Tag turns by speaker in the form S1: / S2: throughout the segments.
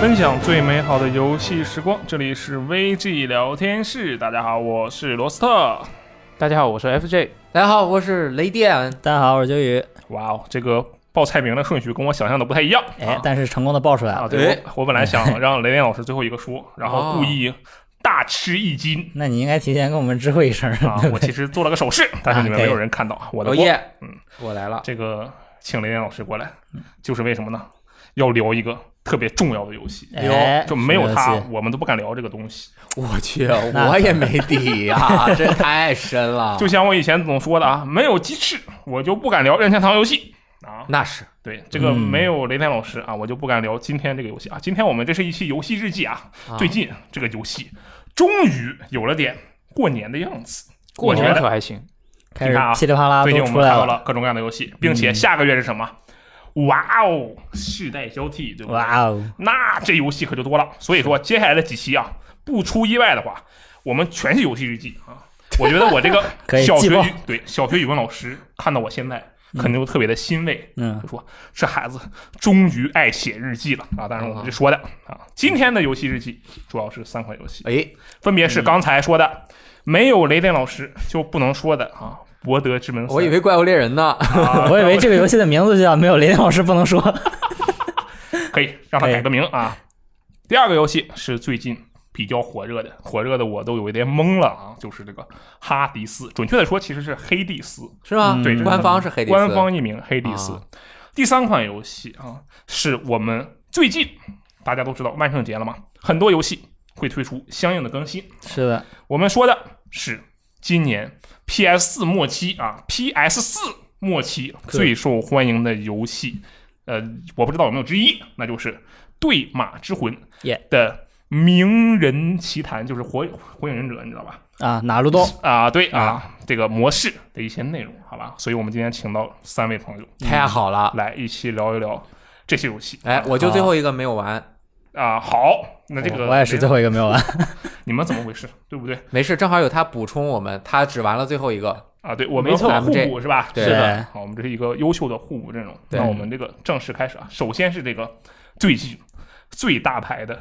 S1: 分享最美好的游戏时光，这里是 VG 聊天室。大家好，我是罗斯特。
S2: 大家好，我是 FJ。
S3: 大家好，我是雷电。
S4: 大家好，我是九宇。
S1: 哇哦，这个报菜名的顺序跟我想象的不太一样。
S4: 哎
S1: 啊，
S4: 但是成功的爆出来
S1: 啊，
S4: 了。
S1: 对
S3: 哎
S1: 我，我本来 想让雷电老师最后一个说，然后
S2: 哦
S1: 故意大吃一惊。
S4: 那你应该提前跟我们知会一声。
S1: 啊，我其实做了个手势，但
S2: 啊
S1: 是你们没有人看到我
S2: 哦
S1: 的
S3: 罗
S1: 锅。
S3: 叶，
S1: 嗯，
S3: 哦我来了。
S1: 这个请雷电老师过来，
S2: 嗯
S1: 就是为什么呢？要聊一个特别重要的游
S2: 嗯
S1: 戏，
S4: 哎，
S1: 就没有它
S4: 这个，
S1: 我们都不敢聊这个东西。
S3: 我 去，
S4: 那
S3: 我也没底 呀，这太深
S4: 啊
S3: 了。
S1: 就像我以前总说的啊，没有鸡翅，我就不敢聊任天堂游戏啊。
S3: 那是
S1: 对，这个
S4: 嗯
S1: 没有雷电老师啊，我就不敢聊今天这个游戏啊。今天我们这是一期游戏日记啊，
S3: 啊
S1: 最近这个游戏终于有了点过年的样子。
S2: 过
S1: 我觉
S2: 年
S1: 得
S2: 可还行，
S4: 开
S1: 你看啊
S4: 始噼里啪啦
S1: 最近
S4: 都
S1: 我们
S4: 出
S1: 看
S4: 来
S1: 到
S4: 了。
S1: 了各种各样的游戏，并且
S4: 嗯
S1: 下个月是什么？哇哦，世代交替，对不对？
S4: 哇哦，
S1: 那这游戏可就多了。所以说，接下来的几期啊，不出意外的话，我们全是游戏日记啊。我觉得我这个
S4: 可以
S1: 小学
S4: 季报
S1: 语对小学语文老师看到我现在，肯定就特别的欣慰，
S4: 嗯
S1: 就说这孩子终于爱写日记了啊！当然我们这说的啊，今天的游戏日记主要是三款游戏，
S3: 哎，
S1: 分别是刚才说的没有雷电老师就不能说的啊，《博德之门三》
S3: 我以为怪物猎人呢。
S1: 啊，
S4: 我以为这个游戏的名字就叫没有雷电老师不 能说。
S1: 可以让他
S4: 可以
S1: 改个名啊。第二个游戏是最近比较火热的，火热的我都有一点懵了啊，就是这个《哈迪斯》，准确的说其实是《黑帝斯
S3: 是吗？
S4: 嗯对
S3: 官方是黑》，迪斯，
S1: 官方译名《黑帝斯》
S3: 啊
S1: 第三款游戏啊，是我们最近大家都知道万圣节了嘛，很多游戏会推出相应的更新。
S4: 是的，
S1: 我们说的是今年 PS 四末期啊，PS 四末期最受欢迎的游戏，呃，我不知道有没有之一，那就是《对马之魂》
S4: 耶
S1: 的名人奇谭，就是火火影忍者，你知道吧？
S4: 啊，哪路东
S1: 啊，对啊，这个模式的一些内容，好吧？所以我们今天请到三位朋友
S3: 太好了。
S1: 来一起聊一聊这些游戏。
S3: 哎，我就最后一个没有玩，
S1: 啊，好，那这个
S4: 哦我我也是最后一个没有玩。
S1: 你们怎么回事？对不对？
S3: 没事，正好有他补充我们，他只玩了最后一个。
S1: 啊，对，我们
S3: 没错
S1: 互补是吧？
S3: 对
S1: 是的
S4: 对，
S1: 好，我们这是一个优秀的互补阵容。
S3: 对
S1: 那我们这个正式开始啊，首先是这个最近最大牌的《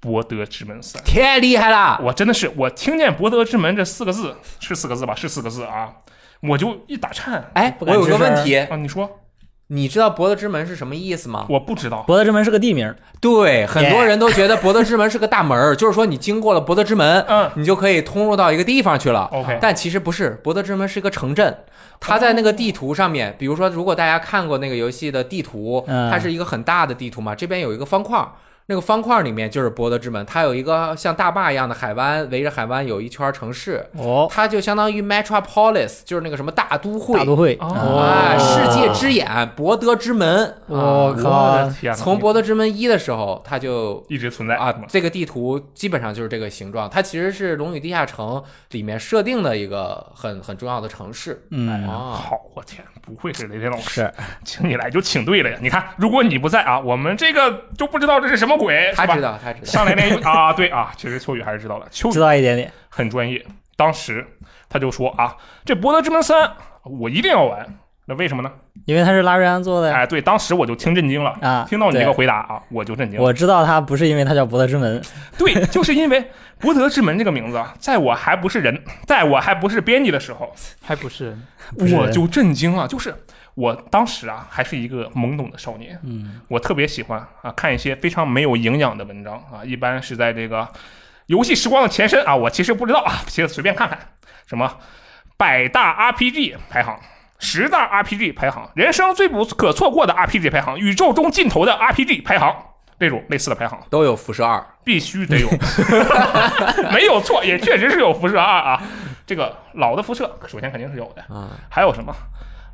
S1: 博德之门三》，
S3: 太厉害了！
S1: 我真的是我听见“博德之门”这四个字是四个字吧？是四个字啊，我就一打颤
S3: 哎，
S4: 不
S3: 我
S4: 敢
S3: 有个
S4: 吱声
S3: 问题，
S1: 啊！你说
S3: 你知道《博德之门》是什么意思吗？
S1: 我不知道
S4: 博德之门是个地名，
S3: 对，很多人都觉得博德之门是个大门儿，就是说你经过了博德之 门，
S1: 嗯，
S3: 你就可以通入到一个地方去了。
S1: OK
S3: 但其实不是，博德之门是一个城镇，它在那个地图上面，比如说，如果大家看过那个游戏的地图，
S4: 嗯
S3: 它是一个很大的地图嘛，这边有一个方块儿。那个方块儿里面就是博德之门，它有一个像大坝一样的海湾，围着海湾有一圈儿城市，
S4: 哦，
S3: 它就相当于 metropolis，就是那个什么大都会，
S4: 大都会。嗯
S1: 哦
S3: 啊，
S1: 哦
S3: 世界之眼，博德之门。
S4: 我
S3: 啊
S1: 我的
S4: 靠，
S1: 天哪，
S3: 从《博德之门一》的时候，它就
S1: 一直存在
S3: 啊
S1: 是吗，
S3: 这个地图基本上就是这个形状，它其实是《龙与地下城》里面设定的一个很很重要的城市。
S4: 嗯，
S3: 啊，
S1: 好，我天，不愧是雷天老师，
S4: 是
S1: 请你来就请对了呀！你看，如果你不在啊，我们这个就不知道这是什么鬼，是
S3: 他
S1: 吧
S3: 知？道，他知道。
S1: 上来连啊，对啊，其实秋雨还是知道的，秋雨
S4: 知道一点点。
S1: 很专业。当时他就说啊，这《博德之门三》我一定要玩，那为什么呢？
S4: 因为他是拉瑞安做的呀。
S1: 哎，对，当时我就听震惊了
S4: 啊
S1: 听到你这个
S4: 对
S1: 回答啊，我就震惊了。
S4: 我知道他不是因为他叫博德之门，
S1: 对，就是因为《博德之门》这个名字啊，在我还不是人，在我还不是编辑的时候，
S2: 还不是
S4: 不是
S1: 我就震惊了，就是。我当时啊，还是一个懵懂的少年，
S4: 嗯，
S1: 我特别喜欢啊看一些非常没有营养的文章啊，一般是在这个游戏时光的前身啊，我其实不知道啊，其实随便看看什么百大 RPG 排行、十大 RPG 排行、人生最不可错过的 RPG 排行、宇宙中尽头的 RPG 排行。这种类似的排行
S3: 都有辐射二，
S1: 必须得有， 没有错，也确实是有辐射二啊。这个老的辐射首先肯定是有的，
S3: 嗯，
S1: 还有什么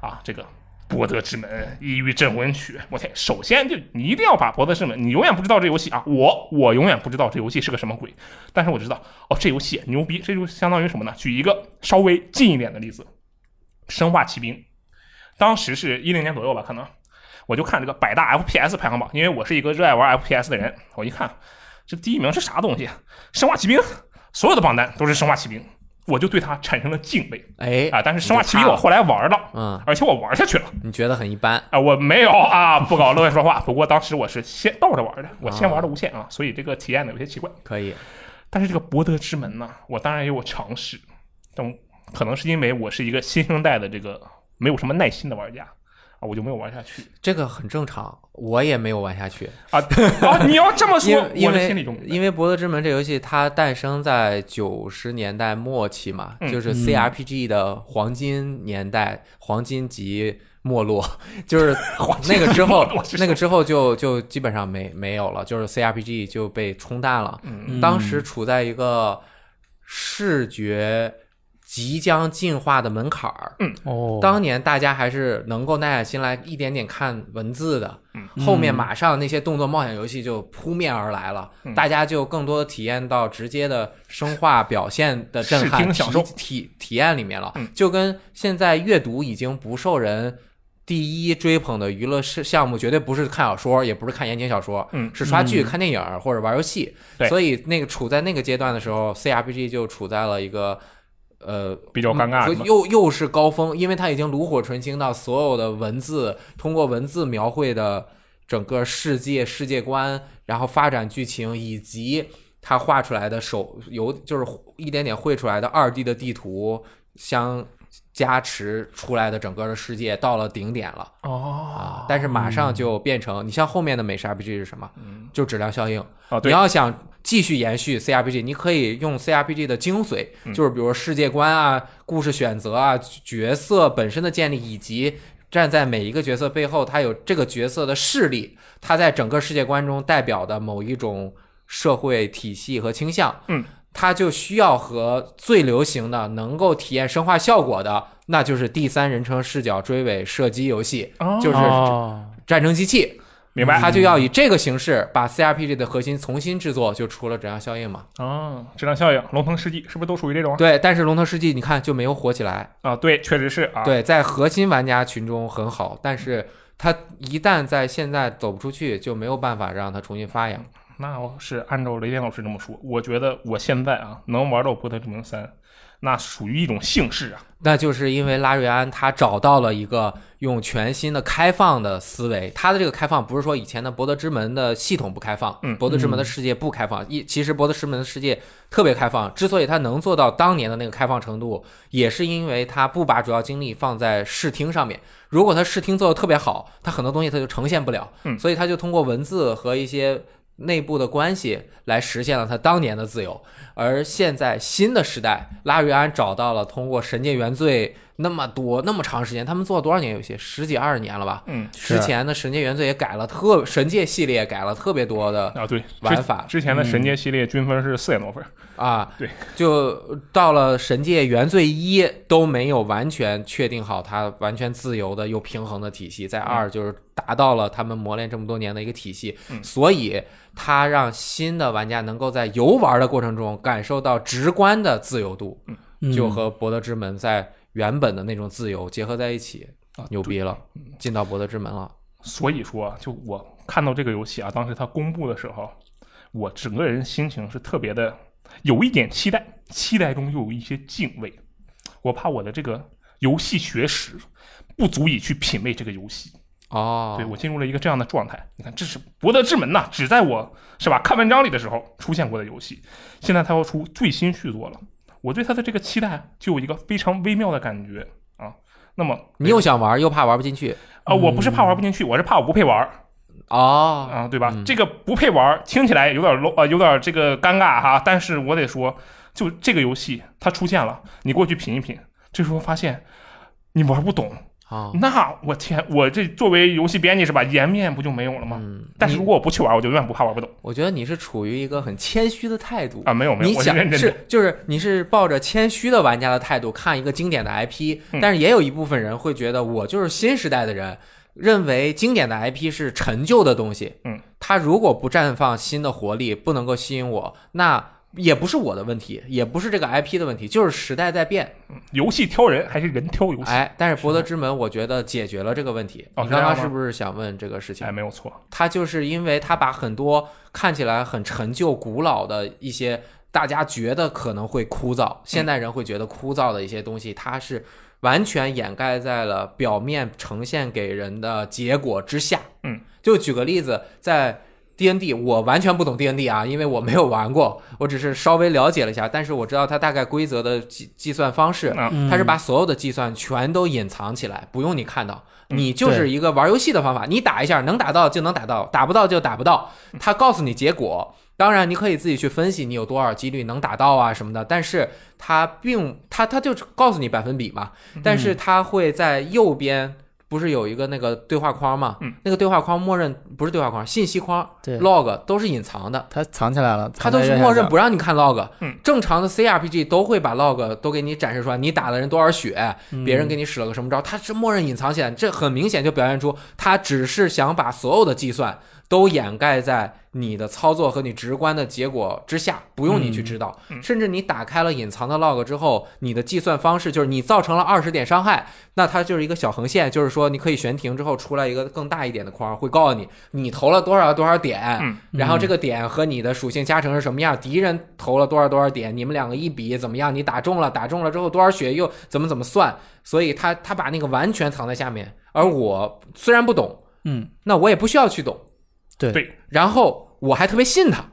S1: 啊？这个《博德之门》《异域镇魂曲》，我天！首先就你一定要把《博德之门》，你永远不知道这游戏啊，我我永远不知道这游戏是个什么鬼，但是我知道哦，这游戏牛逼，这就相当于什么呢？举一个稍微近一点的例子，《生化奇兵》，当时是一零年左右吧，可能我就看这个百大 FPS 排行榜，因为我是一个热爱玩 FPS 的人，啊我一看这第一名是啥东西，《生化奇兵》，所有的榜单都是《生化奇兵》。我就对它产生了敬畏
S3: 哎，
S1: 啊。但是生化
S3: 你就
S1: 奇兵
S3: 怕
S1: 我后来玩了，
S3: 嗯，
S1: 而且我玩下去了。
S3: 你觉得很一般，
S1: 啊，我没有啊，不搞乱说话。不过当时我是先倒着玩的，我先玩的无限啊，所以这个体验呢有些奇怪。
S3: 可以，
S1: 但是这个博德之门呢，我当然也有尝试，但可能是因为我是一个新生代的这个没有什么耐心的玩家啊，我就没有玩下去
S3: 这个很正常。我也没有玩下去，
S1: 啊。啊，你要这么
S3: 因
S1: 说，
S3: 为因
S1: 我的心里就
S3: 为因为《博德之门》这游戏它诞生在九十年代末期嘛，
S1: 嗯
S3: 就是
S4: 嗯
S3: CRPG 的黄金年代，黄金级没落， 就是那个之后
S1: 没落是，什么
S3: 那个之后就就基本上没没有了，就是 CRPG 就被冲淡了。
S1: 嗯
S3: 当时处在一个视觉即将进化的门槛儿，
S4: 哦，
S3: 当年大家还是能够耐下心来一点点看文字的，
S1: 嗯
S3: 后面马上那些动作冒险游戏就扑面而来了，
S1: 嗯
S3: 大家就更多的体验到直接的生化表现的震
S1: 视
S3: 撼
S1: 听
S3: 体
S1: 享受
S3: 体体验里面了，
S1: 嗯
S3: 就跟现在阅读已经不受人。第一追捧的娱乐是项目，绝对不是看小说，也不是看言情小说，
S1: 嗯
S3: 是刷剧、看电影或者玩游戏。
S1: 对
S3: 所以那个处在那个阶段的时候，CRPG 就处在了一个呃
S1: 比较尴尬
S3: 嗯
S1: 是吧
S3: 又又是高峰，因为它已经炉火纯青到所有的文字通过文字描绘的整个世界世界观，然后发展剧情以及它画出来的手有就是一点点绘出来的二 D 的地图相加持出来的整个的世界到了顶点了。
S1: 哦
S3: 啊！但是马上就变成、你像后面的美式 RPG 是什么？就质量效应。
S1: 啊，
S3: 你
S1: 嗯对，
S3: 要想继续延续 CRPG，你可以用 CRPG 的精髓，
S1: 嗯
S3: 就是比如世界观啊、故事选择啊、角色本身的建立，以及站在每一个角色背后，他有这个角色的势力，他在整个世界观中代表的某一种社会体系和倾向。
S1: 嗯。
S3: 他就需要和最流行的、能够体验生化效果的，那就是第三人称视角追尾射击游戏，
S1: 哦
S3: 就是
S2: 哦，
S3: 战争机器。
S1: 明白
S3: 他就要以这个形式把 CRPG 的核心重新制作，就出了质量效应嘛。
S1: 啊，质量效应、龙腾世纪是不是都属于这种啊
S3: 对，但是《龙腾世纪》你看就没有火起来，
S1: 啊？对，确实是啊。
S3: 对，在核心玩家群中很好，但是它一旦在现在走不出去，就没有办法让它重新发扬。
S1: 那我是按照雷电老师这么说，我觉得我现在啊能玩到《博德之门三》，那属于一种幸事啊。
S3: 那就是因为拉瑞安他找到了一个用全新的开放的思维，他的这个开放不是说以前的博德之门的系统不开放，
S1: 嗯
S3: 博德之门的世界不开放，一其实博德之门的世界特别开放，之所以他能做到当年的那个开放程度，也是因为他不把主要精力放在视听上面。如果他视听做的特别好，他很多东西他就呈现不了，
S1: 嗯
S3: 所以他就通过文字和一些内部的关系来实现了他当年的自由。而现在新的时代，拉瑞安找到了通过《神界原罪》那么多那么长时间，他们做了多少年游戏？十几二十年了吧？
S1: 嗯
S4: 是
S3: 之前的《神界原罪》也改了特《神界》系列也改了特别多的
S1: 啊，对，
S3: 玩
S1: 之
S3: 法
S1: 之前的神界系列均分是四点多分，
S3: 啊，
S1: 对，
S3: 就到了《神界原罪一》都没有完全确定好它完全自由的又平衡的体系，在二就是达到了他们磨练这么多年的一个体系，
S1: 嗯
S3: 所以它让新的玩家能够在游玩的过程中感受到直观的自由度，
S4: 嗯
S3: 就和《博德之门》在原本的那种自由结合在一起，
S1: 啊
S3: 牛逼了，进到《博德之门》了。
S1: 所以说，啊就我看到这个游戏啊，当时它公布的时候，我整个人心情是特别的，有一点期待，期待中又有一些敬畏。我怕我的这个游戏学识不足以去品味这个游戏，
S3: 哦，
S1: 对我进入了一个这样的状态。你看，这是《博德之门》呐，只在我是吧看文章里的时候出现过的游戏，现在它要出最新续作了，我对它的这个期待就有一个非常微妙的感觉啊。那么
S3: 你又想玩又怕玩不进去
S1: 啊、我不是怕玩不进去，我是怕我不配玩儿。
S3: 哦，
S1: 啊，对吧？
S3: 嗯
S1: 这个不配玩儿，听起来有点 low 啊、有点这个尴尬哈。但是我得说，就这个游戏它出现了，你过去品一品，这时候发现你玩不懂，
S3: 啊，
S1: 那我天，我这作为游戏编辑是吧，颜面不就没有了吗？
S3: 嗯，
S1: 但是
S3: 你
S1: 如果我不去玩，我就永远不怕玩不懂
S3: 我觉得你是处于一个很谦虚的态度。
S1: 啊！没有没有，
S3: 你
S1: 我是
S3: 想
S1: 认真的。
S3: 是就是你是抱着谦虚的玩家的态度看一个经典的 IP，、
S1: 嗯
S3: 但是也有一部分人会觉得我就是新时代的人，认为经典的 IP 是陈旧的东西。
S1: 嗯，
S3: 它如果不绽放新的活力，不能够吸引我，那也不是我的问题，也不是这个 IP 的问题，就是时代在变。
S1: 游戏挑人还是人挑游戏？
S3: 哎，但是《博德之门》我觉得解决了这个问题。
S1: 哦
S3: 你
S1: 是这
S3: 刚
S1: 样
S3: 刚
S1: 吗
S3: 是不是想问这个事情
S1: 哎，？没有错，
S3: 它就是因为它把很多看起来很陈旧、古老的一些大家觉得可能会枯燥，现代人会觉得枯燥的一些东西，它是完全掩盖在了表面呈现给人的结果之下。
S1: 嗯，
S3: 就举个例子，在 D N D，我完全不懂 D N D 啊，因为我没有玩过，我只是稍微了解了一下，但是我知道它大概规则的计计算方式，它
S4: 嗯
S3: 是把所有的计算全都隐藏起来，不用你看到，你就是一个玩游戏的方法，你打一下能打到就能打到，打不到就打不到，它告诉你结果。当然，你可以自己去分析你有多少几率能打到啊什么的，但是它并它它就是告诉你百分比嘛，但是它会在右边不是有一个那个对话框嘛？
S1: 嗯
S3: 那个对话框默认不是对话框，信息框
S4: 对
S3: log 都是隐藏的，
S4: 它藏起来了，
S3: 它
S4: 藏在
S3: 都是
S4: 右
S3: 默
S4: 下
S3: 认
S4: 角
S3: 不让你看 log。
S1: 嗯
S3: 正常的 CRPG 都会把 log 都给你展示出来，你打了人多少血，别人给你使了个什么招，它是默认隐藏起来，这很明显就表现出它只是想把所有的计算都掩盖在你的操作和你直观的结果之下，不用你去知道。
S1: 嗯
S3: 甚至你打开了隐藏的 log 之后，你的计算方式就是你造成了二十点伤害，那它就是一个小横线，就是说你可以悬停之后出来一个更大一点的框，会告诉你你投了多少多少点，
S1: 嗯
S3: 然后这个点和你的属性加成是什么样，敌人投了多少多少点，你们两个一比怎么样，你打中了，打中了之后多少血又怎么怎么算，所以他他把那个完全藏在下面，而我虽然不懂，
S4: 嗯，
S3: 那我也不需要去懂，
S4: 对
S1: 对，
S3: 然后我还特别信 他，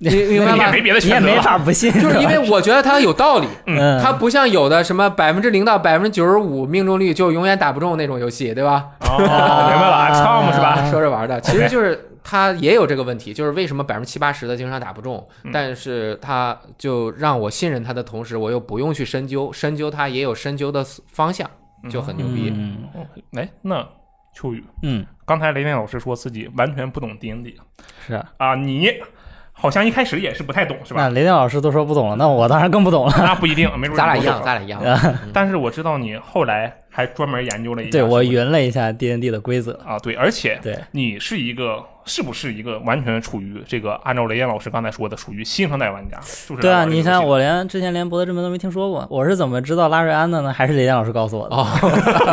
S3: 你
S1: 你
S3: 明白
S1: 也
S3: 吗
S1: 没？别的
S4: 嗯你也
S1: 选择
S4: 没
S1: 了。
S4: 法不信，
S3: 就是因为我觉得他有道理，
S4: 嗯，
S3: 它不像有的什么百分之零到百分之九十五命中率就永远打不中那种游戏，对吧？
S1: 哦，明白了啊，Tom 是吧？
S4: 啊
S3: 说着玩的，其实就是它也有这个问题，就是为什么百分之七八十的经常打不中，但是它就让我信任它的同时，我又不用去深究，深究它也有深究的方向，就很牛逼。
S4: 嗯
S1: 哎，那秋雨，
S4: 嗯，
S1: 刚才雷电老师说自己完全不懂 D N D
S4: 是啊。
S1: 啊，你好像一开始也是不太懂是吧
S4: 那？雷电老师都说不懂了，那我当然更不懂了。
S1: 那不一定，没准你
S3: 咱俩
S1: 不
S3: 一样，
S1: 懂
S3: 咱俩一样。
S1: 但是我知道你后来还专门研究了一下，
S4: 对我
S1: 是不是
S4: 匀了一下 D N D 的规则，
S1: 啊，对，而且
S4: 对
S1: 你是一个是不是一个完全处于这个按照雷燕老师刚才说的，属于新生代玩家？就是
S4: 对
S1: 来
S4: 啊，
S1: 玩这个
S4: 你
S1: 游戏。
S4: 像我连之前连博德之门都没听说过，我是怎么知道拉瑞安的呢？还是雷电老师告诉 我的。
S3: 哦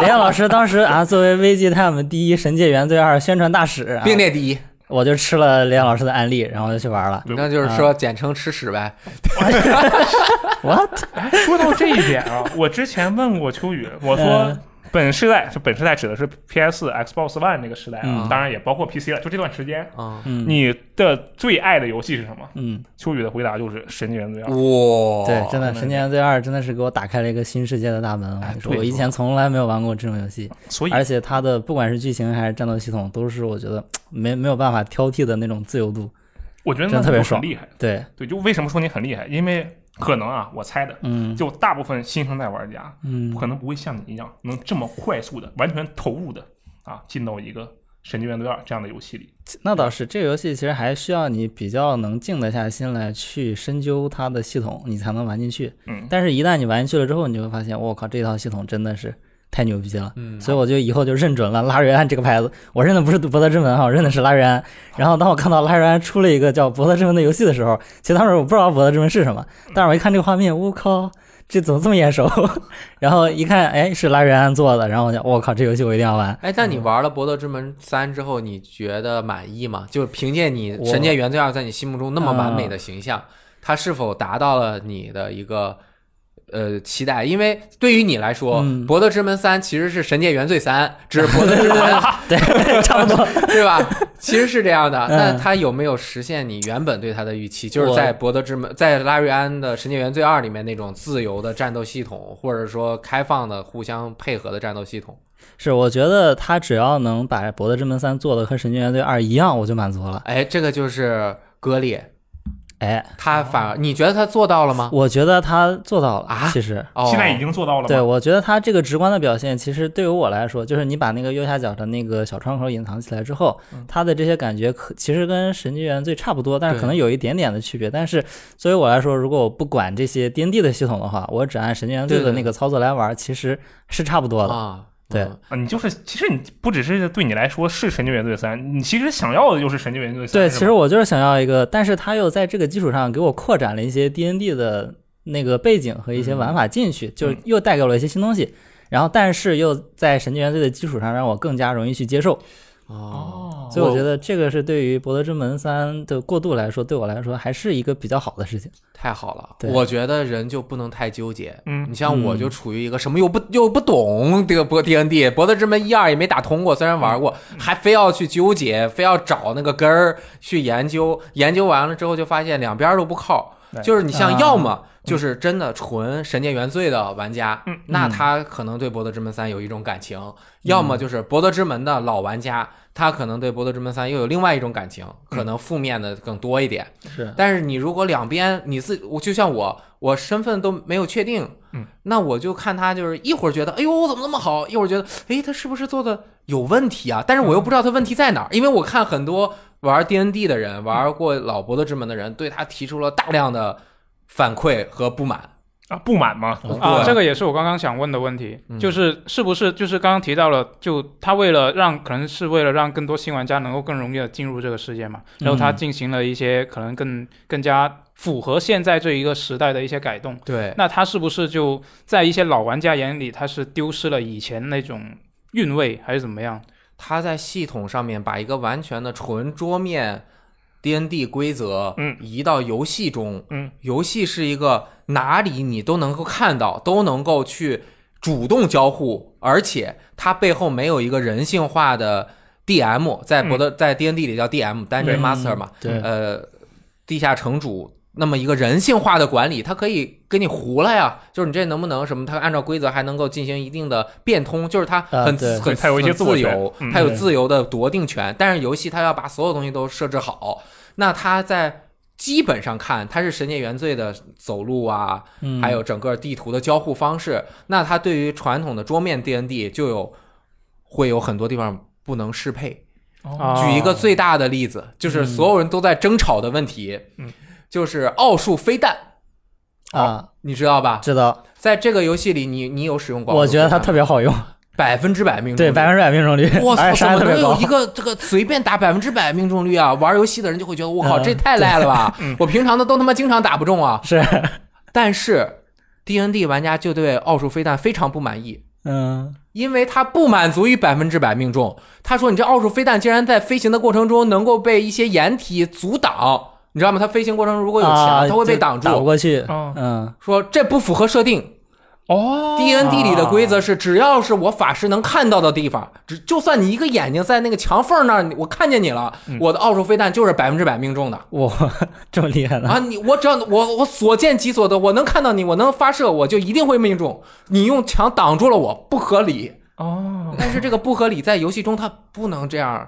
S4: 雷电老师当时啊，作为 VGTime 第一、神界原罪二宣传大使、啊，
S3: 并列第一，
S4: 我就吃了雷电老师的案例，然后就去玩了
S3: 那就是说简称吃屎呗。
S4: What？
S1: 哎说到这一点啊，我之前问过秋雨，我说
S4: 嗯
S1: 本世代是本世代指的是 PS、Xbox One 那个时代啊，
S3: 嗯
S1: 当然也包括 PC 了，就这段时间。
S3: 嗯，
S4: 嗯
S1: 你的最爱的游戏是什么？
S4: 嗯，
S1: 秋雨的回答就是《神经元罪二》。
S3: 哇，
S4: 对，真的，
S1: 那
S4: 《神界原罪二》真的是给我打开了一个新世界的大门。我跟你说，
S1: 对
S4: 我以前从来没有玩过这种游戏，
S1: 所以
S4: 而且它的不管是剧情还是战斗系统，都是我觉得没没有办法挑剔的那种自由度。
S1: 我觉得
S4: 真
S1: 那
S4: 特别
S1: 就很
S4: 爽
S1: 厉害。
S4: 对，
S1: 对，就为什么说你很厉害？因为可能啊，我猜的，
S4: 嗯
S1: 就大部分新生代玩家，
S4: 嗯，
S1: 可能不会像你一样能这么快速的、完全投入的啊，进到一个《神经元对二》这样的游戏里。
S4: 那倒是，这个游戏其实还需要你比较能静得下心来去深究它的系统，你才能玩进去。
S1: 嗯
S4: 但是，一旦你玩进去了之后，你就会发现，我靠，这套系统真的是太牛逼了。
S3: 嗯
S4: 所以我就以后就认准了拉瑞安这个牌子，我认的不是博德之门哈，我认的是拉瑞安。然后当我看到拉瑞安出了一个叫博德之门的游戏的时候，其实当时我不知道博德之门是什么，但是我一看这个画面，我靠，这怎么这么眼熟？ 然后一看，哎，是拉瑞安做的，然后我就我靠，这游戏我一定要玩。
S3: 哎，但你玩了《博德之门三》之后，你觉得满意吗？就凭借你《
S4: 我嗯
S3: 神界原罪二》在你心目中那么完美的形象，它是否达到了你的一个呃期待？因为对于你来说，
S4: 嗯
S3: 博德之门三》其实是《神界原罪三》，只是《博德之门》
S4: 对，差不多。
S3: 对吧？其实是这样的。
S4: 嗯
S3: 那它有没有实现你原本对它的预期？就是
S4: 我
S3: 在《博德之门》在拉瑞安的《神界原罪二》里面那种自由的战斗系统，或者说开放的、互相配合的战斗系统？
S4: 是，我觉得他只要能把《博德之门三》做的和《神经元队二》一样，我就满足了。
S3: 哎，这个就是割裂。
S4: 哎，
S3: 他反而你觉得他做到了吗？
S4: 我觉得他做到了
S3: 啊
S4: 其实，
S3: 哦，
S1: 现在已经做到了
S4: 对
S1: 吗？
S4: 我觉得他这个直观的表现，其实对于我来说，就是你把那个右下角的那个小窗口隐藏起来之后，他的这些感觉可其实跟《神经元罪》差不多，但是
S3: 对
S4: 可能有一点点的区别。但是作为我来说，如果我不管这些 D N D 的系统的话，我只按《神经元罪》
S3: 对
S4: 的
S3: 对
S4: 那个操作来玩，其实是差不多的。
S3: 啊，
S4: 对
S3: 嗯
S1: 啊，你就是其实你不只是对你来说是《神经元罪三》，你其实想要的就是《神经元罪三》。
S4: 对，
S1: 是
S4: 其
S1: 吧
S4: 实我就是想要一个，但是他又在这个基础上给我扩展了一些 D N D 的那个背景和一些玩法进去，就又带给我了一些新东西。然后，但是又在《神经元罪》的基础上，让我更加容易去接受。
S3: 哦，
S4: 所以我
S3: 我
S4: 觉得这个是对于《博德之门三》的过渡来说，对我来说还是一个比较好的事情。
S3: 太好了，
S4: 对
S3: 我觉得人就不能太纠结。
S1: 嗯
S3: 你像我
S4: 嗯
S3: 就处于一个什么又不又不懂这个博 D N D，博
S1: 嗯
S3: 德之门一二也没打通过，虽然玩过，还非要去纠结，非要找那个根儿去研究，研究完了之后就发现两边儿都不靠
S1: 对。嗯
S3: 就是你像
S4: 啊
S3: 要么就是真的纯神界原罪的玩家，
S1: 嗯
S3: 那他可能对博德之门三有一种感情；要么就是博德之门的老玩家，他可能对博德之门三又有另外一种感情，可能负面的更多一点。
S4: 是，
S3: 但是你如果两边你自我就像我，我身份都没有确定，
S1: 嗯，
S3: 那我就看他就是一会儿觉得哎呦我怎么那么好，一会儿觉得哎他是不是做的有问题啊？但是我又不知道他问题在哪儿，因为我看很多玩 D N D 的人，玩过老伯乐之门的人，对他提出了大量的反馈和不满。
S1: 啊，不满吗？
S4: 嗯
S2: 啊，
S3: 对
S2: 这个也是我刚刚想问的问题，
S3: 嗯
S2: 就是是不是就是刚刚提到了，就他为了让可能是为了让更多新玩家能够更容易的进入这个世界嘛，然后他
S4: 嗯
S2: 进行了一些可能更更加符合现在这一个时代的一些改动。
S3: 对，
S2: 那他是不是就在一些老玩家眼里，他是丢失了以前那种韵味，还是怎么样？
S3: 他在系统上面把一个完全的纯桌面 D N D 规则，
S1: 嗯
S3: 移到游戏中，
S1: 嗯，
S3: 游戏是一个哪里你都能够看到，都能够去主动交互，而且它背后没有一个人性化的 D M，在博德、
S1: 嗯
S3: 在 D N D 里叫 D M Dungeon Master 嘛，
S4: 对，
S3: 呃，地下城主那么一个人性化的管理，它可以给你糊了呀，就是你这能不能什么？它按照规则还能够进行一定的变通，就是它
S4: 啊
S3: 很、
S4: 对
S3: 很
S1: 它有一些
S3: 很
S1: 自我
S3: 自
S1: 权
S3: 由
S1: 嗯，
S3: 它有
S4: 对
S3: 自由的夺定权，但是游戏它要把所有东西都设置好，那它在。基本上看，它是《神界原罪》的走路啊，
S4: 嗯
S3: 还有整个地图的交互方式，那它对于传统的桌面 D N D 就有会有很多地方不能适配，
S4: 啊
S1: 哦
S3: 举一个最大的例
S4: 哦
S3: 子，
S4: 嗯
S3: 就是所有人都在争吵的问题，
S1: 嗯，
S3: 就是奥数飞弹，
S4: 啊，
S3: 你知道吧？
S4: 知道，
S3: 在这个游戏里你，你有使用过奥
S4: 我
S3: 数飞
S4: 觉
S3: 弹吗？
S4: 得它特别好用，
S3: 百分之百命中，
S4: 对，百分。之百命中率，
S3: 我操，
S4: 而且
S3: 怎
S4: 伤害
S3: 么
S4: 特
S3: 能
S4: 别
S3: 有
S4: 高
S3: 一。个这个随便打百分之百命中率啊？玩游戏的人就会觉得我靠，
S4: 嗯
S3: 这太赖了 吧！我平常的都他妈经常打不中啊。
S4: 是，
S3: 但是 D N D 玩家就对奥数飞弹非常不满意，
S4: 嗯，
S3: 因为他不满足于百分之百命中。他说：“你这奥数飞弹竟然在飞行的过程中能够被一些掩体阻挡，你知道吗？它飞行过程中如果有
S4: 啊
S3: 墙，它会被
S4: 就
S3: 挡
S4: 打不
S3: 住。
S4: 过去。
S1: 哦
S4: 嗯，
S3: 说这不符合设定。
S1: 哦
S3: D N D 里的规则是，只要是我法师能看到的地方，只就算你一个眼睛在那个墙缝那儿，我看见你了，我的奥数飞弹就是百分之百命中的。”
S4: 我这么厉害呢？
S3: 啊，你我只要我我所见即所得，我能看到你，我能发射，我就一定会命中。你用墙挡住了我，不合理。
S1: 哦，
S3: 但是这个不合理在游戏中它不能这样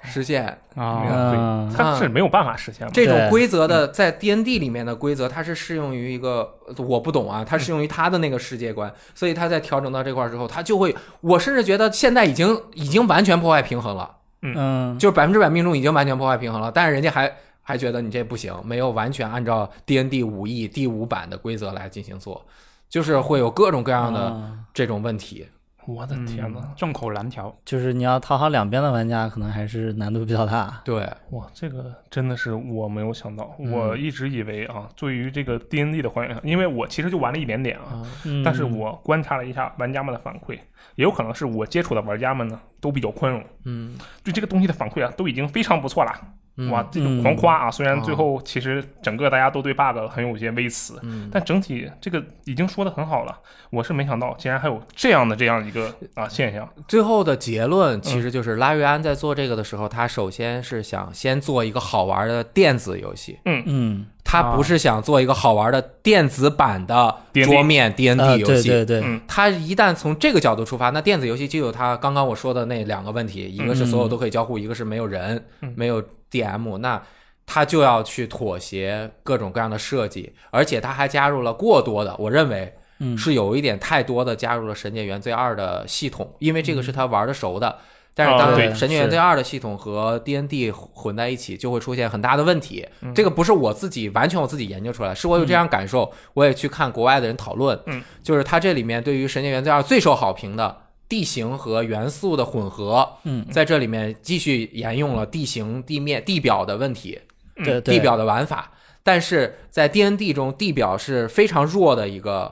S3: 实现。
S1: 啊
S2: 啊，
S4: 嗯
S1: 对，它是没有办法实现的。
S3: 这种
S4: 对
S3: 规则的在 D N D 里面的规则，它是适用于一个我不懂啊，它适用于它的那个世界观，所以它在调整到这块儿之后，它就会，我甚至觉得现在已经已经完全破坏平衡了，
S4: 嗯，
S3: 就是百分之百命中已经完全破坏平衡了，但是人家还还觉得你这不行，没有完全按照 D N D 五 E 第五版的规则来进行做，就是会有各种各样的
S4: 啊
S3: 这种问题。
S1: 我的天哪，
S2: 啊嗯众口难调。
S4: 就是你要讨好两边的玩家，可能还是难度比较大。
S3: 对，
S1: 哇，这个真的是我没有想到，
S3: 嗯
S1: 我一直以为啊，对于这个 D N D 的还原，因为我其实就玩了一点点啊，
S4: 嗯，
S1: 但是我观察了一下玩家们的反馈，也有可能是我接触的玩家们呢都比较宽容，
S3: 嗯，
S1: 对这个东西的反馈啊都已经非常不错了。
S3: 嗯
S1: 哇，，这种狂夸啊！虽然最后其实整个大家都对 bug 很有一些微词，
S3: 嗯。
S1: 但整体这个已经说的很好了。我是没想到，竟然还有这样的这样一个啊现象。
S3: 最后的结论其
S4: 嗯
S3: 实就是，拉瑞安在做这个的时候，他首先是想先做一个好玩的电子游戏，
S4: 嗯，
S3: 他不是想做一个好玩的电子版的
S1: D&D
S3: 桌面 D N
S4: 啊，
S3: D 游
S4: 对
S3: 戏。
S4: 对对，
S1: 嗯
S3: 他一旦从这个角度出发，那电子游戏就有他刚刚我说的那两个问题，一个是所
S4: 嗯
S3: 有都可以交互，一个是没有人
S1: 嗯，
S3: 没有 DM，那他就要去妥协各种各样的设计，而且他还加入了过多的，我认为
S4: 嗯，
S3: 是有一点太多的加入了《神界原罪二》的系统，因为这个是他玩的熟的。但是当
S1: 啊
S4: 嗯哦对
S3: 《神界原罪二》的系统和 D N D 混在一起，就会出现很大的问题。
S4: 嗯
S3: 这个不是我自己完全我自己研究出来，是我有这样感受，我也去看国外的人讨论。
S1: 嗯，
S3: 就是它这里面对于《神界原罪二》最受好评的地形和元素的混合，
S4: 嗯，
S3: 在这里面继续沿用了地形、地面、地表的问题。
S4: 对对
S3: 地表的玩法，但是在 D N D 中，地表是非常弱的一个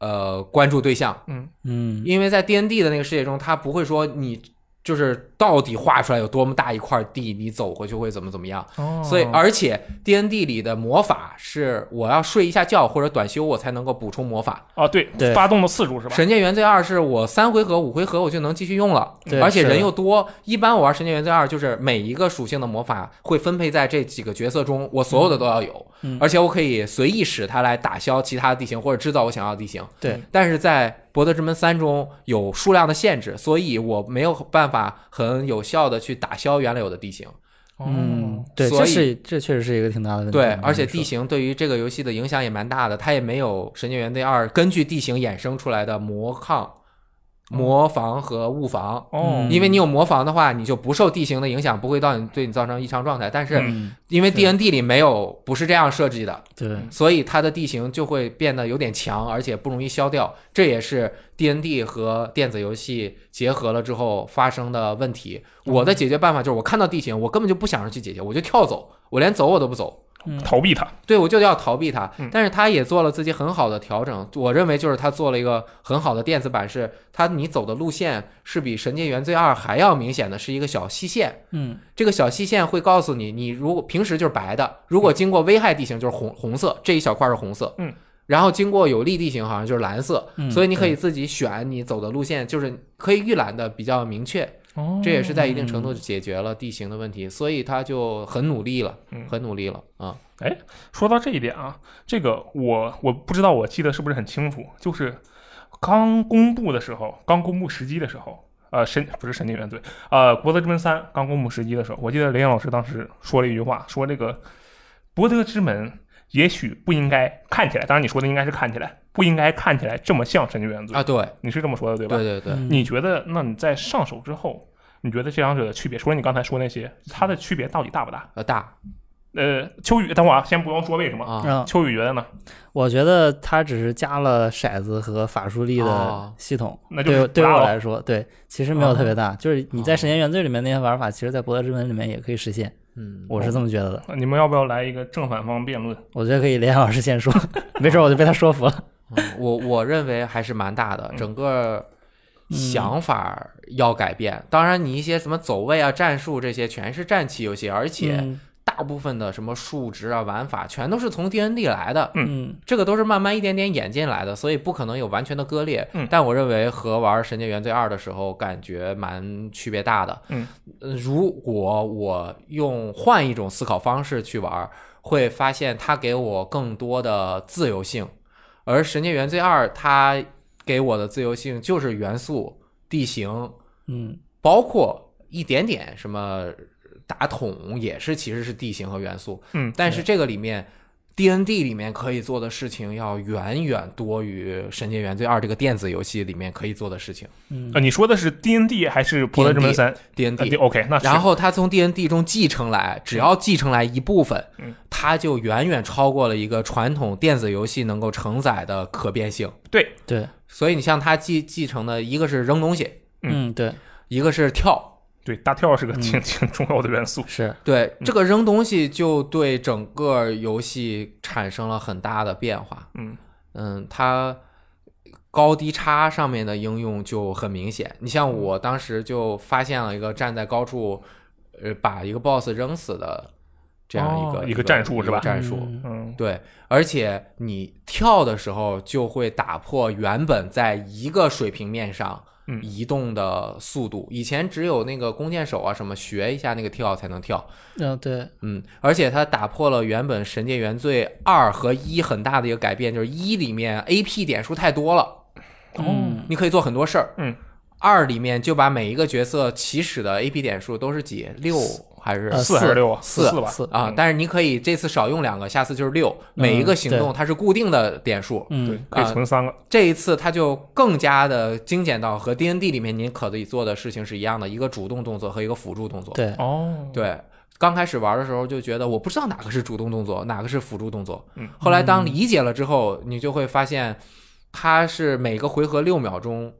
S3: 呃关注对象，
S4: 嗯
S3: 因为在 D N D 的那个世界中，它不会说你就是到底画出来有多么大一块地，你走回去会怎么怎么样。
S1: 哦
S3: 所以，而且 D N D 里的魔法是我要睡一下觉或者短休，我才能够补充魔法。
S1: 哦，对，
S4: 对
S1: 发动的次数是吧？
S3: 神界原罪二是我三回合、五回合我就能继续用了，
S4: 对
S3: 而且
S4: 是的
S3: 人又多。一般我玩神界原罪二，就是每一个属性的魔法会分配在这几个角色中，我所有的都要有，
S4: 嗯
S3: 而且我可以随意使它来打消其他的地形或者制造我想要的地形。
S4: 对，
S3: 但是在博德之门三中有数量的限制，所以我没有办法很有效的去打消原来有的地形。
S4: 嗯，对，
S3: 所
S4: 这
S3: 以
S4: 是这确实是一个挺大的问题。
S3: 对
S4: 你，
S3: 而且
S4: 这么
S3: 地
S4: 说
S3: 形对于这个游戏的影响也蛮大的，它也没有《神界原罪二》根据地形衍生出来的魔抗、魔防和物防。
S1: 哦，
S3: 因为你有魔防的话，你就不受地形的影响，不会到你对你造成异常状态。但 是
S1: 嗯
S3: 因为 D N D 里没有不是这样设计的，
S4: 对，
S3: 所以它的地形就会变得有点强，而且不容易消掉。这也是 D N D 和电子游戏结合了之后发生的问题。我的解决办法就是，我看到地形，我根本就不想着去解决，我就跳走，我连走我都不走。
S1: 逃避它。
S3: 对，我就要逃避它
S1: 嗯。
S3: 但是他也做了自己很好的调整，我认为就是他做了一个很好的电子版，是他你走的路线是比《神界原罪二》还要明显的是一个小细线。
S4: 嗯，
S3: 这个小细线会告诉你，你如果平时就是白的，如果经过危害地形就是红红色，这一小块是红色。
S1: 嗯。
S3: 然后经过有利地形好像就是蓝色，
S4: 嗯
S3: 所以你可以自己选你走的路线，就是可以预览的比较明确。
S1: 哦
S3: 这也是在一定程度解决了地形的问题，所以他就很努力了，
S1: 嗯
S3: 很努力了啊。
S1: 说到这一点啊，这个我我不知道，我记得是不是很清楚？就是刚公布的时候，刚公布时机的时候，呃，神不是神经元对，呃，《博德之门三》刚公布时机的时候，我记得雷阳老师当时说了一句话，说这个《博德之门》也许不应该看起来，当然你说的应该是看起来，不应该看起来这么像神经元罪，
S3: 啊，对，
S1: 你是这么说的对吧？
S3: 对对对，
S4: 嗯
S1: 你觉得，那你在上手之后，你觉得这两者的区别，除了你刚才说那些，它的区别到底大不大？
S3: 呃大
S1: 呃，秋雨，等会儿啊，先不用说为什么，
S3: 啊，
S4: 啊，
S1: 秋雨觉得呢？
S4: 我觉得它只是加了骰子和法术力的
S3: 哦
S4: 系统，
S1: 那就是
S4: 对对
S1: 不大
S4: 我
S1: 了
S4: 来说，对其实没有特别大，就是你在
S3: 哦
S4: 《神仙原罪》里面那些玩法，其实在《博德之门》里面也可以实现，
S3: 嗯，
S4: 我是这么觉得的。
S1: 你们要不要来一个正反方辩论？
S4: 我觉得可以连老师先说， 没准我就被他说服了。
S3: 嗯我我认为还是蛮大的，整个想法要改变。当然，你一些什么走位啊、战术这些，全是战棋游戏，而且
S4: 嗯
S3: 大部分的什么数值啊、玩法，全都是从 D N D 来的。
S4: 嗯，
S3: 这个都是慢慢一点点演进来的，所以不可能有完全的割裂。
S1: 嗯
S3: 但我认为和玩《神界原罪二》的时候感觉蛮区别大的。
S1: 嗯
S3: 呃，如果我用换一种思考方式去玩，会发现它给我更多的自由性，而《神界原罪二》它给我的自由性就是元素、地形，
S4: 嗯
S3: 包括一点点什么打桶也是其实是地形和元素，
S1: 嗯
S3: 但是这个里面 D N D 里面可以做的事情要远远多于《神界原罪二》这个电子游戏里面可以做的事情
S4: 嗯
S1: 呃，
S3: 啊
S1: 你说的是 D N D 还是《博德之门三》
S3: D N
S1: 呃
S3: D。
S1: o k 那是
S3: 然后他从 D N D 中继承来，只要继承来一部分
S1: 嗯，
S3: 它就远远超过了一个传统电子游戏能够承载的可变性。
S1: 对，
S4: 对，
S3: 所以你像他继继承的，一个是扔东西，
S1: 嗯
S4: 嗯对，
S3: 一个是跳，
S1: 对，大跳是个
S4: 嗯
S1: 挺、挺重要的元素。
S4: 是
S3: 对
S1: 嗯
S3: 这个扔东西就对整个游戏产生了很大的变化。
S1: 嗯
S3: 嗯，它高低差上面的应用就很明显。
S1: 嗯
S3: 你像我当时就发现了一个站在高处，呃，把一个 BOSS 扔死的这样一个、
S1: 哦一
S3: 一
S1: 个战术是吧
S3: 个战术。
S4: 嗯
S1: 嗯
S3: 对，而且你跳的时候就会打破原本在一个水平面上
S1: 嗯
S3: 移动的速度。以前只有那个弓箭手啊什么学一下那个跳才能跳，
S4: 嗯对，
S3: 嗯，而且它打破了原本《神界原罪二》和一很大的一个改变，就是一里面 A P 点数太多了，哦
S4: 嗯
S3: 你可以做很多事儿。
S1: 嗯，
S3: 二里面就把每一个角色起始的 A P 点数都是几六还是
S4: 呃
S1: 四还是六啊？
S3: 四
S1: 吧。
S4: 四
S3: 啊？
S1: 嗯
S3: 但是你可以这次少用两个，下次就是六。每一个行动它是固定的点数，
S1: 对
S4: 嗯，
S1: 可以
S3: 啊
S1: 存三个。
S3: 这一次它就更加的精简到和 D N D 里面您可以做的事情是一样的，一个主动动作和一个辅助动作。
S4: 对，
S1: 哦，，
S3: 对，刚开始玩的时候就觉得我不知道哪个是主动动作，哪个是辅助动作。
S1: 嗯
S3: 后来当理解了之后，你就会发现，它是每个回合六秒钟，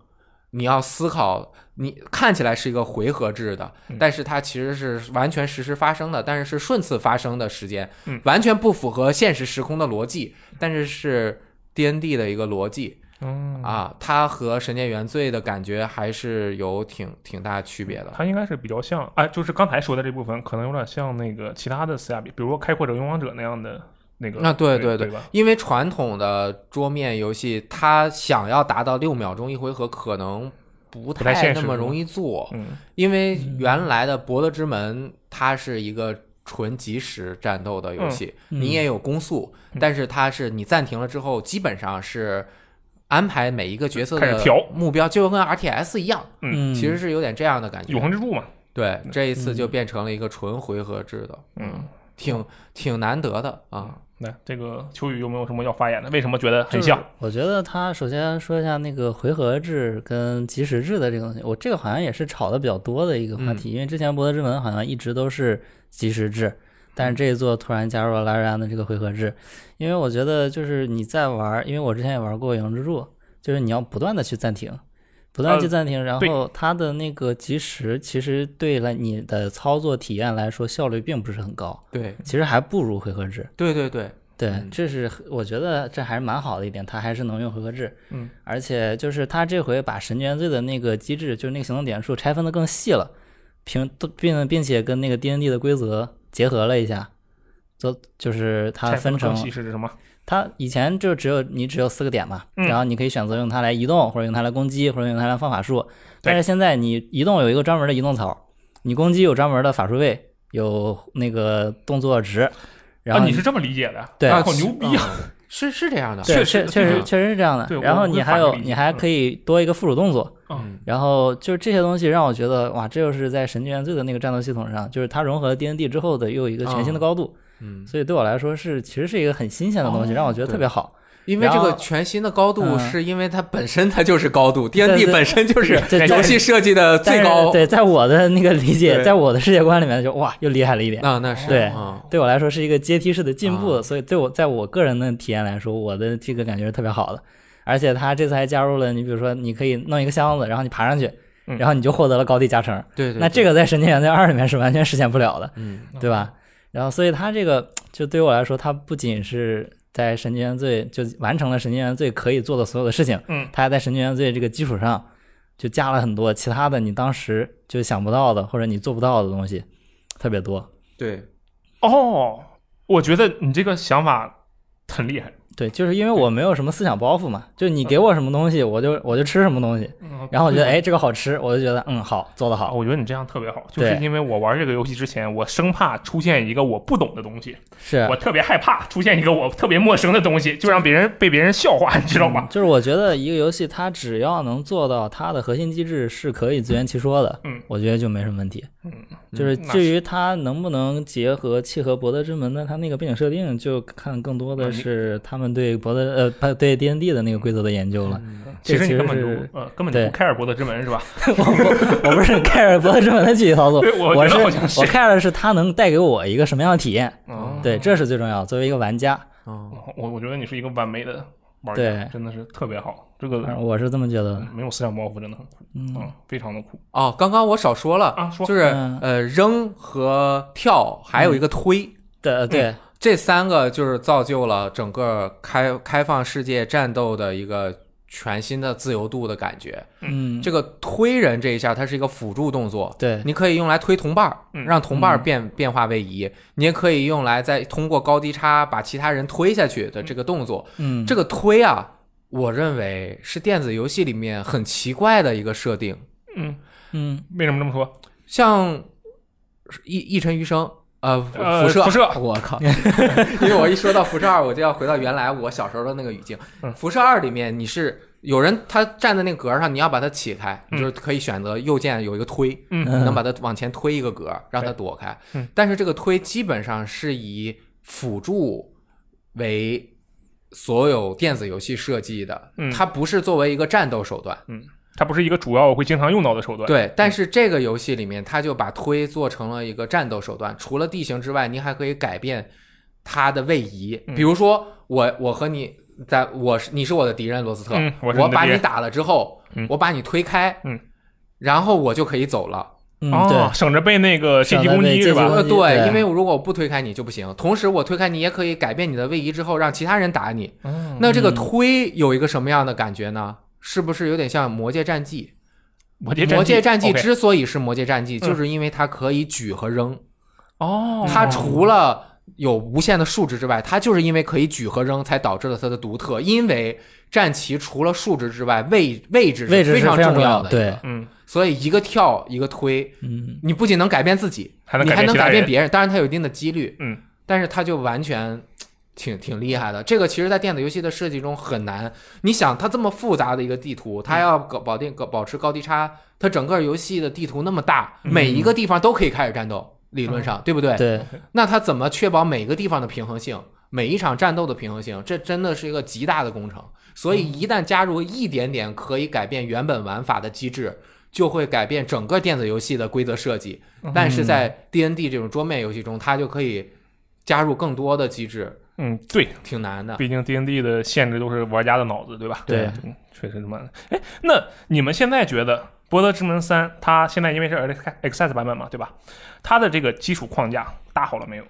S3: 你要思考。你看起来是一个回合制的
S1: 嗯，
S3: 但是它其实是完全实时发生的，但是是顺次发生的时间
S1: 嗯，
S3: 完全不符合现实时空的逻辑，但是是 D N D 的一个逻辑。
S1: 嗯，
S3: 啊，它和《神界原罪》的感觉还是有挺挺大区别的。
S1: 它应该是比较像，哎，就是刚才说的这部分，可能有点像那个其他的斯亚比，比如说《开拓者勇往者》那样的那个。
S3: 啊对
S1: 对
S3: 对
S1: 吧？
S3: 因为传统的桌面游戏，它想要达到六秒钟一回合，可能不
S1: 太现
S3: 太那
S1: 实
S3: 么
S1: 是
S3: 容
S1: 吗
S3: 易做。
S1: 嗯，
S3: 因为原来的《博德之门》它是一个纯即时战斗的游戏，
S4: 嗯
S3: 你也有攻速，
S1: 嗯
S3: 但是它是你暂停了之后，基本上是安排每一个角色
S1: 开
S3: 的
S1: 始调
S3: 目标，就跟 RTS 一样，
S4: 嗯，
S3: 其实是有点这样的感觉
S1: 永。恒之柱嘛，嗯
S3: 对，这一次
S4: 嗯
S3: 就变成了一个纯回合制的，
S1: 嗯，
S3: 挺挺难得的啊。
S1: 来，这个秋雨有没有什么要发言的？为什么觉得很像？
S4: 我觉得他首先说一下那个回合制跟即时制的这个东西，我这个好像也是吵的比较多的一个话
S1: 嗯
S4: 题，因为之前《博德之门》好像一直都是即时制，但
S1: 嗯
S4: 是这一座突然加入了拉瑞安的这个回合制，因为我觉得就是你在玩儿，因为我之前也玩过《永之柱》，就是你要不断的去暂停。不断地去
S1: 呃
S4: 暂停，然
S1: 对
S4: 后它的那个即时，其实对了你的操作体验来说效率并不是很高，
S3: 对，
S1: 嗯
S4: 其实还不如回合制。
S3: 对对对，
S4: 对
S3: 嗯，
S4: 这是我觉得这还是蛮好的一点，它还是能用回合制，
S1: 嗯，
S4: 而且就是它这回把神原罪的那个机制，就是那个行动点数拆分的更细了，平都并并且跟那个 D N D 的规则结合了一下，就就是它
S1: 拆
S4: 分
S1: 成
S4: 成
S1: 西是什么？
S4: 它以前就只有你只有四个点嘛，
S1: 嗯
S4: 然后你可以选择用它来移动，或者用它来攻击，或者用它来放法术。
S1: 对
S4: 但是现在你移动有一个专门的移动槽，你攻击有专门的法术位，有那个动作值，然
S1: 啊，
S4: 后
S1: 你是这么理解的？
S4: 对
S1: 啊好牛逼啊！
S3: 嗯是是这样的，
S4: 对，
S1: 确实
S4: 确确
S1: 是
S4: 实确实是这样
S1: 对
S4: 的。
S1: 我
S4: 然后
S1: 我
S4: 你
S1: 会
S4: 还
S1: 反着
S4: 有
S1: 理解
S4: 你还
S1: 嗯
S4: 可以多一个辅助动作，
S3: 嗯，
S4: 然后就是这些东西让我觉得哇，这就是在《神界原罪》的那个战斗系统上，就是它融合了 D N D 之后的又有一个全
S1: 啊
S4: 新的
S3: 嗯
S4: 高度，
S3: 嗯，
S4: 所以对我来说是其实是一个很新鲜的东
S1: 哦
S4: 西，让我觉得特
S3: 对
S4: 别好。
S3: 因为
S4: 然
S3: 这
S4: 后
S3: 个全新的高度，
S4: 嗯
S3: 是因为它本身它就是高度，D
S4: 对
S3: N D
S4: 对
S3: 本身就是
S4: 对对
S3: 游戏设计的
S4: 但
S3: 最
S4: 是
S3: 高。
S4: 对，在我的那个理解，
S1: 对
S4: 在我的世界观里面就哇又厉害了一点。
S3: 啊，那是
S4: 对
S3: 嗯
S4: 对我来说是一个阶梯式的进步，
S3: 啊
S4: 所以对我在我个人的体验来说，我的这个感觉是特别好的。而且它这次还加入了，你比如说你可以弄一个箱子，然后你爬上去，
S1: 嗯
S4: 然后你就获得了高地加成。
S3: 对对，
S4: 那这
S3: 个
S4: 个在《神经元罪二》里面是完全实现不了的，
S3: 嗯
S4: 对吧？然后，所以它这个就对于我来说，它不仅是在《神经元罪》就完成了《神经元罪》可以做的所有的事情，
S1: 嗯，
S4: 它还在《神经元罪》这个基础上就加了很多其他的你当时就想不到的或者你做不到的东西，特别多。
S3: 对，
S1: 哦，我觉得你这个想法很厉害。
S4: 对，就是因为我没有什么思想包袱嘛，就你给我什么东西，我就我就吃什么东西。
S1: 嗯
S4: 然后我觉得，哎，这个好吃，我就觉得，嗯，好，做得
S1: 啊，
S4: 好。
S1: 我觉得你这样特别好，就是
S4: 对
S1: 因为我玩这个游戏之前，我生怕出现一个我不懂的东西，
S4: 是
S1: 我，特别害怕出现一个我特别陌生的东西，就让别人被别人笑话，你知道吗？
S4: 就是我觉得一个游戏它只要能做到它的核心机制是可以自圆其说的，
S1: 嗯，
S4: 我觉得就没什么问题。
S1: 嗯，
S4: 就是
S1: 那
S4: 至于它能不能结合契合《博德之门》的它那个背景设定，就看更多
S1: 啊
S4: 的
S1: 你
S4: 是他们对博德呃不对 D N D 的那个规则的研究了。
S1: 嗯
S3: 嗯
S1: 其实
S4: 这
S1: 你
S4: 其实
S1: 根本
S4: 是
S1: 就呃根本就
S4: 对
S1: 不 care 博德之门是吧？
S4: 我不我不是 care 博德之门的具体操作，
S1: 对 我
S4: 我
S1: 觉
S4: 是
S1: 得好像是
S4: 我 care 的是它能带给我一个什么样的体验，
S1: 嗯，哦
S4: 对，这是最重要。作为一个玩家，
S3: 嗯，
S1: 我我觉得你是一个完美的玩家，
S4: 对
S1: 真的是特别好，这
S4: 反
S1: 个
S4: 正我是这么觉得的。
S1: 没有思想包袱，真的很酷，
S4: 嗯，
S1: 嗯，非常的酷
S3: 哦，刚刚我少说了，
S1: 啊。说
S3: 就是
S4: 嗯
S3: 呃，扔和跳，还有一个推，
S4: 对呃对，
S3: 这三个就是造就了整个开开放世界战斗的一个全新的自由度的感觉。
S4: 嗯，
S3: 这个推人这一下，它是一个辅助动作，
S4: 对
S3: 你可以用来推同伴儿，
S1: 嗯
S3: 让同伴儿
S4: 嗯
S3: 变变化位移；你也可以用来再通过高低差把其他人推下去的这个动作。
S4: 嗯
S3: 这个推啊，我认为是电子游戏里面很奇怪的一个设定。
S1: 嗯，
S4: 嗯
S1: 为什么这么说？
S3: 像一一尘余生，呃，
S1: 呃
S3: 辐射，
S1: 辐射
S3: 我靠！因为我一说到辐射二，我就要回到原来我小时候的那个语境
S1: 嗯。
S3: 辐射二里面你是有人他站在那个格上，你要把他起开，
S1: 嗯
S3: 你就是可以选择右键有一个推，
S1: 嗯
S4: 嗯
S3: 能把它往前推一个格，让它躲开
S1: 嗯。
S3: 但是这个推基本上是以辅助为所有电子游戏设计的
S1: 嗯，
S3: 它不是作为一个战斗手段。
S1: 它不是一个主要会经常用到的手段。
S3: 对，但是这个游戏里面，它就把推做成了一个战斗手段。除了地形之外，你还可以改变它的位移。
S1: 嗯
S3: 比如说，我我和你在，我是你是我的敌人罗斯特，
S1: 嗯我
S3: 我
S1: 是你的敌
S3: 把你
S1: 人
S3: 打了之后，
S1: 嗯
S3: 我把你推开，
S1: 嗯
S3: 然后我就可以走了。
S4: 嗯，
S1: 哦，
S4: 对，
S1: 省着被那个阶级
S4: 省着
S1: 攻
S4: 被
S1: 击
S4: 阶
S1: 是
S4: 级攻
S1: 吧？
S4: 击
S3: 呃，对，
S4: 对
S3: 因为如果我不推开你就不行，同时我推开你也可以改变你的位移之后让其他人打你。
S1: 嗯
S3: 那这个
S4: 嗯
S3: 推有一个什么样的感觉呢？是不是有点像《魔界战记》？
S1: 魔界
S3: 《魔界战记》
S1: OK
S3: 之所以是《魔界战记》，
S1: 嗯
S3: 就是因为它可以举和扔，
S1: 哦，
S3: 它除了有无限的数值之外，它就是因为可以举和扔才导致了它的独特。因为战旗除了数值之外，位位置
S4: 位置
S3: 非
S4: 是
S3: 常
S4: 非常
S3: 重
S4: 重
S3: 要
S4: 要
S3: 的，
S4: 对，
S1: 嗯，
S3: 所以一个跳一个推，
S4: 嗯，
S3: 你不仅能改变自己，
S1: 还能
S3: 你
S1: 改
S3: 还
S1: 变
S3: 能
S1: 其他
S3: 改变
S1: 人，
S3: 别人，当然它有一定的几率，
S1: 嗯，
S3: 但是它就完全挺挺厉害的。这个其实，在电子游戏的设计中很难。你想，它这么复杂的一个地图，
S1: 嗯
S3: 它要搞保定搞保持高低差，它整个游戏的地图那么大，
S1: 嗯
S3: 每一个地方都可以开始战斗，理论上对不对？
S4: 对，
S3: 那它怎么确保每个地方的平衡性？每一场战斗的平衡性，这真的是一个极大的工程。所以一旦加入一点点可以改变原本玩法的机制，就会改变整个电子游戏的规则设计。但是在 D N D 这种桌面游戏中，它就可以加入更多的机制，
S1: 嗯，对，
S3: 挺难的。
S1: 毕竟 D N D 的限制都是玩家的脑子，对吧？
S4: 对
S1: 嗯，确实他妈的。哎，那你们现在觉得《博德之门三》它现在因为是 Access 版本嘛，对吧？它的这个基础框架搭好了没有？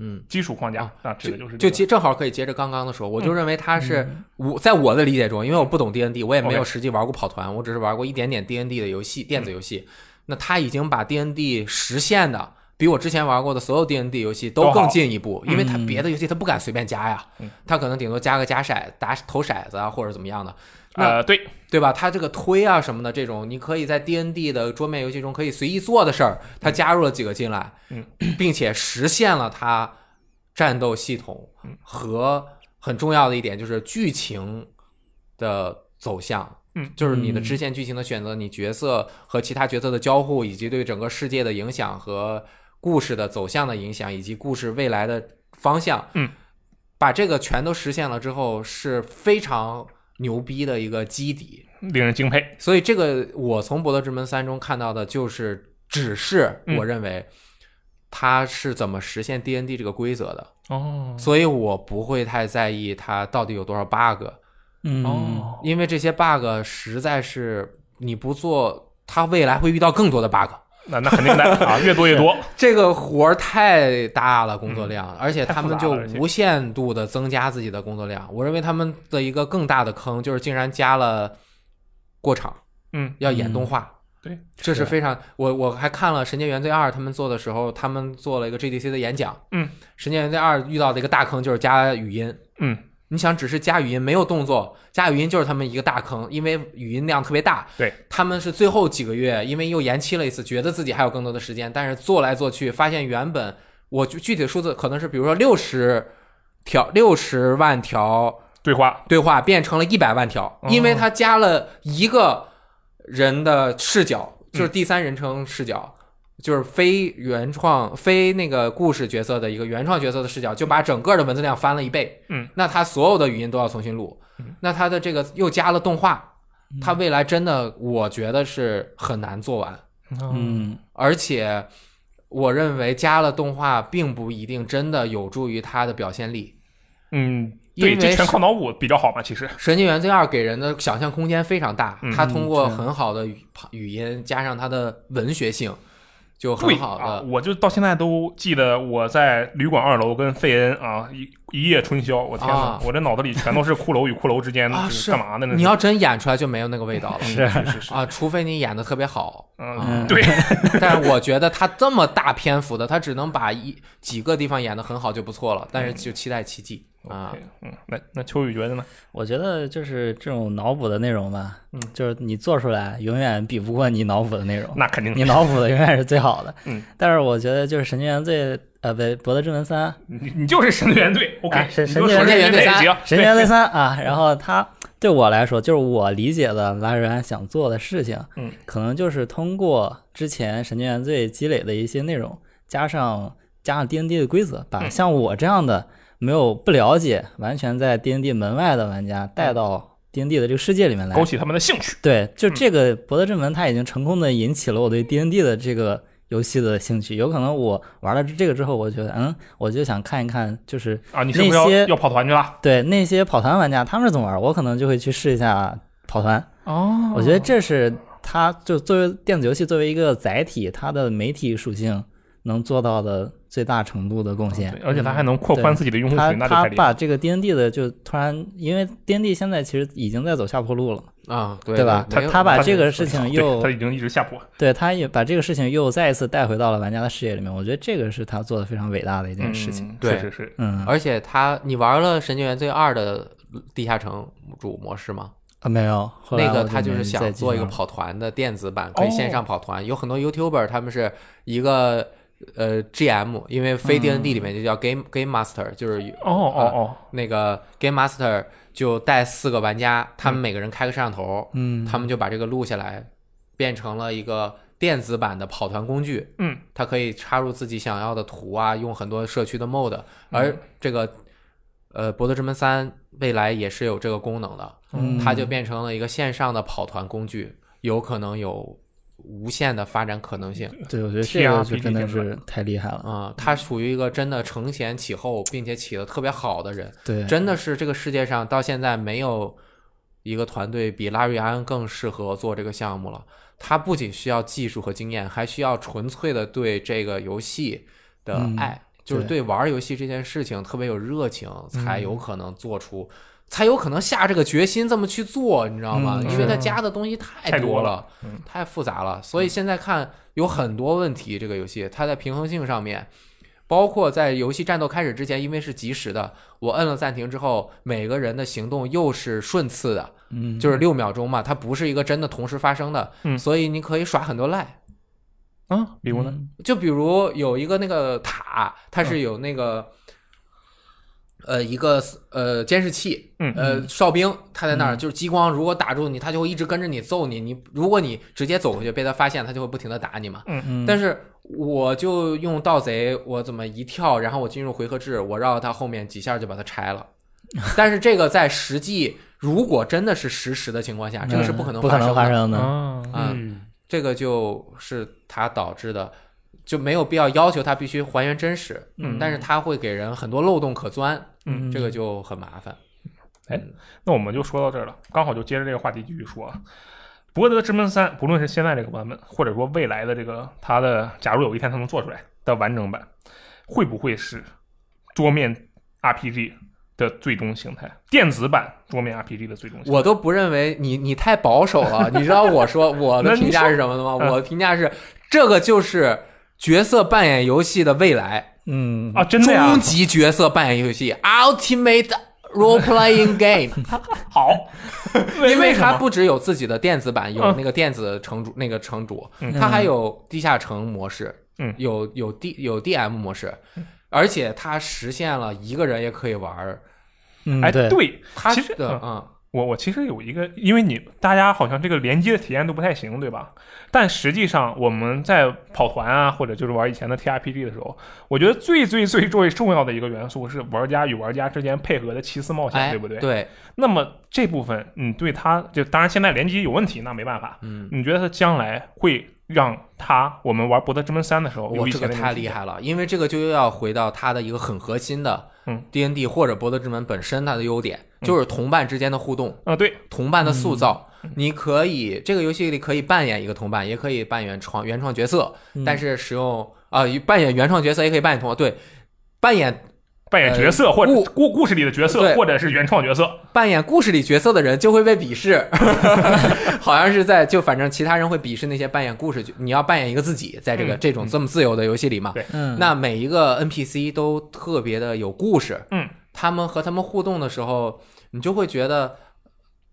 S3: 嗯，
S1: 基础框架
S3: 啊
S1: 啊，指的就是
S3: 就
S1: 这
S3: 接正好可以接着刚刚的说，我就认为它是我在我的理解中，因为我不懂 D N D，我也没有
S1: OK 嗯
S3: 实际玩过跑团，我只是玩过一点点 D N D 的游戏，电子游戏。那它已经把 D N D 实现的比我之前玩过的所有 D N D 游戏
S1: 都
S3: 都
S1: 好
S3: 更进一步，因为它
S4: 嗯
S3: 别的游戏它不敢随便加呀
S1: 嗯，
S3: 它可能顶多加个加骰、打投骰子啊或者怎么样的。
S1: 个呃，对，
S3: 对吧？它这个推啊什么的，这种你可以在 D N D 的桌面游戏中可以随意做的事儿，它加入了几个进来，
S1: 嗯，
S3: 并且实现了它战斗系统
S1: 嗯
S3: 和很重要的一点就是剧情的走向，
S1: 嗯，
S3: 就是你的支线剧情的选择，你角色和其他角色的交互，以及对整个世界的影响和故事的走向的影响，以及故事未来的方向，
S1: 嗯，
S3: 把这个全都实现了之后是非常牛逼的一个基底。
S1: 令人敬佩。
S3: 所以这个我从《博德之门三》中看到的就是，只是
S1: 嗯
S3: 我认为它是怎么实现 D N D 这个规则的，
S1: 哦
S3: 所以我不会太在意它到底有多少 bug，
S4: 嗯，
S1: 哦，
S3: 因为这些 bug 实在是你不做，它未来会遇到更多的 bug。
S1: 那那肯定的啊，越多越多。
S3: 这个活儿太大了，工作量，而且他们就
S1: 嗯太复杂了而且
S3: 无限度的增加自己的工作量。我认为他们的一个更大的坑就是竟然加了过场，
S1: 嗯，
S3: 要演动画。
S1: 对，
S3: 这是
S4: 是
S3: 非常我我还看了《神界原罪二》，他们做的时候，他们做了一个 GDC 的演讲。
S1: 嗯，
S3: 《神界原罪二》遇到的一个大坑就是加语音。
S1: 嗯，
S3: 你想，只是加语音没有动作，加语音就是他们一个大坑，因为语音量特别大。
S1: 对，
S3: 他们是最后几个月，因为又延期了一次，觉得自己还有更多的时间，但是做来做去，发现原本我具具体的数字可能是，比如说六十条、六十万条
S1: 对话
S3: 对话变成了一百万条，
S1: 哦
S3: 因为它加了一个人的视角，
S1: 嗯
S3: 就是第三人称视角，就是非原创、非那个故事角色的一个原创角色的视角，就把整个的文字量翻了一倍。
S1: 嗯，
S3: 那它所有的语音都要重新录，那它的这个又加了动画，它未来真的我觉得是很难做完。
S4: 嗯，
S3: 而且我认为加了动画并不一定真的有助于它的表现力。
S1: 嗯，
S3: 因为
S1: 对，这全
S3: 是
S1: 靠脑补比较好嘛，其实
S3: 《神经元罪二》给人的想象空间非常大
S1: 嗯，
S3: 它通过
S4: 嗯是
S3: 很好的语语音加上它的文学性，就
S1: 对
S3: 很好
S1: 啊，
S3: 的。
S1: 我就到现在都记得我在旅馆二楼跟费恩啊一一夜春宵，我天哪
S3: 啊，
S1: 我这脑子里全都是骷髅与骷髅之间
S3: 啊
S1: 就是干嘛的呢？
S3: 你要真演出来就没有那个味道 了
S1: 是是是是，
S3: 啊，除非你演的特别好。
S1: 嗯，
S4: 嗯
S1: 对，
S3: 但是我觉得它这么大篇幅的，它只能把一几个地方演的很好就不错了。但是就期待奇迹啊
S1: 嗯 OK，，嗯，那那秋雨觉得呢？
S4: 我觉得就是这种脑补的内容吧，就是你做出来永远比不过你脑补的内容。
S1: 那肯定
S4: 你脑补的永远是最好的。
S1: 嗯，
S4: 但是我觉得就是《神经元罪》呃，不，《博德之门三》
S1: 你你就是神队员队，OK，
S4: 啊
S1: 你
S4: 神
S1: 就
S4: 神
S1: 员
S3: 队员队
S1: 队
S3: 三
S1: 行
S4: 《神经元罪三》啊，然后它对我来说，就是我理解的拉人想做的事情，
S1: 嗯，
S4: 可能就是通过之前《神经元罪》积累的一些内容，加上加上 D N D 的规则，把
S1: 嗯
S4: 像我这样的没有不了解，完全在 D N D 门外的玩家带到 D N D 的这个世界里面
S1: 嗯
S4: 来
S1: 勾，起他们的兴趣。
S4: 对，就
S1: 嗯
S4: 这个《博德之门》，它已经成功的引起了我对 D N D 的这个游戏的兴趣。有可能我玩了这个之后，我觉得，嗯，我就想看一看，就是
S1: 啊，你是不是
S4: 那
S1: 要
S4: 些
S1: 要跑团去了？
S4: 对那些跑团玩家他们是怎么玩，我可能就会去试一下跑团。
S1: 哦
S4: 我觉得这是它就作为电子游戏作为一个载体，它的媒体属性能做到的最大程度的贡献。
S1: 哦对而且它还能扩宽自己的用户
S4: 哎嗯他
S1: 群，那就
S4: 他
S1: 太厉害了。
S4: 把这个 D N D 的就突然，因为 D N D 现在其实已经在走下坡路了，
S3: 啊，对
S4: 对吧？
S3: 没
S4: 他
S3: 有
S4: 他把
S1: 他
S4: 这个事情又
S1: 他已经一直下坡，
S4: 对，他也把这个事情又再一次带回到了玩家的视野里面。我觉得这个是他做的非常伟大的一件事情。
S1: 嗯
S3: 对
S1: 是是是，
S4: 嗯
S3: 而且他，你玩了《神经元罪二》的地下城主模式吗？
S4: 啊，没有，后来
S3: 那个
S4: 我就
S3: 他就
S4: 没
S3: 是
S4: 再
S3: 想
S4: 继续啊
S3: 做一个
S4: 玩了
S3: 跑团的电子版，可以线
S1: 哦
S3: 上跑团。有很多 YouTuber 他们是一个呃 GM，因为
S4: 嗯
S3: 非 D N D 里面就叫 Game、Game Master，就是有
S1: 哦哦
S3: 那个 Game Master 就带四个玩家，他们每个人开个摄像头，
S4: 嗯，
S3: 他们就把这个录下来，变成了一个电子版的跑团工具。
S1: 嗯，
S3: 它可以插入自己想要的图啊，用很多社区的
S4: 嗯
S3: mod。而这个呃《博德之门三》未来也是有这个功能的，
S4: 嗯
S3: 它就变成了一个线上的跑团工具，有可能有无限的发展可能性。
S4: 对，我觉得这个
S1: TRPG
S4: 就真的
S1: 电
S4: 是太厉害了。
S3: 啊、他属于一个真的承前启后，并且起得特别好的人，
S4: 对，
S3: 真的是这个世界上到现在没有一个团队比拉瑞安更适合做这个项目了。他不仅需要技术和经验，还需要纯粹的对这个游戏的
S4: 嗯
S3: 爱，就是
S4: 对嗯
S3: 对玩儿游戏这件事情特别有热情，才有可能做出，才有可能下这个决心这么去做，你知道吗？
S4: 嗯
S3: 因为他
S1: 是
S3: 加的东西太
S1: 太
S3: 多
S1: 多
S3: 了，嗯
S1: 嗯
S3: 太复杂了。所以现在看有很多问题，这个游戏它在平衡性上面，包括在游戏战斗开始之前，因为是即时的，我摁了暂停之后，每个人的行动又是顺次的，
S4: 嗯，
S3: 就是六秒钟嘛，它不是一个真的同时发生的，
S1: 嗯
S3: 所以你可以耍很多赖。
S1: 哦，啊，比如呢？
S4: 嗯
S3: 就比如有一个那个塔，它
S1: 嗯
S3: 是有那个。呃，一个呃监视器，
S1: 嗯
S3: 呃，哨兵他在那儿，就是激光，如果打住你，他就会一直跟着你揍你。你如果你直接走过去被他发现，他就会不停的打你嘛。
S4: 嗯，
S3: 但是我就用盗贼，我怎么一跳，然后我进入回合制，我绕到他后面几下就把他拆 了。但是这个在实际如果真的是实时的情况下，啊这个是不可能
S4: 不可能
S3: 发
S4: 发
S3: 生的。嗯
S4: 生的。
S1: 啊，
S3: 啊
S2: 嗯，
S3: 这个就是它导致的，就没有必要要求它必须还原真实，
S1: 嗯
S3: 但是它会给人很多漏洞可钻，
S1: 嗯
S3: 这个就很麻烦。
S1: 那我们就说到这儿了，刚好就接着这个话题继续说啊。《博德之门三》不论是现在这个版本，或者说未来的这个它的，假如有一天它能做出来的完整版，会不会是桌面 RPG 的最终形态？电子版桌面 RPG 的最终形态？
S3: 我都不认为你你太保守了，你知道我说我的
S1: 那你
S3: 评价
S1: 说
S3: 是什么的吗？
S1: 嗯
S3: 我的评价是这个就是角色扮演游戏的未来，
S4: 嗯
S1: 啊，，真的呀
S3: 终，极角色扮演游戏 （Ultimate Role Playing Game），
S1: 好，
S3: 因 为
S1: 为
S3: 它
S1: 啥？
S3: 不只有自己的电子版，有
S1: 嗯
S3: 那个电子城主那个城主，
S1: 嗯
S3: 它还有地下城模式，
S1: 嗯
S3: 有有 D 有 DM 模式，而且它实现了一个人也可以玩儿，
S4: 嗯，
S1: 哎，
S4: 对，
S1: 对，
S3: 它
S1: 其实
S3: 的嗯。
S1: 我我其实有一个，因为你大家好像这个连接的体验都不太行，对吧？但实际上我们在跑团啊，或者就是玩以前的 TRPG 的时候，我觉得最最最最重要的一个元素是玩家与玩家之间配合的奇思冒险，
S3: 哎，
S1: 对不对？
S3: 对，
S1: 那么这部分你对它就当然现在联机有问题，那没办法。
S3: 嗯，
S1: 你觉得它将来会让它我们玩《博德之门三》的时候有
S3: 我
S1: 以
S3: 这
S1: 前
S3: 个
S1: 的那种
S3: 太厉害了，因为这个就又要回到它的一个很核心的，
S1: 嗯
S3: ，D N D 或者博德之门本身它的优点就是同伴之间的互动，
S1: 啊、对，
S3: 同伴的塑
S1: 嗯
S3: 造。你可以这个游戏里可以扮演一个同伴，也可以扮演创原创角色，
S4: 嗯
S1: 嗯
S3: 但是使用啊、扮演原创角色也可以扮演同对，扮演
S1: 扮演角色、或者故故事里的角
S3: 呃对
S1: 色，或者是原创角色，
S3: 扮演故事里角色的人就会被 鄙视，好像是在就反正其他人会鄙视那些扮演故事角，你要扮演一个自己，在这个、
S1: 嗯
S3: 这种这么自由的游戏里嘛，
S1: 对
S4: 嗯，
S3: 那每一个 NPC 都特别的有故事，
S1: 嗯，
S3: 他们和他们互动的时候，你就会觉得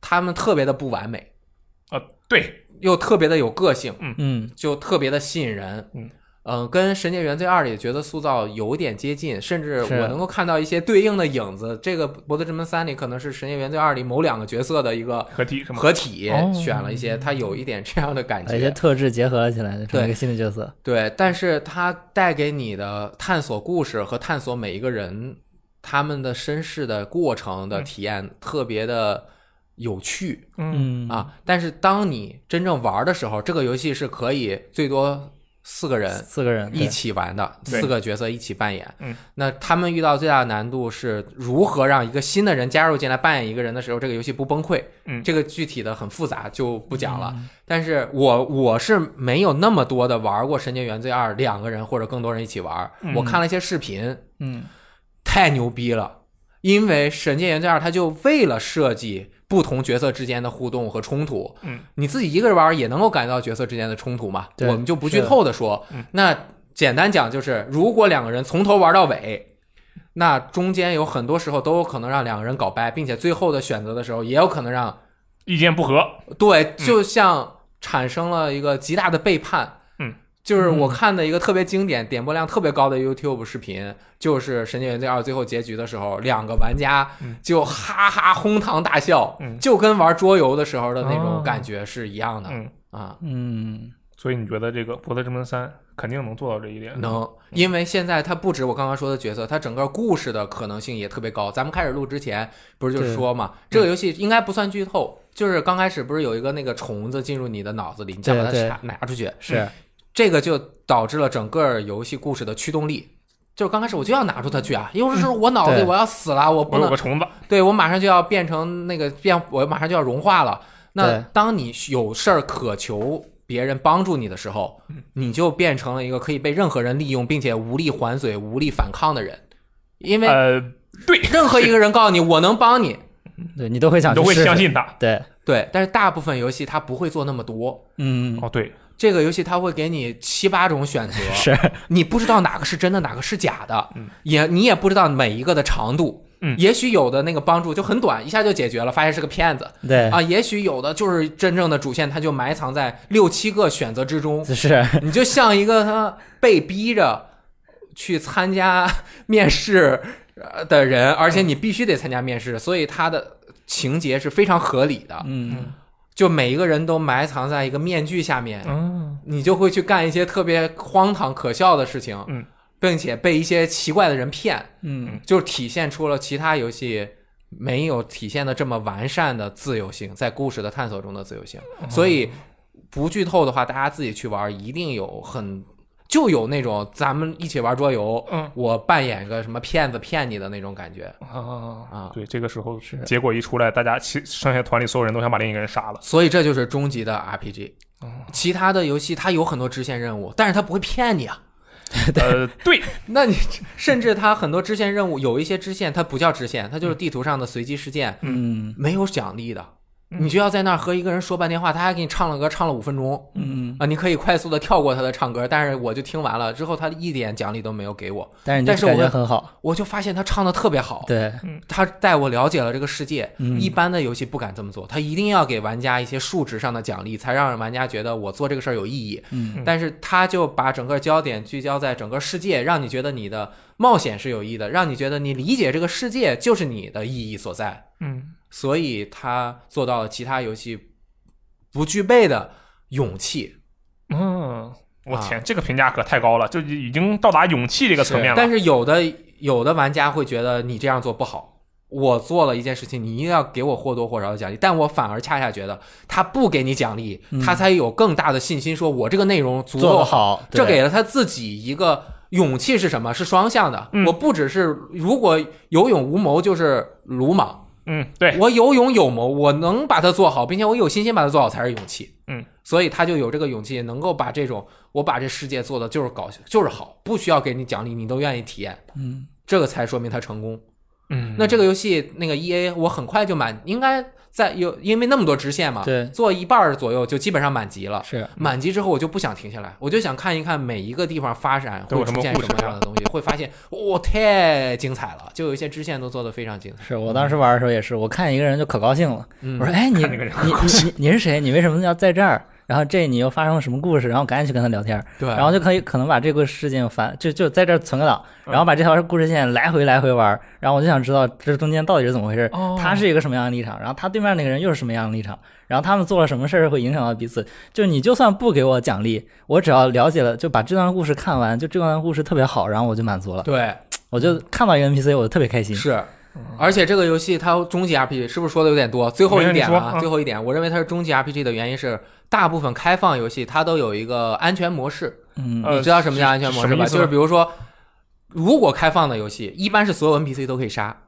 S3: 他们特别的不完美，
S1: 啊、对，
S3: 又特别的有个性，
S4: 嗯
S3: 就特别的吸引人。
S1: 嗯
S3: 呃跟《神界原罪二》里角色塑造有点接近，甚至
S4: 是
S3: 我能够看到一些对应的影子。这个《博德之门三》里可能是《神界原罪二》里某两个角色的一个
S1: 合体什么
S3: 合体，
S1: 哦
S3: 选了一些，它有一点这样的感
S4: 把一些
S3: 觉。
S4: 特质结合了起来，就成
S3: 对
S4: 为一个新的角色。
S3: 对，但是它带给你的探索故事和探索每一个人他们的身世的过程的体验特别的有趣啊
S1: 嗯
S4: 嗯，
S3: 啊。但是当你真正玩的时候，这个游戏是可以最多四个人
S4: 四个人
S3: 一起玩的，
S1: 对
S3: 四个角色一起扮演。
S1: 嗯，
S3: 那他们遇到最大的难度是如何让一个新的人加入进来扮演一个人的时候，这个游戏不崩溃。
S1: 嗯
S3: 这个具体的很复杂，就不讲了。
S4: 嗯
S3: 但是我我是没有那么多的玩过《神经元罪二》，两个人或者更多人一起玩。
S1: 嗯
S3: 我看了一些视频，
S4: 嗯
S3: 太牛逼了！因为《神界原罪二》，它就为了设计不同角色之间的互动和冲突，
S1: 嗯，
S3: 你自己一个人玩也能够感觉到角色之间的冲突嘛。
S4: 对
S3: 我们就不剧
S4: 是的
S3: 透的说，
S1: 嗯
S3: 那简单讲就是，如果两个人从头玩到尾。那中间有很多时候都有可能让两个人搞掰，并且最后的选择的时候也有可能让
S1: 意见不合，
S3: 对，就像产生了一个极大的背叛。
S1: 嗯，
S3: 就是我看的一个特别经典、点播量特别高的 YouTube 视频，就是《神界原罪二》最后结局的时候，两个玩家
S1: 嗯
S3: 就哈哈哄堂大笑，
S1: 嗯
S3: 就跟玩桌游的时候的那种
S4: 哦
S3: 感觉是一样的、
S1: 嗯，
S3: 啊。
S4: 嗯
S1: 所以你觉得这个《博德之门三》肯定能做到这一点？
S3: 能，因为现在它不止我刚刚说的角色，它整个故事的可能性也特别高。咱们开始录之前不是就
S4: 对
S3: 说嘛，这个游戏应该不算剧透，就是刚开始不是有一个那个虫子进入你的脑子里，你再把它
S4: 对对
S3: 拿拿出去，
S4: 是
S3: 这个就导致了整个游戏故事的驱动力。就是刚开始我就要拿出它去啊，因为是我脑子里
S4: 嗯对
S3: 我要死了，我
S1: 我
S3: 不
S1: 有
S3: 能
S1: 个虫子，
S3: 对我马上就要变成那个变，我马上就要融化了。那
S4: 对
S3: 当你有事儿渴求别人帮助你的时候，
S1: 嗯
S3: 你就变成了一个可以被任何人利用，并且无力还嘴、无力反抗的人，因为
S1: 呃，对，
S3: 任何一个人告诉你我能帮你，
S4: 对你都会想
S1: 你
S4: 去
S1: 都会
S4: 试试
S1: 相信他。
S4: 对
S3: 对，但是大部分游戏它不会做那么多。
S4: 嗯
S1: 哦，对，
S3: 这个游戏它会给你七八种选择，
S4: 是
S3: 你不知道哪个是真的，哪个是假的，
S1: 嗯
S3: 也你也不知道每一个的长度。
S1: 嗯
S3: 也许有的那个帮助就很短，一下就解决了，发现是个骗子
S1: 哎
S4: 对
S3: 啊；也许有的就是真正的主线，它就埋藏在六七个选择之中，
S4: 是
S3: 你就像一个他被逼着去参加 面试呃的人，而且你必须得参加面试，所以他的情节是非常合理的，
S4: 嗯
S3: 就每一个人都埋藏在一个面具下面，
S1: 嗯，
S3: 你就会去干一些特别荒唐可笑的事情，
S1: 嗯，
S3: 并且被一些奇怪的人骗，
S4: 嗯
S3: 就体现出了其他游戏没有体现的这么完善的自由性，在故事的探索中的自由性。
S1: 哦
S3: 所以不剧透的话，大家自己去玩，一定有很就有那种咱们一起玩桌游，
S1: 嗯，
S3: 我扮演个什么骗子骗你的那种感觉。
S1: 啊
S3: 啊
S1: 对，这个时候是结果一出来，大家其剩下团里所有人都想把另一个人杀 了。
S3: 所以这就是终极的 RPG。其
S4: 哦
S3: 他的游戏它有很多支线任务，但是它不会骗 你啊。
S1: 呃，对，
S3: 那你 甚至它很多支线任务，有一些支线它不叫支线，它就是地图上的随机事件，
S4: 嗯
S3: 没有奖励的，
S1: 嗯
S3: 你就要在那儿和一个人说半天话，他还给你唱了歌，唱了五分钟
S4: 嗯，
S3: 啊，你可以快速的跳过他的唱歌，但是我就听完了之后，他一点奖励都没有给我，
S4: 但是你
S3: 但是
S4: 就感
S3: 我嗯
S4: 觉
S3: 们
S4: 很好，
S3: 我就发现他唱的特别好，
S4: 对
S3: 他带我了解了这个世界。
S4: 嗯
S3: 一般的游戏不敢这么做，他一定要给玩家一些数值上的奖励，才让玩家觉得我做这个事儿有意义。
S4: 嗯
S3: 但是他就把整个焦点聚焦在整个世界，让你觉得你的冒险是有意义的，让你觉得你理解这个世界就是你的意义所在。
S1: 嗯，
S3: 所以他做到了其他游戏不具备的勇气。
S1: 嗯，我
S3: 啊
S1: 天，这个评价可太高了，就已经到达勇气这个层面了。
S3: 但是有的有的玩家会觉得你这样做不好，我做了一件事情，你一定要给我或多或少的奖励。但我反而恰恰觉得他不给你奖励，
S4: 嗯
S3: 他才有更大的信心，说我这个内容足
S4: 做
S3: 够
S4: 得好，
S3: 这
S4: 对
S3: 给了他自己一个勇气是什么？是双向的。
S1: 嗯
S3: 我不只是如果有勇无谋就是鲁莽，
S1: 嗯，对，
S3: 我有勇有谋，我能把它做好，并且我有信心把它做好才是勇气。
S1: 嗯，
S3: 所以他就有这个勇气，能够把这种我把这世界做的就是搞就是好，不需要给你奖励，你都愿意体验，
S4: 嗯
S3: 这个才说明他成功。
S1: 嗯，
S3: 那这个游戏那个 E A 我很快就满，应该在有因为那么多支线嘛，
S4: 对
S3: 做一半儿左右就基本上满级了。
S4: 是
S3: 满级之后，我就不想停下来，我就想看一看每一个地方发展
S1: 都
S3: 会
S1: 有什么
S3: 出现
S1: 故
S3: 什
S1: 事
S3: 么样的东西，会发现哇、太精彩了，就有一些支线都做得非常精彩。
S4: 是我当时玩的时候也是，我看一个人就可高兴了。
S3: 嗯，
S4: 我说：“哎，你
S1: 看那
S4: 你
S1: 个人
S4: 你你你是谁？你为什么要在这儿？然后这你又发生了什么故事？然后赶紧去跟他聊天，
S3: 对，
S4: 然后就可以可能把这个事情翻，就就在这儿存个档，
S1: 嗯
S4: 然后把这条故事线来回来回玩。然后我就想知道这中间到底是怎么回事，
S1: 哦
S4: 他是一个什么样的立场，然后他对面那个人又是什么样的立场，然后他们做了什么事儿会影响到彼此。就你就算不给我奖励，我只要了解了，就把这段故事看完，就这段故事特别好，然后我就满足了。
S3: 对
S4: 我就看到一个 NPC，我就特别开心。
S3: 是。而且这个游戏它终极 RPG 是不是说的有点多？最后一点
S1: 没事你
S3: 啊
S1: 说，嗯
S3: 最后一点，我认为它是终极 RPG 的原因是大部分开放游戏它都有一个安全模式，
S4: 嗯
S1: 呃
S3: 你知道什么叫安全模
S1: 是什
S3: 式吧？就
S1: 么意思呢
S3: 是比如说，如果开放的游戏，一般是所有 NPC 都可以杀，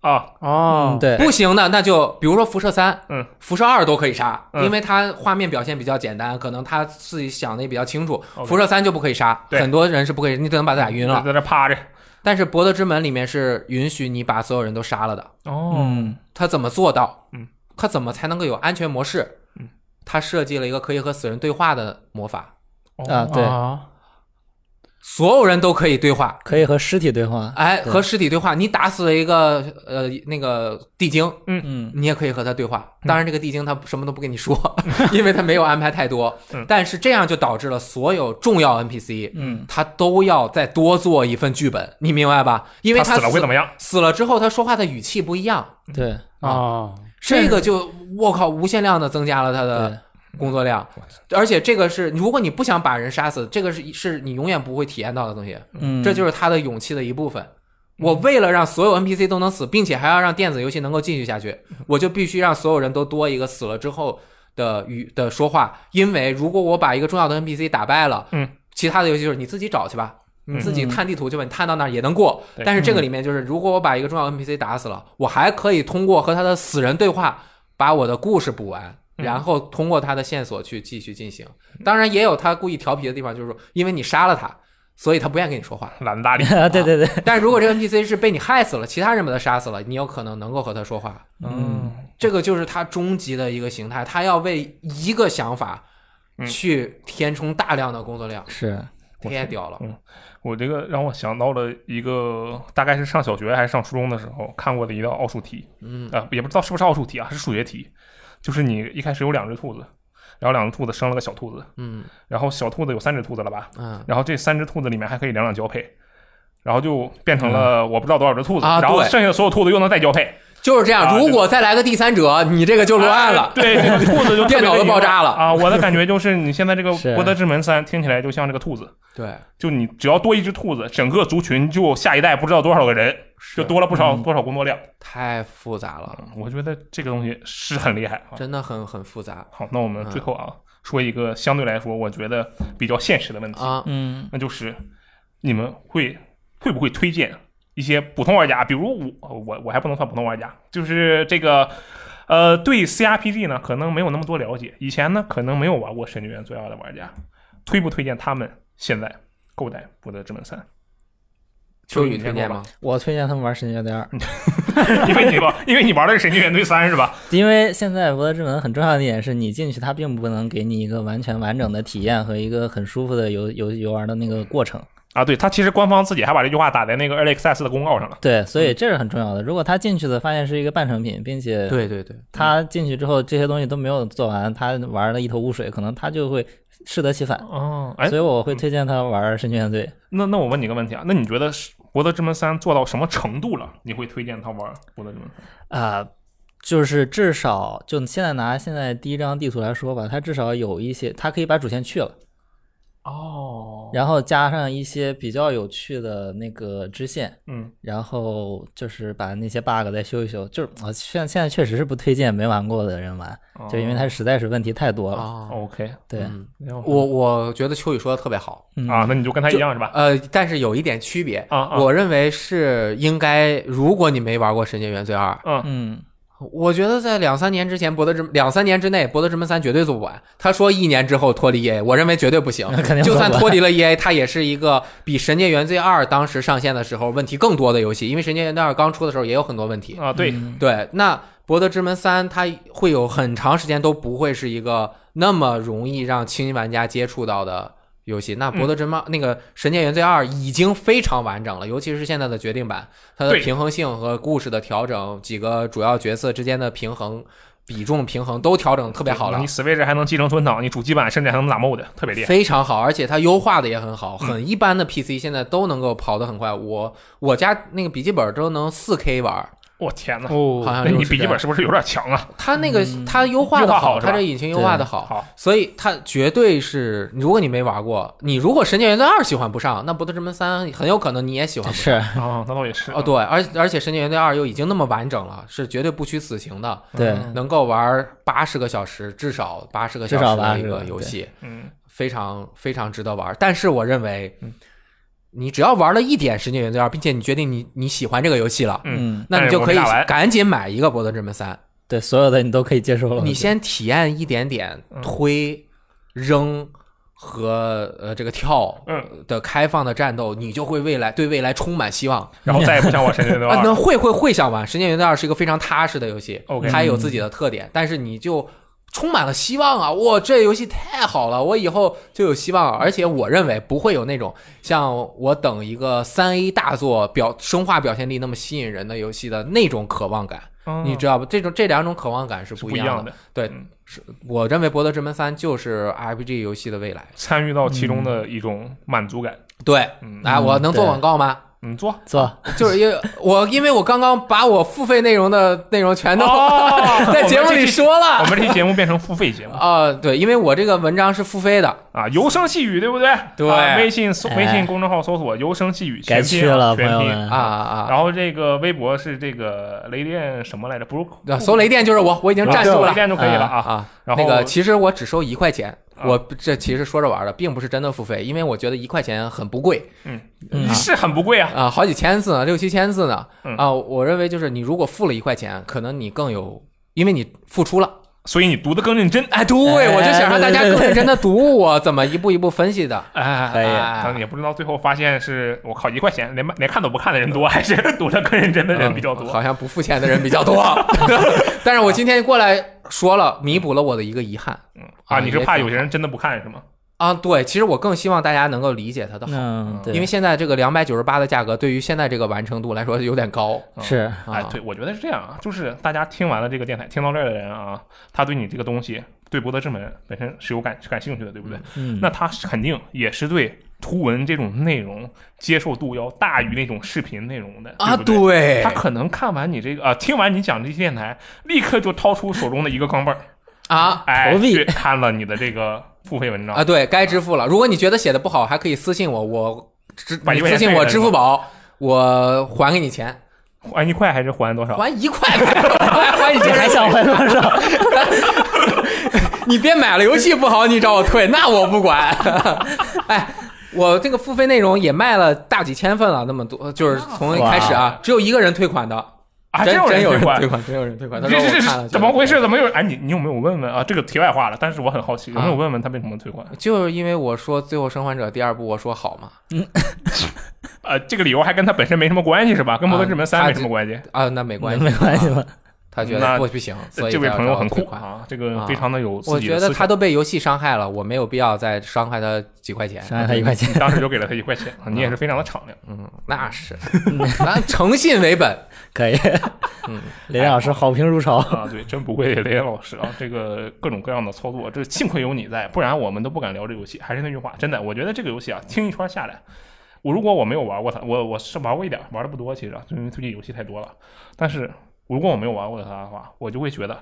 S1: 啊，
S2: 哦
S4: 嗯，，对，
S3: 不行的那就比如说辐射三，
S1: 嗯，
S3: 辐射二都可以杀，
S1: 嗯
S3: 因为它画面表现比较简单，可能他自己想的也比较清楚。
S1: OK
S3: 辐射三就不可以杀，
S1: 对
S3: 很多人是不可以，你只能把他打晕了。
S1: 在这趴着。
S3: 但是博德之门里面是允许你把所有人都杀了的，
S1: 哦，
S4: 嗯
S3: 他怎么做到？
S1: 嗯，
S3: 他怎么才能够有安全模式？
S1: 嗯，
S3: 他设计了一个可以和死人对话的魔法，
S4: 啊，
S1: 哦
S4: 对，
S2: 啊
S3: 所有人都可以对话。
S4: 可以和尸体对话，
S3: 哎，
S4: 对
S3: 和尸体对话，你打死了一个呃那个地精，
S4: 嗯
S3: 你也可以和他对话。
S1: 嗯
S3: 当然，这个地精他什么都不跟你说， 因为他没有安排太多
S1: 嗯。
S3: 但是这样就导致了所有重要 NPC
S4: 嗯
S3: 他都要再多做一份剧本，你明白吧？因为
S1: 他死了会怎么样？
S3: 死了之后，他说话的语气不一样，
S4: 对
S2: 哦，
S3: 这个就我靠，无限量的增加了他的
S4: 对，
S3: 工作量。而且这个是，如果你不想把人杀死，这个是是你永远不会体验到的东西。
S4: 嗯，
S3: 这就是他的勇气的一部分。我为了让所有 NPC 都能死，并且还要让电子游戏能够继续下去，
S1: 嗯
S3: 我就必须让所有人都多一个死了之后的语的说话。因为如果我把一个重要的 NPC 打败了，
S1: 嗯，
S3: 其他的游戏就是你自己找去吧，你自己
S4: 嗯
S3: 探地图去吧，你探到那儿也能过。
S1: 对
S3: 但是这个里面就是，如果我把一个重要 NPC 打死了，我还可以通过和他的死人对话，把我的故事补完。
S1: 嗯
S3: 然后通过他的线索去继续进行，当然也有他故意调皮的地方，就是说，因为你杀了他，所以他不愿意跟你说话。
S1: 懒得搭理。
S4: 啊，对对对，
S3: 但如果这个 NPC 是被你害死了，其他人把他杀死了，你有可能能够和他说话。
S4: 嗯，
S3: 这个就是他终极的一个形态，他要为一个想法
S1: 嗯
S3: 去填充大量的工作量，
S4: 是，
S1: 我
S3: 太屌了。
S1: 我这个让我想到了一个，大概是上小学还是上初中的时候看过的一道奥数题，
S3: 嗯
S1: 啊、也不知道是不是奥数题啊，是数学题，就是你一开始有两只兔子，然后两只兔子生了个小兔子，
S3: 嗯
S1: 然后小兔子有三只兔子了吧，
S3: 嗯，
S1: 然后这三只兔子里面还可以两两交配。然后就变成了我不知道多少只兔子，
S3: 啊
S1: 然后
S3: 对
S1: 剩下的所有兔子又能再交配，
S3: 就是这样。
S1: 啊
S3: 如果再来个第三者，你这个就乱
S1: 啊
S3: 了。
S1: 对，这个兔子就
S3: 电脑都爆炸了
S1: 啊！我的感觉就是，你现在这个
S4: 是
S1: 《博德之门三》听起来就像这个兔子，
S3: 对，
S1: 就你只要多一只兔子，整个族群就下一代不知道多少个人，
S3: 是
S1: 就多嗯了不少
S4: 嗯
S1: 多少工作量。
S3: 太复杂了，
S1: 我觉得这个东西是很厉害啊。
S3: 真的很很复杂
S1: 好，那我们最后啊，说一个相对来说我觉得比较现实的问题，
S3: 啊。
S4: 嗯
S1: 那就是你们会会不会推荐一些普通玩家，比如我呃我我还不能算普通玩家，就是这个。呃，对 CRPG 呢，可能没有那么多了解。以前呢，可能没有玩过《神经元最奥》的玩家，推不推荐他们现在购买《博德之门三
S3: 秋雨推荐吗？
S4: 我推荐他们玩《神经元第二》，》？
S1: 因为你玩，因为你玩的是《神经元对三》是吧？
S4: 因为现在《博德之门》很重要的一点是你进去，它并不能给你一个完全完整的体验和一个很舒服的游游游玩的那个过程。
S1: 啊，对，他其实官方自己还把这句话打在那个 Early Access 的公告上了。
S4: 对，所以这是很重要的。如果他进去的发现是一个半成品，并且
S3: 对对
S1: 嗯
S3: 对，
S4: 他进去之后这些东西都没有做完，他玩的一头雾水，可能他就会适得其反。
S1: 哦，哎
S4: 所，以我会推荐他玩《神经元罪》。
S1: 那那我问你个问题啊，那你觉得是《博德之门三》做到什么程度了？你会推荐他玩《博德之门三》？
S4: 啊、就是至少就现在拿现在第一张地图来说吧，它至少有一些，它可以把主线去了，
S1: 哦，
S4: 然后加上一些比较有趣的那个支线，
S1: 嗯，
S4: 然后就是把那些 bug 再修一修。就是我现现在确实是不推荐没玩过的人玩，就因为它实在是问题太多了。
S3: 啊，
S1: 哦 OK，
S4: 对，
S3: 嗯
S1: 我
S3: 我我觉得秋雨说的特别好。
S4: 嗯
S1: 啊，那你就跟他一样是吧？
S3: 呃，但是有一点区别，
S1: 啊啊，
S3: 我认为是应该，如果你没玩过《神界原罪二》，
S1: 嗯
S4: 嗯，
S3: 我觉得在两三年之前，《博德之两三年之内，《博德之门三》绝对做不完。他说一年之后脱离 E EA，我认为绝对不行。
S4: 那肯定
S3: 就算
S4: 做不
S3: 脱
S4: 完
S3: 离了 EA，它也是一个比《神界原罪二》当时上线的时候问题更多的游戏，因为《神界原罪二》刚出的时候也有很多问题。
S1: 啊，对，
S4: 嗯
S3: 对，那《博德之门三》它会有很长时间都不会是一个那么容易让轻玩家接触到的游戏。那《
S1: 嗯
S3: 博德之门》那个《神界原罪二》已经非常完整了，尤其是现在的决定版，它的
S1: 对
S3: 平衡性和故事的调整，几个主要角色之间的平衡、比重平衡都调整得特别好了
S1: 你。Switch 还能继承存档，你主机版甚至还能打 mod，特别厉害。
S3: 非常好，而且它优化的也很好，
S1: 嗯
S3: 很一般的 PC 现在都能够跑得很快。我我家那个笔记本都能 4K 玩，
S1: 我天哪！
S3: 好
S2: 哦，
S3: 像
S1: 那
S3: 啊就是
S1: 你笔记本是不是有点强 啊？
S3: 它那个
S2: 嗯
S3: 它优化
S1: 优
S3: 的
S1: 化好是吧
S3: 它这引擎优化的好，
S1: 好，
S3: 所以它绝对是，如果你没玩过，你如果《神剑原罪二》喜欢不上，那《博德之门三》很有可能你也喜欢不上。
S4: 是
S1: 啊，那倒也是
S3: 哦，，对，而而且《神剑原罪二》又已经那么完整了，是绝对不虚此行的，
S4: 对，
S1: 嗯
S3: 能够玩八十个小时，至少八十个小
S4: 至少
S3: 时的
S4: 80
S3: 一个
S4: 个
S3: 游戏，
S1: 嗯，
S3: 非常非常值得玩。但是我认为，你只要玩了一点《神剑原罪二》，并且你决定你你喜欢这个游戏了，
S1: 嗯
S4: 嗯，
S3: 那你就可以
S1: 但是我没打完
S3: 赶紧买一个《博德之门三》。
S4: 对，所有的你都可以接受了。
S3: 你先体验一点点
S1: 嗯
S3: 推、扔和呃这个跳
S1: 嗯
S3: 的开放的战斗，你就会未来对未来充满希望
S1: 然后再也不想玩 神剑对
S3: 啊！
S1: 吧？
S3: 那会会会想玩《神剑元罪二》是一个非常踏实的游戏
S1: OK
S3: 它也有自己的特点，但是你就。充满了希望啊！哇，这游戏太好了，我以后就有希望。而且我认为不会有那种像我等一个三 A 大作表生化表现力那么吸引人的游戏的那种渴望感，
S1: 嗯
S3: 你知道吧？这种这两种渴望感是
S1: 是
S3: 不
S1: 不一
S3: 样
S1: 样
S3: 的。
S1: 的，
S3: 对
S1: 嗯
S3: 我认为《博德之门三》就是 RPG 游戏的未来。
S1: 参与到其中的一种满足感。
S3: 对，
S1: 嗯，
S3: 啊，嗯我能做
S4: 对
S3: 广告吗？
S1: 你做
S4: 做，
S3: 就是因为我因为我刚刚把我付费内容的 内容全都
S1: 哦
S3: 在节目里说
S1: 我
S3: 了。
S1: 们这哦期节目变成付费节目
S3: 啊，对，因为我这个文章是付费的，
S1: 啊，油声细语对不对？
S3: 对
S1: 啊微信搜
S4: 哎
S1: 微信公众号搜索“油声细语”，
S4: 该
S1: 全拼
S4: 去
S1: 啊
S4: 了，朋
S1: 全
S4: 友
S1: 拼。
S4: 们
S3: 啊啊
S1: 然后这个微博是这个雷电什么来着？不是
S3: 啊！搜雷电就是我，我已经
S1: 啊
S3: 占
S1: 搜
S3: 住
S1: 雷
S3: 了
S1: 电就可以了
S3: 啊
S1: 啊。
S3: 啊。
S1: 然后
S3: 那个其实我只收一块钱，
S1: 啊
S3: 我这其实说着玩的，并不是真的付费，因为我觉得一块钱很不贵
S4: 嗯
S1: 是很不贵啊，
S3: 啊，好几千字呢，六七千字呢
S1: 嗯
S3: 啊。我认为就是你如果付了一块钱，可能你更有，因为你付出了。
S1: 所以你读的更认真。
S3: 哎，对，我就想让
S4: 哎
S3: 大家更认真的读我怎么一步一步分析的。
S1: 哎
S4: 可以
S1: 但
S3: 哎，
S1: 也不知道最后发现是我靠一块钱，连买连看都不看的人多，还是读的更认真的人比较
S3: 嗯
S1: 多？
S3: 好像不付钱的人比较多。 但是我今天过来说了，弥补了我的一个遗憾
S1: 嗯啊，
S3: 啊
S1: 你是
S3: 也
S1: 怕
S3: 挺
S1: 有些人真的不看是吗？
S3: 啊。对，其实我更希望大家能够理解它的好，
S4: 嗯，对，
S3: 因为现在这个两百九十八的价格，对于现在这个完成度来说有点高
S1: 嗯
S4: 是
S1: 哎，
S3: 啊。
S1: 对，我觉得是这样啊，就是大家听完了这个电台，听到这儿的人啊，他对你这个东西，对《博德之门》本身是有感感兴趣的，对不对？
S4: 嗯，
S1: 那他是肯定也是对图文这种内容接受度要大于那种视频内容的对
S3: 啊，
S1: 不对。
S3: 对
S1: 他可能看完你这个啊、听完你讲这些电台，立刻就掏出手中的一个钢镚儿，
S3: 啊
S1: 哎，
S4: 投币
S1: 去看了你的这个付费文章
S3: 啊，，对该支付了。如果你觉得写的不好，还可以私信我，我支
S1: 把一
S3: 你
S1: 块钱
S3: 私信
S1: 退
S3: 我
S1: 了
S3: 支付宝，我还给你钱，
S1: 还一块哎还是还多少？
S3: 还一块， 还还你
S4: 你
S3: 钱，
S4: 还想回多少？
S3: 你别买了游戏不好，你找我退，那我不管。哎，我这个付费内容也卖了大几千份了，那么多，就是从一开始啊，只有一个人退款的，
S1: 啊，
S3: 真
S1: 真
S3: 真有
S1: 人
S3: 人
S1: 退款
S3: 退。款，真有人退款。他
S1: 这
S3: 说我
S1: 这
S3: 看
S1: 这
S3: 了，
S1: 怎么回事？？怎么有？哎，你你有没有问问啊？这个题外话了，但是我很好奇，有没有
S3: 啊
S1: 问问他为什么退款？
S3: 就是因为我说《最后生还者》第二部，我说好嘛
S1: 呃，这个理由还跟他本身没什么关系是吧？跟《摩登之门三
S3: 啊》
S1: 没什么关系。
S3: 啊，那没关系，
S4: 没关系。吧？
S1: 啊
S3: 他觉
S1: 那
S3: 得不不行，所以
S1: 这位
S3: 他要
S1: 朋友
S3: 找我
S1: 很
S3: 退
S1: 酷
S3: 款。
S1: 啊，这个非常的有自
S3: 我
S1: 己
S3: 觉
S1: 的
S3: 得
S1: 思
S3: 他
S1: 想。
S3: 都被游戏伤害了，我没有必要再伤害他几块钱。
S1: 啊
S4: 伤害他一块钱，
S1: 当时就给了他一块钱，你也是非常的敞亮。
S3: 嗯，那是， 咱诚信为本。
S4: 可以。
S3: 嗯，
S4: 雷老师好评如潮，
S1: 啊，对，真不愧雷岩老师啊！这个各种各样的操作，这幸亏有你在，不然我们都不敢聊这游戏。还是那句话，真的，我觉得这个游戏啊，听一圈下来，我如果我没有玩过它，我我是玩过一点，玩的不多，其实啊因为最近游戏太多了。但是如果我没有玩过它的话，我就会觉得，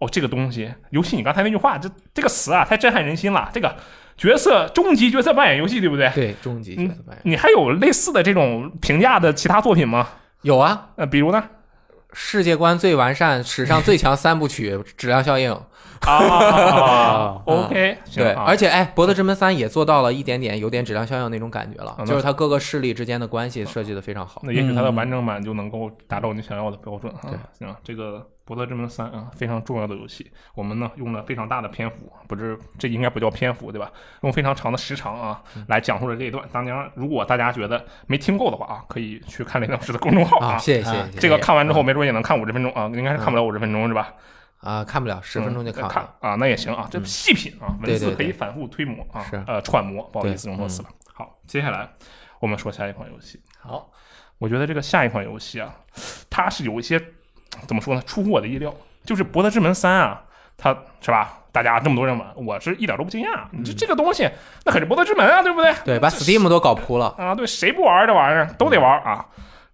S1: 哦，这个东西，尤其你刚才那句话，这这个词啊，太震撼人心了。这个角色终极角色扮演游戏，对不对？
S3: 对，终极角色扮演
S1: 你还有类似的这种评价的其他作品吗？
S3: 有啊，
S1: 呃，比如呢？
S3: 世界观最完善、史上最强三部曲 质量效应，
S2: 哦
S1: 啊，OK，行
S3: 哦对，
S1: 啊
S3: 而且哎，《博德之门三》也做到了一点点有点质量效应那种感觉了
S1: 那，
S3: 就是它各个势力之间的关系设计的非常好。
S1: 那也许它的完整版就能够达到你想要的标准啊。
S3: 嗯对
S1: 行啊，这个《博德之门三》啊，非常重要的游戏，我们呢用了非常大的篇幅，不是这应该不叫篇幅对吧？用非常长的时长啊
S3: 嗯
S1: 来讲述了这一段。当然，如果大家觉得没听够的话啊，可以去看雷老师的公众号
S3: 啊，谢谢谢谢
S4: 啊
S3: 谢
S1: 嗯
S3: 谢，嗯
S1: 这个看完之后，没准也能看五十分钟啊，应该是看不了五十分钟是吧？
S3: 啊看不了，十分钟就
S1: 嗯
S3: 看完
S1: 看
S3: 了。嗯
S1: 啊，那也行啊，这细品啊，文
S3: 对
S1: 字
S3: 对
S1: 可以
S3: 对
S1: 反复推磨啊
S3: 是，
S1: 呃，揣摩，不好意思，
S3: 对嗯
S1: 用错词了。好，接下来我们说下一款游戏。
S3: 好，
S1: 我觉得这个下一款游戏啊，它是有一些怎么说呢，出乎我的意料。就是《博德之门三》啊，它是吧？大家这么多人玩，我是一点都不惊讶。你这
S3: 嗯
S1: 这个东西，那可是《博德之门》啊，对不对？
S3: 对，把 Steam 都搞扑了
S1: 啊，对，谁不玩这玩意儿都得玩啊。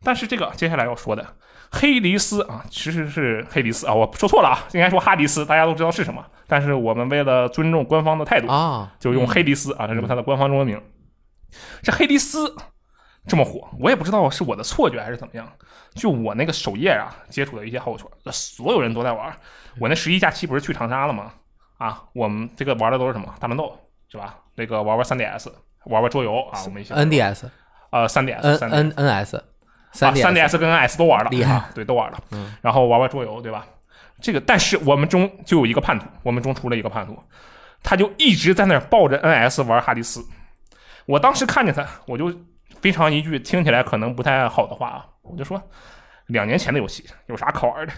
S1: 但是这个接下来要说的黑迪斯啊，其实是黑迪斯啊，我说错了啊，应该说哈迪斯，大家都知道是什么。但是我们为了尊重官方的态度，
S3: 啊，
S1: 就用黑迪斯啊，这是它的官方中文名。这黑迪斯这么火，我也不知道是我的错觉还是怎么样。就我那个首页啊，接触的一些好友圈，所有人都在玩。我那十一假期不是去长沙了吗？啊，我们这个玩的都是什么大乱斗是吧？那个玩玩 3DS，玩玩桌游啊，我们一起
S3: NDS、
S1: 呃 3DS、
S3: N
S1: 3DS
S3: N NS、
S1: 啊
S3: 嗯三 D、
S1: 3DS 跟 NS 都玩了，
S3: 厉害
S1: 啊对，都玩了。
S3: 嗯
S1: 然后玩玩桌游，对吧？这个，但是我们中就有一个叛徒，我们中出了一个叛徒，他就一直在那儿抱着 NS 玩哈迪斯。我当时看见他，我就非常一句听起来可能不太好的话啊，我就说，两年前的游戏有啥可玩的？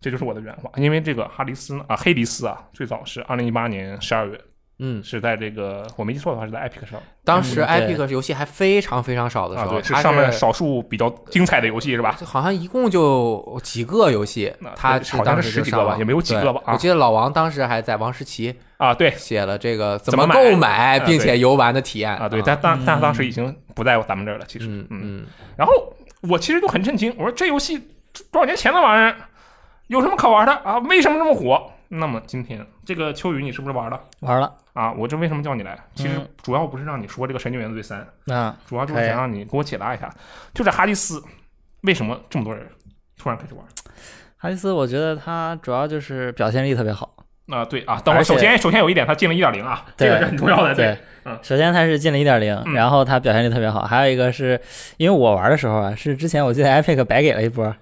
S1: 这就是我的原话，因为这个哈迪斯呢啊，黑迪斯啊，最早是二零一八年十二月，
S3: 嗯，
S1: 是在这个我没记错的话是在 Epic 上
S3: 当时
S4: 嗯
S3: Epic 游戏还非常非常少的时
S1: 啊，
S3: 候，
S1: 对，是
S3: 它
S1: 上面少数比较精彩的游戏是吧？
S3: 这好像一共就几个游戏
S1: 那，
S3: 他
S1: 好像是
S3: 当时
S1: 十
S3: 就
S1: 几
S3: 上
S1: 个吧
S3: 了
S1: 也没有几个吧
S3: 对
S1: 啊
S3: 我记得老王当时还在王石奇
S1: 啊，对，
S3: 写了这个
S1: 怎么买
S3: 购
S1: 啊
S3: 买并且
S1: 对
S3: 游玩的体验
S1: 啊，对，但但但
S4: 嗯
S1: 当时已经不在咱们这儿了，其实
S3: 嗯，嗯，
S1: 然后我其实就很震惊，我说这游戏多少年前的玩意儿，有什么可玩的啊？为什么这么火？那么今天这个秋雨，你是不是玩了
S4: 玩了
S1: 啊？我这为什么叫你来？其实
S4: 嗯
S1: 主要不是让你说这个《神经元罪三》，
S4: 啊，
S1: 主要就是想让你给我解答一下，就这哈迪斯为什么这么多人突然开始玩？
S4: 哈迪斯，我觉得他主要就是表现力特别好。
S1: 啊，对啊，等会儿
S4: 而且
S1: 首先首先有一点，他进了一点零啊，这
S4: 对
S1: 个是很重要的，
S4: 对，
S1: 嗯
S4: 首先它是进了一点零，
S1: 嗯
S4: 然后它表现力特别好。还有一个是因为我玩的时候啊，是之前我记得 Epic 白给了一波，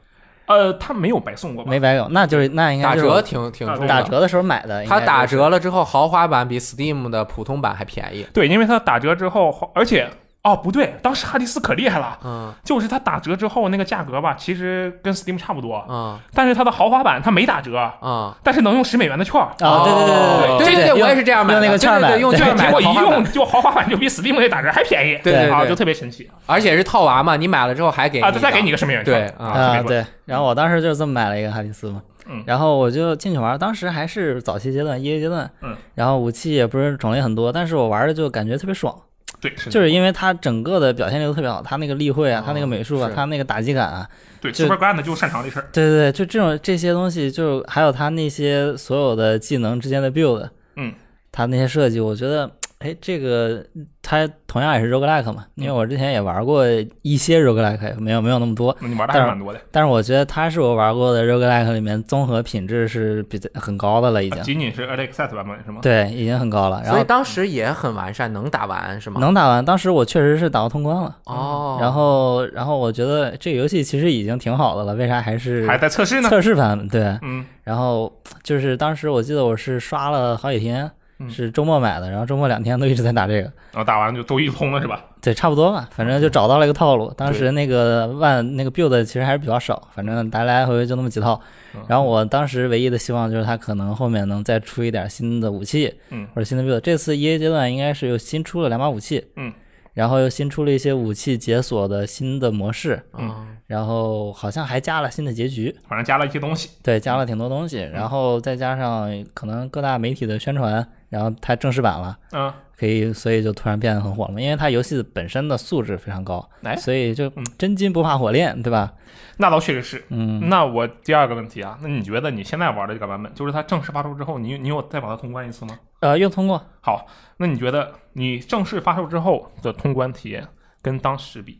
S1: 呃，他没有白送过吧？
S4: 没白给，那就是那应
S3: 嗯
S4: 该
S3: 打
S4: 就是
S3: 折
S4: 我
S3: 挺挺
S1: 啊
S3: 重
S4: 打
S3: 要的，
S4: 折的时候买的，应该
S3: 它
S4: 就是
S3: 打折了之后，豪华版比 Steam 的普通版还便宜，
S1: 对，因为他打折之后，而且哦不对，当时哈迪斯可厉害了，
S3: 嗯
S1: 就是它打折之后那个价格吧，其实跟 Steam 差不多，
S3: 嗯
S1: 但是它的豪华版它没打折，
S3: 嗯，
S1: 但是能用十美元的券儿。
S4: 啊，对对对
S3: 对
S4: 对
S3: 对，
S4: 对，
S3: 我也是这样买的，
S4: 用那个券
S3: 对对
S4: 买
S3: 对，
S4: 的
S3: 用
S4: 对
S3: 券
S1: 结
S3: 买
S1: 果
S3: 的
S1: 一
S3: 豪华版
S1: 用，就豪华版就比 Steam 那打折还便宜，
S3: 对
S4: 对
S1: 啊，
S3: 对
S1: 就特别神奇
S3: 而且是套娃嘛，你买了之后还给
S1: 啊！再给你个十美元券
S3: 对
S1: 儿
S3: 啊
S1: 特别
S4: 啊
S1: 贵
S4: 对。然后我当时就是这么买了一个哈迪斯嘛
S1: 嗯，
S4: 然后我就进去玩，当时还是早期阶段，EA 阶段
S1: 嗯，
S4: 然后武器也不是种类很多，但是我玩的就感觉特别爽，
S1: 对，是的
S4: 就是因为它整个的表现力都特别好，它那个例会啊
S3: 哦，
S4: 它那个美术啊
S3: 是，
S4: 它那个打击感啊，
S1: 对
S4: 就
S1: Super Grand 的就擅长这事儿，
S4: 对对对，就这种这些东西，就还有他那些所有的技能之间的 build，
S1: 嗯，
S4: 他那些设计，我觉得，哎，这个它同样也是 roguelike 嘛，
S1: 嗯
S4: 因为我之前也玩过一些 roguelike，没有没有那么多，
S1: 那你玩的还
S4: 但
S1: 蛮多的。啊
S4: 但是我觉得它是我玩过的 roguelike 里面综合品质是比较很高的了，已
S1: 啊
S4: 经，
S1: 仅仅是 Early Access 版本是吗？
S4: 对，已经很高了。然
S3: 所以
S4: 后
S3: 当时也很完善，能打完是吗？
S4: 能打完，当时我确实是打到通关了。
S3: 哦，
S4: 然后，然后我觉得这个游戏其实已经挺好的了，为啥还是
S1: 还在测试呢。
S4: 测试版？对，
S1: 嗯，
S4: 然后就是当时我记得我是刷了好几天，
S1: 嗯
S4: 是周末买的，然后周末两天都一直在打这个，
S1: 然后打完就周一通了是吧？
S4: 对，差不多吧，反
S1: 嗯
S4: 正就找到了一个套路。当时那个万那个 build 其实还是比较少，反正来来回回就那么几套
S1: 嗯。
S4: 然后我当时唯一的希望就是它可能后面能再出一点新的武器，
S1: 嗯
S4: 或者新的 build。这次 EA 阶段应该是又新出了两把武器，
S1: 嗯，
S4: 然后又新出了一些武器解锁的新的模式，
S3: 嗯
S4: 然后好像还加了新的结局，
S1: 反正加了一些东西。
S4: 对，加了挺多东西，
S1: 嗯
S4: 然后再加上可能各大媒体的宣传，然后它正式版了，
S1: 嗯，
S4: 可以，所以就突然变得很火了嘛。因为它游戏本身的素质非常高，
S1: 哎
S4: 所以就
S1: 嗯
S4: 真金不怕火炼，对吧？
S1: 那倒确实是。
S4: 嗯，
S1: 那我第二个问题啊，那你觉得你现在玩的这个版本，就是它正式发售之后，你你有再把它通关一次吗？
S4: 呃，又通过，
S1: 好，那你觉得你正式发售之后的通关体验跟当时比，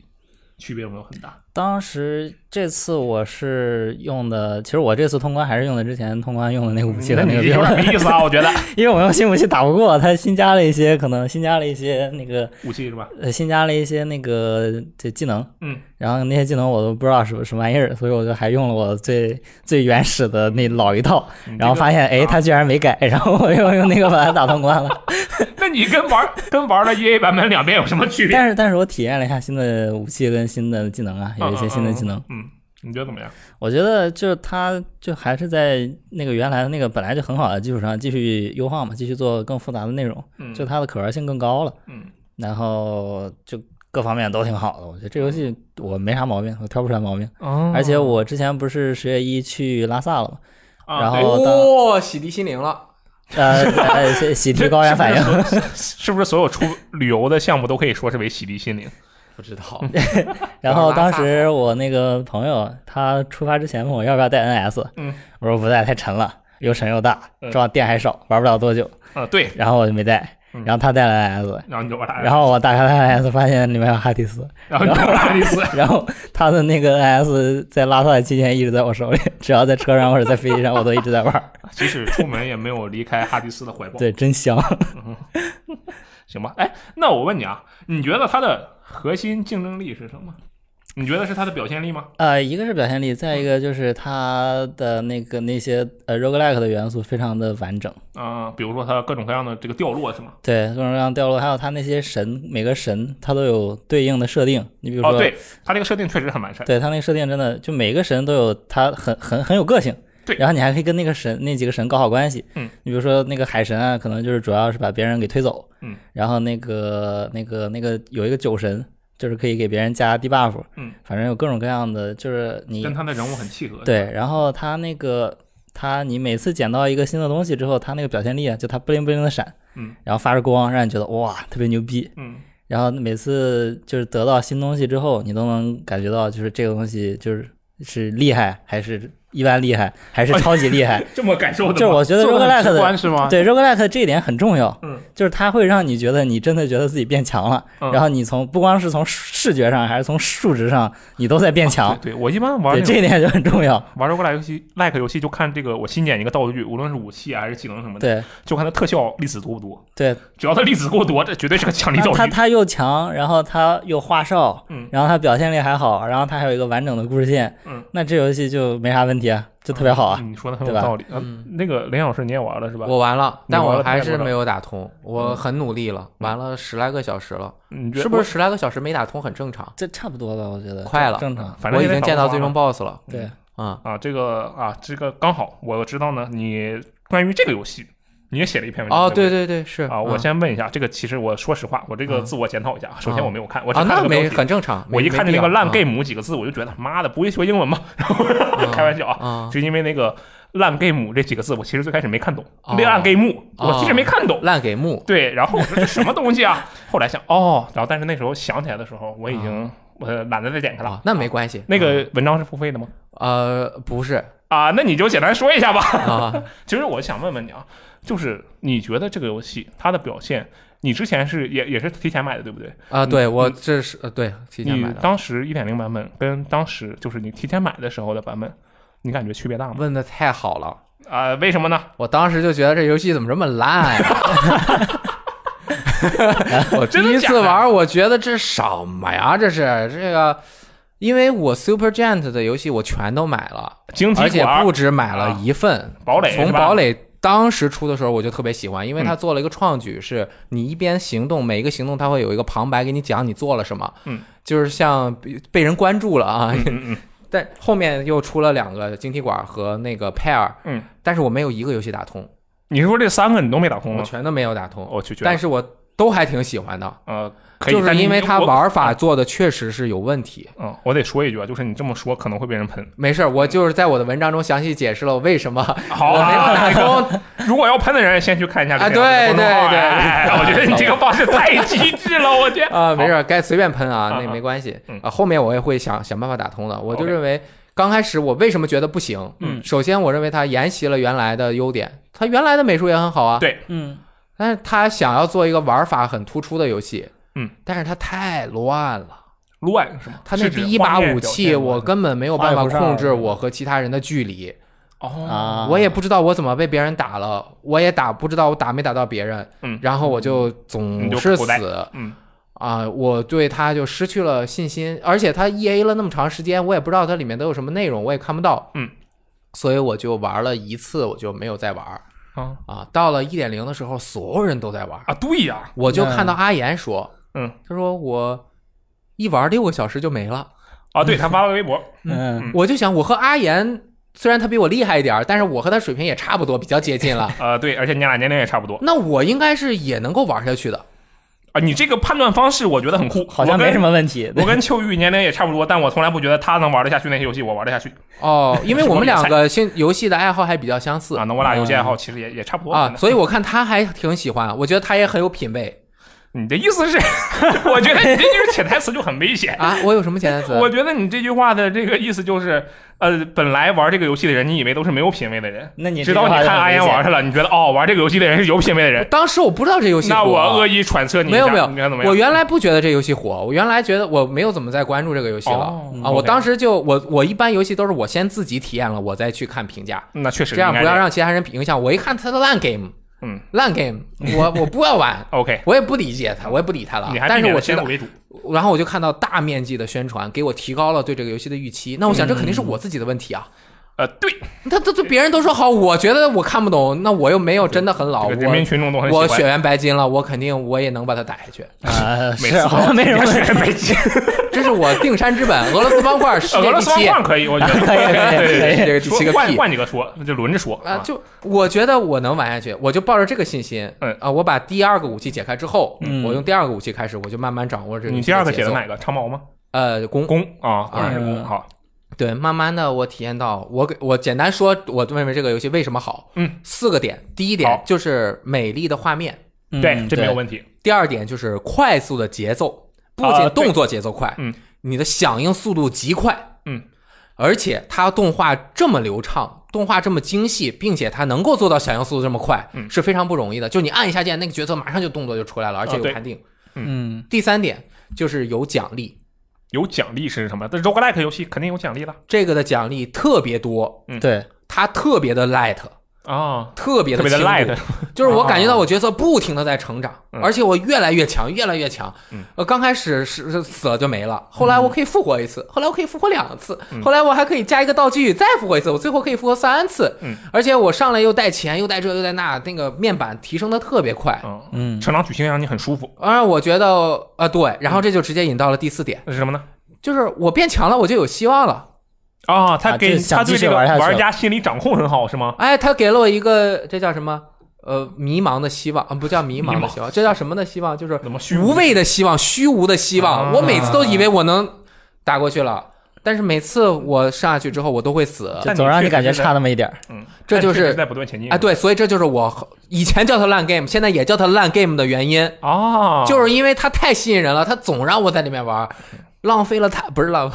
S1: 区别有没有很大？
S4: 当时这次我是用的，其实我这次通关还是用的之前通关用的那个武器
S1: 那
S4: 和
S1: 你
S4: 那个
S1: 这有点
S4: build，
S1: 没意 思啊，我觉得
S4: 因为我用新武器打不过，它新加了一些可能新加了一些那个
S1: 武器是吧？
S4: 呃新加了一些那个这技能，
S1: 嗯，
S4: 然后那些技能我都不知道什么什么玩意儿，所以我就还用了我最最原始的那老一套，
S1: 你
S4: 然
S1: 嗯
S4: 后
S1: 这个啊
S4: 发现哎，它居然没改，然后我又用那个把它打通关了。
S1: 那你跟玩跟玩的 EA 版本两边有什么区别？
S4: 但是但是我体验了一下新的武器跟新的技能啊，有一些新的技能，
S1: 嗯，嗯嗯你觉得怎么样？
S4: 我觉得就是它就还是在那个原来的那个本来就很好的基础上继续优化嘛，继续做更复杂的内容，
S1: 嗯，
S4: 就它的可玩性更高了，
S1: 嗯，
S4: 然后就各方面都挺好的。我觉得这游戏我没啥毛病，我挑不出来毛病。
S1: 哦
S4: 而且我之前不是十月一去拉萨了嘛，
S1: 啊
S4: 然后
S1: 对
S3: 哦，洗涤心灵了，
S4: 呃， 呃洗洗
S1: 这
S4: 涤高原反应，
S1: 是不是所有出旅游的项目都可以说是为洗涤心灵？
S3: 不知道，
S4: 然后当时我那个朋友他出发之前问我要不要带 NS，
S1: 嗯，
S4: 我说不带，太沉了，又沉又大
S1: 嗯，
S4: 装电还少，玩不了多久。
S1: 啊，对，
S4: 然后我就没带，
S1: 嗯
S4: 然后他带了 NS，
S1: 然后你就把它，
S4: 然后我打开 NS 发现里面有哈迪斯，
S1: 然后你就把它 死，
S4: 然后他的那个 NS 在拉萨的期间一直在我手里，只要在车上或者在飞机上我都一直在玩，
S1: 即使出门也没有离开哈迪斯的怀抱。
S4: 对，真香。
S1: 行吧？哎，那我问你啊，你觉得它的核心竞争力是什么？你觉得是它的表现力吗？
S4: 呃，一个是表现力，再一个就是它的那个那些呃 roguelike 的元素非常的完整，
S1: 嗯、比如说它各种各样的这个掉落是吗？
S4: 对各种各样掉落，还有它那些神每个神它都有对应的设定，你比如说，
S1: 哦，对，它这个设定确实很完善。
S4: 对它那个设定真的就每个神都有它很很很有个性。
S1: 对
S4: 然后你还可以跟那个神那几个神搞好关系。
S1: 嗯，
S4: 你比如说那个海神啊，可能就是主要是把别人给推走。
S1: 嗯，
S4: 然后那个那个那个有一个酒神，就是可以给别人加 debuff。
S1: 嗯，
S4: 反正有各种各样的，就是你
S1: 跟它的人物很契合。
S4: 对，然后它那个它你每次捡到一个新的东西之后，它那个表现力啊，就它不灵不灵的闪，
S1: 嗯，
S4: 然后发着光，让你觉得哇特别牛逼。
S1: 嗯，
S4: 然后每次就是得到新东西之后，你都能感觉到，就是这个东西就是是厉害，还是一般厉害，还是超级厉害。
S1: 这么感受的吗。
S4: 就是我觉得
S2: 这么
S4: roguelike
S2: 直观啊
S4: 的
S2: 是吗？
S4: 对 roguelike 这一点很重要，
S1: 嗯，
S4: 就是它会让你觉得你真的觉得自己变强了，
S1: 嗯
S4: 然后你从不光是从视觉上，还是从数值上，你都在变强。
S1: 对，对我一般玩
S4: 对，
S1: 那
S4: 这
S1: 种
S4: 一点就很重要。
S1: 玩过来游戏 like 游戏，就看这个我新捡一个道具，无论是武器啊还是技能什么的，
S4: 对
S1: 就看它特效粒子多不多。
S4: 对，
S1: 只要它粒子够多，这绝对是个强力道
S4: 他
S1: 具。
S4: 他又强，然后他又花哨，
S1: 嗯
S4: 然后他表现力还好，然后他还有一个完整的故事线，
S1: 嗯，
S4: 那这游戏就没啥问题啊，就特别好啊。
S1: 你说的很有
S4: 对吧
S1: 道理。啊
S3: 嗯
S1: 那个林老师你也玩了是吧？
S3: 我完了，
S1: 你
S3: 但
S1: 玩
S3: 我
S1: 了大
S3: 还
S1: 概
S3: 是
S1: 多少
S3: 没有打通，我
S1: 嗯
S3: 很努力了，玩了十来个小时了，
S1: 你觉得
S3: 是不是十来个小时没打通很正常？
S4: 这差不多吧，我觉得
S3: 快了
S4: 正常。
S1: 反正
S3: 我已
S1: 也得
S3: 经见
S1: 找
S3: 到
S1: 个
S3: 最
S1: 方
S3: 终 BOSS 了，
S1: 嗯
S4: 对，
S3: 嗯，
S1: 啊，这个啊，这个刚好我知道呢，你关于这个游戏你也写了一篇文章。
S3: 哦，对
S1: 不
S3: 对对，是
S1: 啊，我
S3: 嗯
S1: 先问一下，这个其实我说实话，我这个
S3: 嗯
S1: 自我检讨一下啊，首先
S3: 啊
S1: 我没有看，我只
S3: 啊，
S1: 看了
S3: 那
S1: 个
S3: 没
S1: 标题。
S3: 很正常，
S1: 我
S3: 没啊嗯
S1: 一看这那个烂 game 几个字，我就觉得妈的不会说英文嘛，开玩笑啊，
S3: 啊，
S1: 就因为那个烂 game 这几个字，我其实最开始没看懂，
S3: 哦
S1: 那烂 game
S3: 哦
S1: 我其实没看懂，
S3: 烂给木，
S1: 对，然后我说这什么东西啊？后来想哦，然后但是那时候想起来的时候，我已
S3: 嗯
S1: 经我懒得再点开了
S3: 啊，。那没关系，
S1: 那个文章是付费的吗？
S3: 呃 不是
S1: 啊，那你就简单说一下吧。
S3: 啊，
S1: 其实我想问问你啊，就是你觉得这个游戏它的表现，你之前是也也是提前买的对不对？
S3: 啊，
S1: 你
S3: 对我这是呃对提前买
S1: 嗯你
S3: 的，
S1: 当时一点零版本跟当时就是你提前买的时候的版本，你感觉区别大吗？
S3: 问的太好了。
S1: 啊、为什么呢？
S3: 我当时就觉得这游戏怎么这么烂呀、 我第
S1: 真
S3: 一
S1: 的假
S3: 次
S1: 的
S3: 玩，我觉得这什么呀？这是这个，因为我 Super Giant 的游戏我全都买了，
S1: 晶体
S3: 而且
S1: 管
S3: 不止买了
S1: 啊
S3: 一份，
S1: 堡垒
S3: 从
S1: 是吧嗯
S3: 堡垒当时出的时候，我就特别喜欢，因为它做了一个创举，是你一边行动，每一个行动它会有一个旁白给你讲你做了什么，
S1: 嗯，
S3: 就是像被被人关注了啊。
S1: 嗯嗯
S3: 但后面又出了两个晶体管和那个 Pair，
S1: 嗯，
S3: 但是我没有一个游戏打通，
S1: 你是说这三个你都没打通
S3: 我
S1: 吗？
S3: 全都没有打通，
S1: 我去，觉得
S3: 但是我都还挺喜欢的，
S1: 呃，可以，
S3: 就是
S1: 但
S3: 因为
S1: 你
S3: 它
S1: 我啊
S3: 玩法做的确实是有问题。
S1: 嗯，我得说一句啊，就是你这么说可能会被人喷。
S3: 没事儿，我就是在我的文章中详细解释了我为什么
S1: 好
S3: 我没有
S1: 啊，
S3: 打 通。
S1: 如果要喷的人，先去看一下
S3: 啊
S1: 这个
S3: 对
S1: 公众号
S3: 对对
S1: 哎我觉得你这个方式太机智了，我天
S3: 啊，没事，儿，该随便喷啊
S1: 啊，
S3: 那没关系
S1: 嗯
S3: 啊。后面我也会想想办法打通的。我就
S1: OK
S3: 认为刚开始我为什么觉得不行？
S1: 嗯
S3: 首先我认为它沿袭了原来的优点，它原来的美术也很好啊。
S1: 对
S4: 嗯，
S3: 但是它想要做一个玩法很突出的游戏，
S1: 嗯，
S3: 但是它太乱了。
S1: 乱是吗？
S3: 它那第一把武器，我根本没有办法
S4: 画也不上
S3: 控制我和其他人的距离。
S1: 哦，
S4: 啊，
S3: 我也不知道我怎么被别人打了，我也打不知道我打没打到别人，
S1: 嗯
S3: 然后我就
S1: 你
S3: 总
S1: 就是口袋
S3: 死
S1: 嗯
S3: 啊、我对他就失去了信心，而且他 E A 了那么长时间，我也不知道它里面都有什么内容，我也看不到，
S1: 嗯，
S3: 所以我就玩了一次，我就没有再玩儿
S1: 啊
S3: 啊。到了一点零的时候，所有人都在玩儿，
S1: 啊，对呀，
S3: 我就看到阿岩说，
S1: 嗯，
S3: 他说我一玩六个小时就没了，
S1: 啊，对他发了微博，
S4: 嗯，
S3: 我就想我和阿岩。虽然他比我厉害一点儿，但是我和他水平也差不多，比较接近了。
S1: 呃，对，而且你俩年龄也差不多
S3: 那我应该是也能够玩下去的。
S1: 啊，你这个判断方式我觉得很酷，
S4: 好像
S1: 我跟
S4: 没什。么问题。
S1: 我跟秋雨年龄也差不多，但我从来不觉得他能玩得下去那些游戏，我玩得下去
S3: 哦，因为我们两个兴游戏的爱好还比较相似
S1: 啊。那我俩游戏爱好其实也也差不多
S3: 嗯啊，
S1: 可能
S3: 所以我看他还挺喜欢，我觉得他也很有品味。
S1: 你的意思是， 我觉得你这句潜台词就很危 险。
S3: 啊！我有什么潜台词？
S1: 我觉得你这句话的这个意思就是，呃，本来玩这个游戏的人，你以为都是没有品位的人，
S4: 那你
S1: 直到你看阿岩玩去
S4: 上，
S1: 了，你觉得哦，玩这个游戏的人是有品位的人。
S3: 当时我不知道这游戏火，啊
S1: 那我恶意揣测你一下，
S3: 没有没有
S1: 你觉得怎么样？
S3: 我原来不觉得这游戏火，我原来觉得我没有怎么在关注这个游戏了、
S1: 哦
S3: 啊。
S1: 嗯
S3: 我
S1: OK
S3: 当时就我我一般游戏都是我先自己体验了，我再去看评价，
S1: 那确实
S3: 这样
S1: 应该
S3: 不要让其他人影响。我一看它的烂 game，
S1: 嗯，
S3: 烂 game，我我不要玩
S1: OK，
S3: 我也不理解它，我也不理它了
S1: 你还。
S3: 啊但是
S1: 避免
S3: 我
S1: 了
S3: 知
S1: 先
S3: 道
S1: 入，为主，
S3: 然后我就看到大面积的宣传，给我提高了对这个游戏的预期。那我想这
S1: 嗯
S3: 肯定是我自己的问题啊。
S1: 呃，对，
S3: 他他他别人都说好，我觉得我看不懂，那我又没有真的很
S4: 啊
S3: 老，
S1: 这个人民群众都很
S3: 我
S1: 喜
S3: 我
S1: 欢。
S3: 血缘白金了，我肯定我也能把它打下去。
S4: 啊，
S1: 每
S4: 是
S1: 次
S4: 好像没什么
S1: 也是没劲。
S3: 这是我定山之本，俄罗斯方块世
S1: 俄
S3: 界
S1: 罗
S3: 第
S1: 斯方
S3: 七。
S1: 块可以，我觉得
S4: 可以可以
S1: 对对对
S4: 可以
S3: 这个第
S1: 说
S3: 七个
S1: 换
S3: 屁
S1: 换几个说，就轮着说
S3: 啊，就我觉得我能玩下去，我就抱着这个信心，
S1: 嗯
S3: 啊，我把第二个武器解开之后，
S4: 嗯
S3: 我用第二个武器开始，我就慢慢掌握这个。
S1: 你第二个
S3: 写
S1: 写的哪？个？长矛吗？
S3: 呃，弓。
S1: 弓啊，果然是
S4: 嗯
S1: 弓。好，
S3: 对，慢慢的我体验到，我给我简单说，我认为这个游戏为什么好？
S1: 嗯，
S3: 四个点。第一点
S1: 好
S3: 就是美丽的画面，
S4: 嗯
S1: 对，这没有
S4: 对
S1: 问题。
S3: 第二点就是快速的节奏，不仅
S1: 啊对
S3: 动作节奏快，
S1: 嗯，
S3: 你的响应速度极快，
S1: 嗯，
S3: 而且它动画这么流畅，动画这么精细，并且它能够做到响应速度这么快，
S1: 嗯啊
S3: 是非常不容易的。就你按一下键，那个角色马上就动作就出来了，而且有
S1: 对
S3: 判定。
S4: 嗯，
S3: 第三点就是有奖励，
S1: 有奖励是什么？这 roguelike 游戏肯定有奖励了
S3: 这个的奖励特别多，
S1: 嗯
S4: 对，
S3: 它特别的 light，
S1: 啊，
S3: 特别
S1: 特
S3: 的
S1: 别的
S3: 轻度
S1: light，
S3: 就是我感觉到我角色不停的在成长，
S1: 哦嗯
S3: 而且我越来越强，越来越强。
S1: 嗯
S3: 呃，刚开始是是死了就没了，后来我可以复活一次，后来我可以复活两次，
S1: 嗯
S3: 后来我还可以加一个道具再复活一次，我最后可以复活三次。
S1: 嗯
S3: 而且我上来又带钱，又带这又带那，那个面板提升的特别快。
S1: 嗯，
S4: 嗯，
S1: 成长曲线让你很舒服。
S3: 而我觉得，呃，对，然后这就直接引到了第四点，
S1: 那是什么呢？
S3: 就是我变强了，我就有希望了。
S1: 啊，
S4: 啊
S1: 他给
S4: 这想
S1: 他对
S4: 继续
S1: 这个
S4: 玩下去
S1: 玩家心理掌控很好，是吗？
S3: 哎，他给了我一个这叫什么？呃，迷茫的希望啊，不叫迷茫的希望，这叫什么的希望？就是
S1: 怎么虚
S3: 无谓的希望，虚无的希望。
S1: 啊
S3: 我每次都以为我能打过去了，但是每次我上下去之后，我都会死。
S4: 就总让你感觉差那么 一点儿。
S1: 嗯，
S3: 这就是
S1: 但确实在不断前进。
S3: 哎，对，所以这就是我以前叫它烂 game，现在也叫它烂 game 的原因，
S1: 啊，
S3: 就是因为它太吸引人了，它总让我在里面玩，浪费了太不是浪，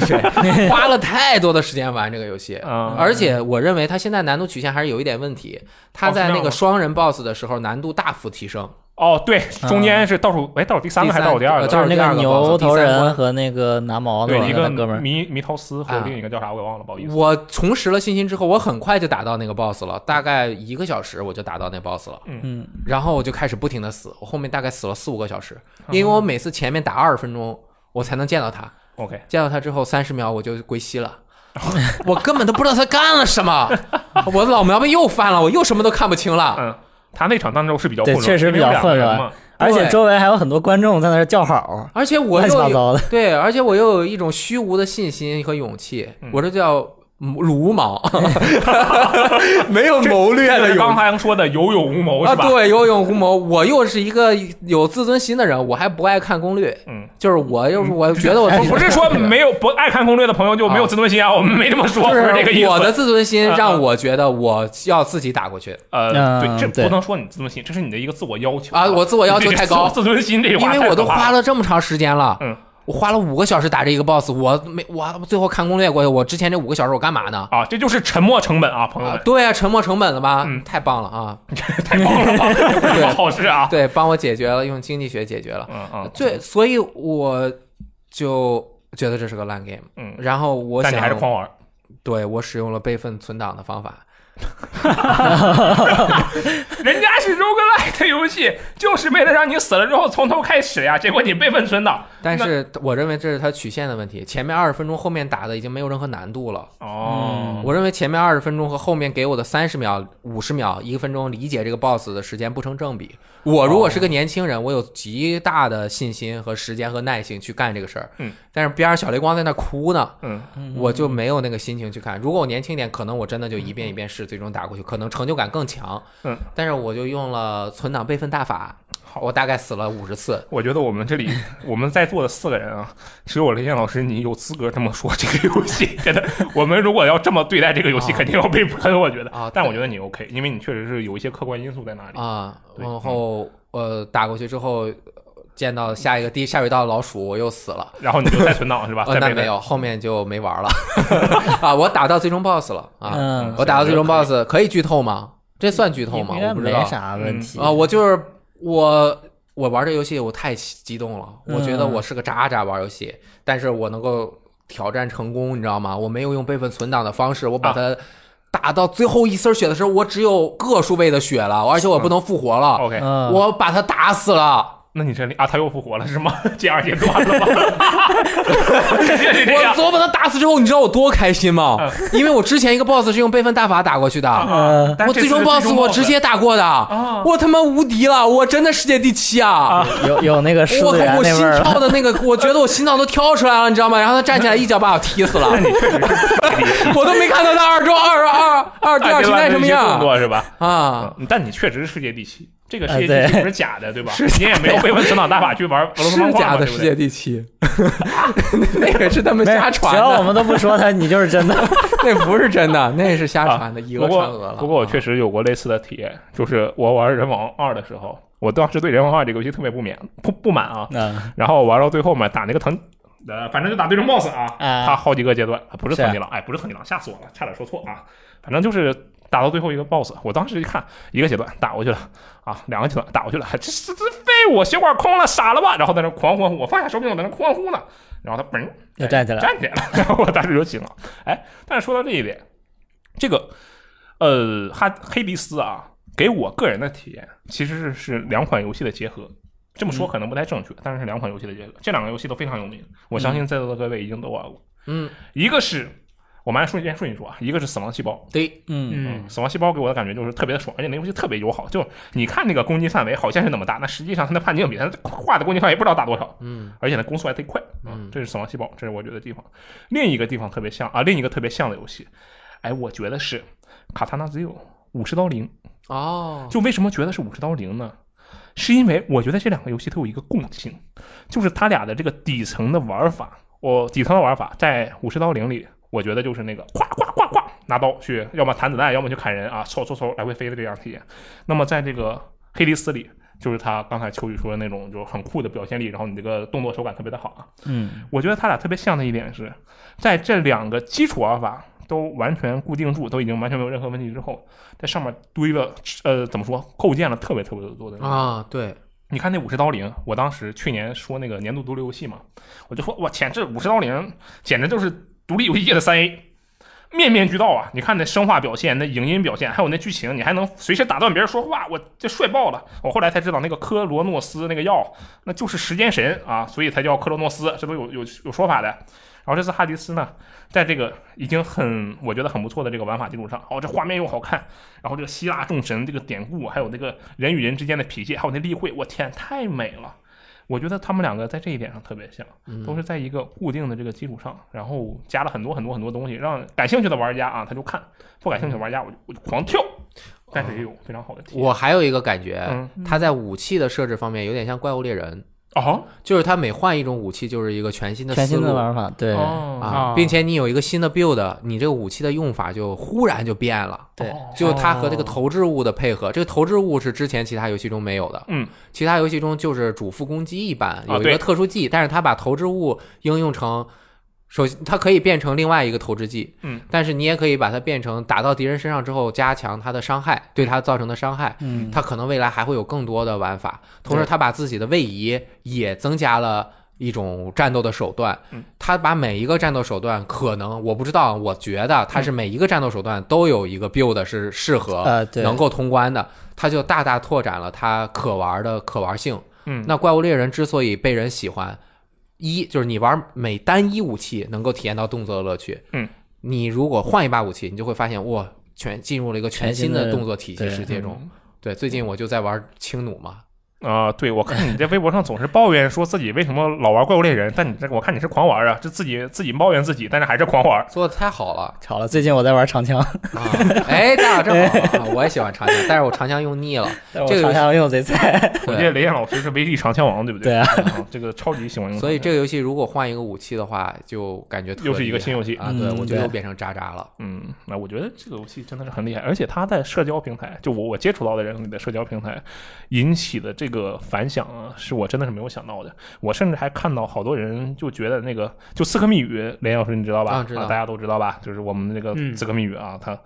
S3: 对花了太多的时间玩这个游戏。
S1: 啊，
S3: 而且我认为它现在难度曲线还是有一点问题，它在那个双人 BOSS 的时候难度大幅提升。
S1: 哦，对，中
S4: 嗯
S1: 间是倒数，哎，倒数第三个还是倒数第二
S3: 呃
S1: 个？
S3: 倒
S4: 就
S3: 数
S4: 是那
S3: 第二
S4: 个
S3: 个
S4: 牛头
S3: 第三关
S4: 人和那个拿毛的
S1: 对，一
S4: 那
S1: 个
S4: 哥们儿，
S1: 迷迷陶斯和
S3: 啊
S1: 另一个叫啥我给忘了，不好意思。
S3: 我重拾了信心之后，我很快就打到那个 BOSS 了，大概一个小时我就打到那 BOSS 了，
S4: 嗯，
S3: 然后我就开始不停的死，我后面大概死了四五个小时，
S1: 嗯
S3: 因为我每次前面打二十分钟我才能见到他，
S1: OK，
S3: 见到他之后三十秒我就归西 了。我根本都不知道他干了什么，我的老毛病又犯了，我又什么都看不清了。
S1: 嗯，他那场当中是比较混
S4: 对
S1: 乱，
S4: 确实比
S1: 因
S4: 较
S1: 为有两个人
S4: 混
S1: 嘛。
S4: 而且周围还有很多观众在那儿叫好，啊
S3: 而且我
S4: 乱七
S3: 又
S4: 八
S3: 有
S4: 糟的。
S3: 对，而且我又有一种虚无的信心和勇气，
S1: 嗯
S3: 我这叫 鲁莽，没有谋略
S1: 这
S3: 的
S1: 是刚
S3: 勇
S1: 才说的有勇无谋
S3: 啊，
S1: 哦是吧？
S3: 对，有勇无谋。我又是一个有自尊心的人，我还不爱看攻略，
S1: 嗯，哎
S3: 就是我又是我觉得我自己
S1: 不是 说没有不爱看攻略的朋友就没有自尊心啊，我们没这么说，
S3: 就
S1: 不是这个意
S3: 是
S1: 思。
S3: 我的自尊心
S1: 啊啊
S3: 让我觉得我要自己打过去
S1: 呃，
S4: 嗯
S1: 对，这
S4: 对
S1: 不能说你自尊心，这是你的一个自我要求
S3: 啊，我自我要求太高
S1: 自，自尊心 这一
S3: 因
S1: 话太可怕了，
S3: 为我都花了这么长时间了，
S1: 嗯
S3: 我花了五个小时打这一个 boss，我没我最后看攻略过去，我之前这五个小时我干嘛呢？
S1: 啊，这就是沉没成本啊，朋友
S3: 啊
S1: 们，，
S3: 对啊，沉没成本了吧？
S1: 嗯
S3: 太棒了啊！
S1: 太棒了吧， 这是好事啊。
S3: 对，帮我解决了，用经济学解决了。
S1: 嗯嗯，
S3: 对，所以我就觉得这是个烂 game。
S1: 嗯
S3: 然后我
S1: 但
S3: 想
S1: 你还是狂玩，
S3: 对我使用了备份存档的方法，
S1: 人家是 roguelite 游戏，就是为了让你死了之后从头开始呀，结果你被问存档。
S3: 但是我认为这是它曲线的问题。前面二十分钟，后面打的已经没有任何难度了。
S1: 哦，
S3: 我认为前面二十分钟和后面给我的三十秒、五十秒、一分钟理解这个 boss 的时间不成正比。我如果
S1: 哦
S3: 是个年轻人，我有极大的信心和时间和耐性去干这个事儿。
S1: 嗯，
S3: 但是边上小雷光在那哭呢，
S1: 嗯，
S3: 我就没有那个心情去看。如果我年轻一点，可能我真的就一遍一遍试，最终打过去，可能成就感更强。
S1: 嗯，
S3: 但是我就用了存档备份大法，我大概死了五十次。
S1: 我觉得我们这里我们在座的四个人啊，只有雷电老师你有资格这么说这个游戏。真的，我们如果要这么对待这个游戏，
S3: 啊
S1: 肯定要被喷。我觉得
S3: 啊
S1: 但
S3: 对
S1: 我觉得你嗯 OK，因为你确实是有一一些客观因素在那里。
S3: 啊，
S1: 对
S3: 然后呃打过去之后，见到下一个第下水道老鼠，我又死了。
S1: 然后你就再存档是吧？
S3: 呃，
S1: 再
S3: 那
S1: 没
S3: 没
S1: 得
S3: 有，后面就没玩了 啊！我打到最终 BOSS 了啊！
S4: 嗯，
S3: 我打到最终 BOSS 可以剧透吗？这算剧透吗？
S4: 应
S3: 我
S4: 该
S3: 不知
S4: 没
S3: 道
S4: 啥问题
S3: 啊！我就是我，我玩这游戏我太激动了，我觉得
S4: 嗯
S3: 我是个渣渣玩游戏，但是我能够挑战成功，你知道吗？我没有用备份存档的方式，我把它打到最后一丝血的时候，我只有个数位的血了，而且我不能复活了，
S1: OK，
S4: 嗯，
S3: 我把他打死了。
S1: 那你这里啊，他又复活了是吗？第二阶段 了吗？肯定 是这
S3: 我
S1: 样。
S3: 昨把他打死之后，你知道我多开心吗？因为我之前一个 boss 是用备份大法打过去的，
S4: 呃，
S1: 啊但
S3: 我
S1: 是这
S3: 最
S1: 次
S3: 终
S1: 是
S3: boss 我直接打过的，我他妈无敌了，我真的世界第七啊！
S4: 有有那个
S3: 我
S4: 狮子园
S3: 我
S4: 那
S3: 心
S4: 味儿了，
S3: 跳的那个，我觉得我心脏都跳出来了，你知道吗？然后他站起来一脚把我踢死了， 我都没看到他二中二二二第二
S1: 阶
S3: 形
S1: 段
S3: 态什么
S1: 动
S3: 样
S1: 作是吧？
S3: 啊！
S1: 嗯但你确实是世界第七，这个
S4: 哎
S1: 世界第七
S4: 对
S1: 不是假的，对吧
S3: 是？
S1: 你也没有被问存档大法去 玩俄罗斯方
S3: 是
S1: 块
S3: 假
S1: 嘛，
S3: 的
S1: 对不
S3: 世
S1: 对
S3: 界？第七， 那个是他们
S4: 没
S3: 瞎
S4: 事
S3: 传
S4: 只要我
S3: 的，
S4: 们都不说它，你就是真的。
S3: 那不是真的，那是瞎
S1: 啊
S3: 传的，以讹
S1: 不
S3: 传讹了啊
S1: 过。不过我确实有过类似的体验，就是我玩《人王二》的时候，我当时对《人王二》这个游戏特别不免不不满啊，
S4: 嗯，
S1: 然后玩到最后嘛，打那个藤，呃，反正就打对终 BOSS 啊，
S4: 啊
S1: 他好几个阶段，啊不是
S4: 是
S1: 藤吉郎，哎，不是藤吉郎，吓死我了，差点说错啊，反正就是打到最后一个 BOSS，我当时一看一个阶段打过去了啊，两个阶段打过去了，这这这废物，血管空了，傻了吧？然后在那狂欢呼，我放下手柄，我在那狂欢呼呢，然后他嘣
S4: 又站起来了
S1: 站起来了， 然后我当时就醒了，哎，但是说到这一点，这个呃，哈黑迪斯啊，给我个人的体验其实是是两款游戏的结合。这么说可能不太正确，但是是两款游戏的结合，这两个游戏都非常有名，我相信在座的各位已经都玩过。
S3: 嗯，
S1: 一个是我们按顺序顺序说啊，一个是死亡细胞，
S3: 对，
S4: 嗯，
S1: 嗯，死亡细胞给我的感觉就是特别的爽，而且那游戏特别友好，就是你看那个攻击范围好像是那么大，那实际上它的判定比它画的攻击范围不知道大多少，
S3: 嗯
S1: 而且呢攻速还贼快，啊
S3: 嗯
S1: 这是死亡细胞，这是我觉得地方。另一个地方特别像啊，另一个特别像的游戏，哎，我觉得是卡塔纳 Zero 五十刀零。
S3: 哦，
S1: 就为什么觉得是五十刀零呢？是因为我觉得这两个游戏都有一个共性，就是它俩的这个底层的玩法。我底层的玩法在五十刀零里，我觉得就是那个咵咵咵咵拿刀去，要么弹子弹，要么去砍人啊，嗖嗖嗖来回飞的这样体验。那么在这个黑迪斯里，就是他刚才秋雨说的那种，就是很酷的表现力，然后你这个动作手感特别的好啊。
S4: 嗯，
S1: 我觉得他俩特别像的一点是，在这两个基础玩法都完全固定住，都已经完全没有任何问题之后，在上面堆了呃怎么说，构建了特别特别多的东西
S3: 啊，对，
S1: 你看那五十刀零，我当时去年说那个年度独立游戏嘛，我就说我天，这五十刀零简直就是独立游戏界的三 A，面面俱到啊！你看那声画表现、那影音表现，还有那剧情，你还能随时打断别人说话，我这帅爆了！我后来才知道那个科罗诺斯那个药，那就是时间神啊，所以才叫克罗诺斯，这都有有有说法的。然后这次哈迪斯呢，在这个已经很我觉得很不错的这个玩法基础上，哦，这画面又好看，然后这个希腊众神这个典故，还有那个人与人之间的脾气，还有那例会，我天，太美了！我觉得他们两个在这一点上特别像，
S3: 嗯
S1: 都是在一个固定的这个基础上，然后加了很多很多很多东西，让感兴趣的玩家啊他就看，不感兴趣的玩家我就我就狂跳，但是也有非常好的体验。
S3: 我还有一个感觉
S1: 嗯，
S3: 它在武器的设置方面有点像怪物猎人，
S1: 哦
S3: 就是它每换一种武器就是一个全新的
S4: 全
S3: 思
S4: 新
S3: 路
S4: 的玩法，对，
S1: 哦
S3: 啊
S2: 啊，
S3: 并且你有一个新的 build，你这个武器的用法就忽然就变了。
S4: 对
S3: 就它和这个投掷物的配合，这个投掷物是之前其他游戏中没有的。
S1: 哦嗯，啊
S3: 其他游戏中就是主副攻击一般有一
S1: 对
S3: 个特殊技，但是它把投掷物应用成，首先它可以变成另外一个投掷技，
S1: 嗯，
S3: 但是你也可以把它变成打到敌人身上之后加强它的伤害，对它造成的伤害。
S4: 嗯，
S3: 它可能未来还会有更多的玩法，同时
S4: 对
S3: 它把自己的位移也增加了。一种战斗的手段
S1: 嗯，
S3: 它把每一个战斗手段可能我不知道，我觉得它是每一个战斗手段都有一个 build 是适合
S4: 呃，对，
S3: 能够通关的，它就大大拓展了它可玩的可玩性。
S1: 嗯，
S3: 那怪物猎人之所以被人喜欢，一就是你玩每单一武器能够体验到动作的乐趣。
S1: 嗯，
S3: 你如果换一把武器，你就会发现哇，全进入了一个全新
S4: 全
S3: 的
S4: 新的
S3: 动作体系
S4: 对
S3: 世界中。对，最
S1: 嗯
S3: 近我就在玩轻弩嘛，
S1: 啊、对，我看你在微博上总是抱怨说自己为什么老玩怪物猎人，但你这个我看你是狂玩啊，这自己自己抱怨自己，但是还是狂玩。
S3: 做的太好了
S4: 巧了，最近我在玩长枪，
S3: 啊！哎，大家正好啊，我也喜欢长枪，但是我长枪用腻了。
S4: 但我
S3: 这个游
S4: 长
S3: 戏
S4: 枪用贼菜，
S1: 我记得雷燕老师是威力长枪王，对不对？
S4: 对啊
S1: 啊这个超级喜欢用长枪。
S3: 所以这个游戏如果换一个武器的话，就感觉特
S1: 又是一个
S3: 厉害
S1: 新游戏
S3: 啊！对，
S4: 嗯
S3: 我觉得
S4: 对
S3: 又变成渣渣了。
S1: 嗯，那我觉得这个游戏真的是很厉害，而且它在社交平台，就我我接触到的人里的社交平台引起的这个反响啊，是我真的是没有想到的。我甚至还看到好多人就觉得那个就《刺客密语》，连老师你知道吧？
S3: 啊知道
S1: 大家都知道吧？就是我们那个
S2: 嗯
S1: 《刺客密语》啊，他。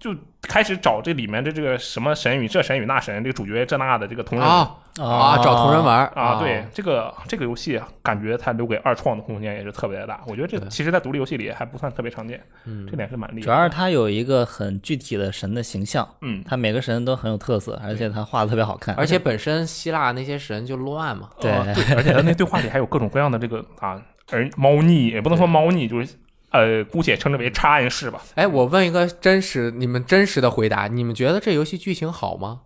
S1: 就开始找这里面的这个什么神与这神与那神，这个主角这那的这个同人
S3: 啊
S4: 哦
S3: 啊，找同人玩儿
S1: 啊，对，这个这个游戏啊，感觉它留给二创的空间也是特别的大。我觉得这
S3: 对
S1: 其实，在独立游戏里还不算特别常见，
S3: 嗯
S1: 这点是蛮厉
S4: 主要
S1: 害。
S4: 是它有一个很具体的神的形象，
S1: 嗯，
S4: 它每个神都很有特色，而且它画的特别好看，
S3: 而且本身希腊那些神就乱嘛，
S4: 对
S1: 呃对，而且它那对话里还有各种各样的这个啊，而猫腻也不能说猫腻，就是呃，姑且称之为插暗示吧。
S3: 哎，我问一个真实，你们真实的回答，你们觉得这游戏剧情好吗？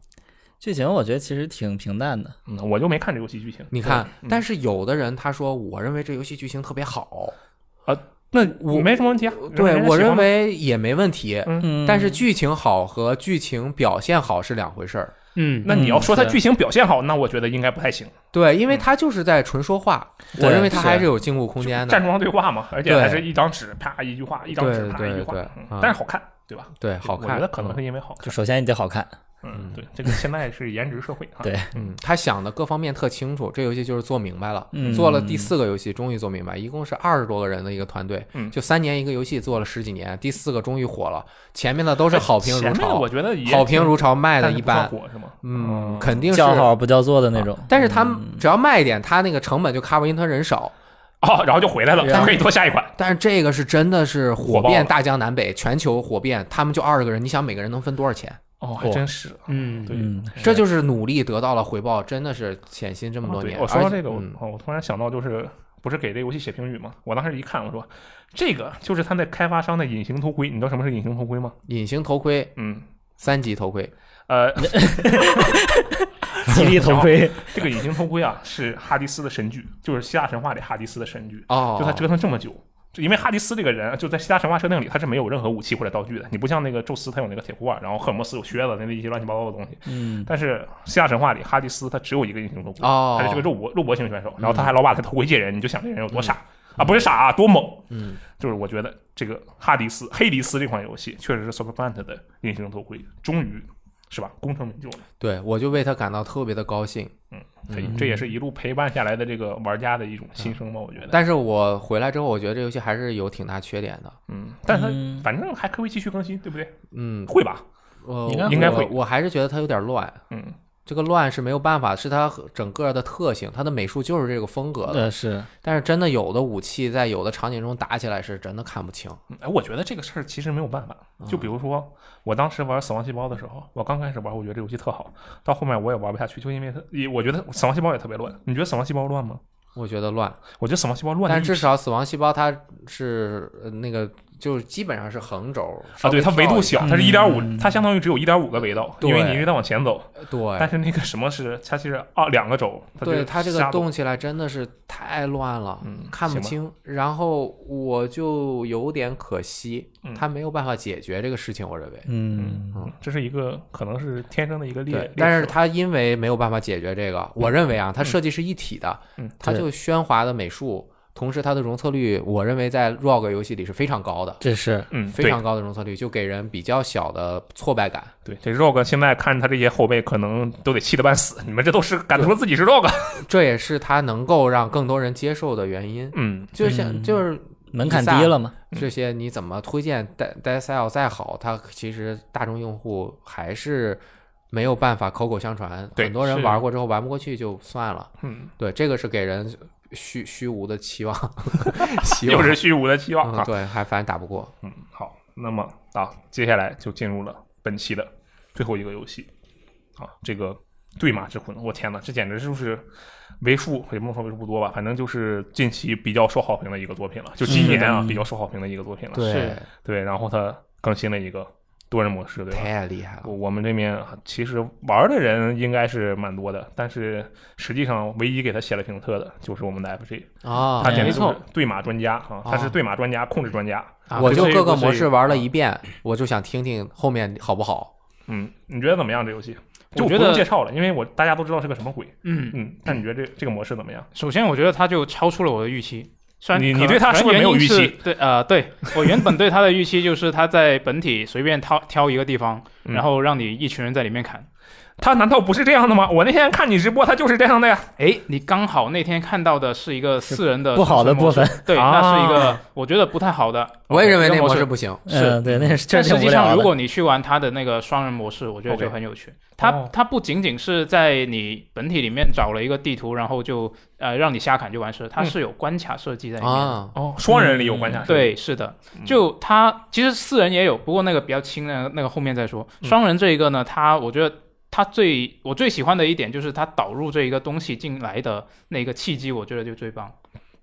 S4: 剧情我觉得其实挺平淡的。
S1: 嗯，我就没看这游戏剧情。
S3: 你看，
S1: 嗯
S3: 但是有的人他说，我认为这游戏剧情特别好，
S1: 那
S3: 我
S1: 没什么问题啊。
S3: 对我认
S1: 为。
S3: 为也没问题。
S4: 嗯，
S3: 但是剧情好和剧情表现好是两回事儿，
S2: 嗯，
S1: 那你要说它
S4: 是
S1: 剧情表现好，那我觉得应该不太行。
S3: 对，因为他就是在纯说话，
S4: 对
S3: 我认为他
S4: 是
S3: 还是有进步空
S1: 就
S3: 间
S1: 站
S3: 的。
S1: 桩对话嘛，而且
S3: 对
S1: 还是一张纸，啪一句话，一张纸
S3: 对
S1: 啪
S3: 对
S1: 一句话
S3: 对，
S1: 嗯
S3: 啊
S1: 但是好看，对吧？
S3: 对，好看。
S1: 我觉得可能
S3: 嗯
S1: 是因为好看
S4: 就。首先你得好看，
S1: 嗯，对，这个现在是颜值社会啊。
S4: 对
S3: 嗯，他想的各方面特清楚，这游戏就是做明白了。
S4: 嗯
S3: 做了第四个游戏，终于做明白，一共是二十多个人的一个团队，
S1: 嗯
S3: 就三年一个游戏做了十几年，第四个终于火了，前面的都是好评 如
S1: 前面的
S3: 潮
S1: 我，觉得也
S3: 好评如潮，卖的
S1: 但是
S3: 一
S1: 不算
S3: 般，
S1: 火是吗？
S3: 嗯，肯定是。
S4: 叫好不叫座的那种。
S3: 但是他们只要卖一点，他那个成本就 cover 因他人少。
S1: 哦，然后就回来了，
S3: 啊
S4: 然后
S1: 可以多下一款。
S3: 但是这个是真的是火
S1: 火爆
S3: 遍
S1: 了
S3: 大江南北，全球火遍，他们就二十个人，你想每个人能分多少钱？
S1: 哦，还真是，
S2: 嗯
S1: 对，
S4: 嗯
S3: 这就是努力得到了回报，真的是潜心这么
S1: 哦
S3: 多
S1: 对
S3: 年。
S1: 我说
S3: 而
S1: 到
S3: 且
S1: 这个，我
S3: 嗯
S1: 哦我突然想到，就是不是给这游戏写评语吗？我当时一看，我说这个就是他那开发商的隐形头盔，你知道什么是隐形头盔吗？
S3: 隐形头盔，
S1: 嗯，
S3: 三级头盔，
S1: 呃，
S4: 吉利头盔，
S1: 这个隐形头盔啊，是哈迪斯的神剧，就是希腊神话里哈迪斯的神剧，
S3: 哦，
S1: 就他折腾这么久。就因为哈迪斯这个人，啊就在希腊神话设定里，他是没有任何武器或者道具的。你不像那个宙斯，他有那个铁箍啊，然后赫尔墨斯有靴子，那那一些乱七八糟的东西。
S4: 嗯，
S1: 但是希腊神话里，哈迪斯他只有一个隐形头盔，
S3: 哦，
S1: 他是这个肉搏肉搏型选手，然后他还老把他头盔借人，你就想这人有多傻啊，不是傻啊，多猛！
S3: 嗯，
S1: 就是我觉得这个哈迪斯、黑迪斯这款游戏确实是 Super Plant 的隐形头盔，终于是吧，功成名就了。
S3: 对，我就为他感到特别的高兴。
S1: 这
S3: 嗯
S1: 这也是一路陪伴下来的这个玩家的一种心声吧，我觉得。
S3: 但是我回来之后，我觉得这游戏还是有挺大缺点的。
S1: 嗯，但是
S4: 嗯
S1: 它反正还可以继续更新，对不对？
S3: 嗯，
S1: 会吧？
S3: 呃
S4: 应该
S1: 应该
S3: 我
S1: 会
S3: 我还是觉得它有点乱。
S1: 嗯，
S3: 这个乱是没有办法，是它整个的特性，它的美术就是这个风格的。
S4: 呃是，
S3: 但是真的有的武器在有的场景中打起来是真的看不清。
S1: 哎，我觉得这个事儿其实没有办法。就比
S3: 如
S1: 如说，我当时玩《死亡细胞》的时候，我刚开始玩，我觉得这游戏特好，到后面我也玩不下去，就因为它，也我觉得《死亡细胞》也特别乱。你觉得《死亡细胞》乱吗？
S3: 我觉得乱，
S1: 我觉得《死亡细胞》乱
S3: 但
S1: 得一
S3: 是
S1: 批，
S3: 至少死亡细胞它是呃那个就是基本上是横轴
S1: 啊，对它维度，小，它是一点五，
S4: 嗯
S1: 它相当于只有一点五个维度，因为
S3: 对
S1: 你一直在往前走。
S3: 稍微高一
S1: 但
S3: 点
S1: 是那个什么是，它其实啊两个轴，
S3: 对对，它
S1: 它
S3: 这
S1: 就
S3: 个
S1: 瞎走，
S3: 动起来真的是太乱了。
S1: 嗯，
S3: 看不
S1: 行吧。
S3: 清，然后我就有点可惜，
S1: 嗯
S3: 他没有办法解决这个事情，我认为。
S4: 嗯，
S1: 这是一个可能是天生的一个劣
S3: 对，，
S1: 劣
S3: 但
S1: 势
S3: 是
S1: 吧
S3: 他因为没有办法解决这个，我认为啊，它设计是一体的，
S1: 嗯
S3: 它
S4: 对
S3: 就喧哗的美术，同时它的容错率，我认为在 ROG 游戏里是非常高的，
S4: 这是
S1: 嗯，
S3: 非常高的容错率，就给人比较小的挫败感。
S1: 对对。这 ROG 现在看他这些后辈，可能都得气得半死。你们这都是敢说自己是 ROG，
S3: 这也是它能够让更多人接受的原因。
S1: 嗯，
S3: 就像
S4: 嗯
S3: 就是
S4: 门槛低了嘛？
S3: 这些，你怎么推荐 d d s l 再好，它其实大众用户还是没有办法口口相传。
S1: 对
S3: 很多人
S1: 是
S3: 玩过之后玩不过去就算了。
S1: 嗯，
S3: 对，这个是给人虚虚无的期望， 期
S1: 又
S3: 望
S1: 是。虚无的期望
S3: 嗯，
S1: 啊。
S3: 对，还反正打不过。
S1: 嗯，好，那么啊，接下来就进入了本期的最后一个游戏啊，这个《对马之魂》，我天呐，这简直就是为数也不能说为数不多吧，反正就是近期比较受好评的一个作品了，就今年啊
S4: 嗯
S1: 比较受好评的一个作品了。
S3: 对，
S1: 对，然后它更新了一个多人模式，对吧？
S3: 太厉害了。
S1: 我我们这边其实玩的人应该是蛮多的，但是实际上唯一给他写了评测的就是我们的 FG，
S3: 啊，
S1: 他简
S3: 没
S1: 直就
S3: 错
S1: 是，对马专家啊，他是对马专家、控制专家。
S3: 啊我就
S1: 这
S3: 各个
S1: 游戏
S3: 模式玩了一遍，我就想听听后面好不好。
S1: 嗯，你觉得怎么样？这游戏
S2: 我
S1: 就
S2: 觉
S1: 不用
S2: 得
S1: 介绍了，因为我大家都知道是个什么鬼。
S2: 嗯，
S1: 嗯，但你觉得这这个模式怎么样？
S2: 首先我觉得他就超出了我的预期。虽然
S1: 你
S2: 可
S1: 你对他是不是没有预期
S2: 原因是对，呃，对我原本对他的预期就是他在本体随便挑挑一个地方，
S1: 嗯
S2: 然后让你一群人在里面砍。
S1: 他难道不是这样的吗？我那天看你直播，他就是这样的呀。
S2: 哎，你刚好那天看到的是一个四人的
S4: 不好的
S2: 生存模式
S4: 部，
S2: 对，
S1: 啊
S2: 那是一个我觉得不太好的。
S3: 我也认为那模
S2: 模
S3: 式不行。
S2: 是
S4: 嗯，对，那是确
S2: 但
S4: 实
S2: 实
S4: 挺
S2: 际
S4: 无
S2: 上，
S4: 聊
S2: 如
S4: 的。
S2: 果你去玩它的那个双人模式，我觉得
S1: OK
S2: 就很有趣。它
S1: 哦
S2: 它不仅仅是在你本体里面找了一个地图，然后就呃让你瞎砍就完事了，它
S4: 嗯
S2: 是有关卡设计在里面。
S3: 啊，
S1: 哦，双人里有关卡、是吧，
S2: 嗯对，是的，就它其实四人也有，不过那个比较轻，那个那个后面再说。
S4: 嗯
S2: 双人这一个呢，它我觉得它最我最喜欢的一点就是它导入这一个东西进来的那个契机，我觉得就最棒。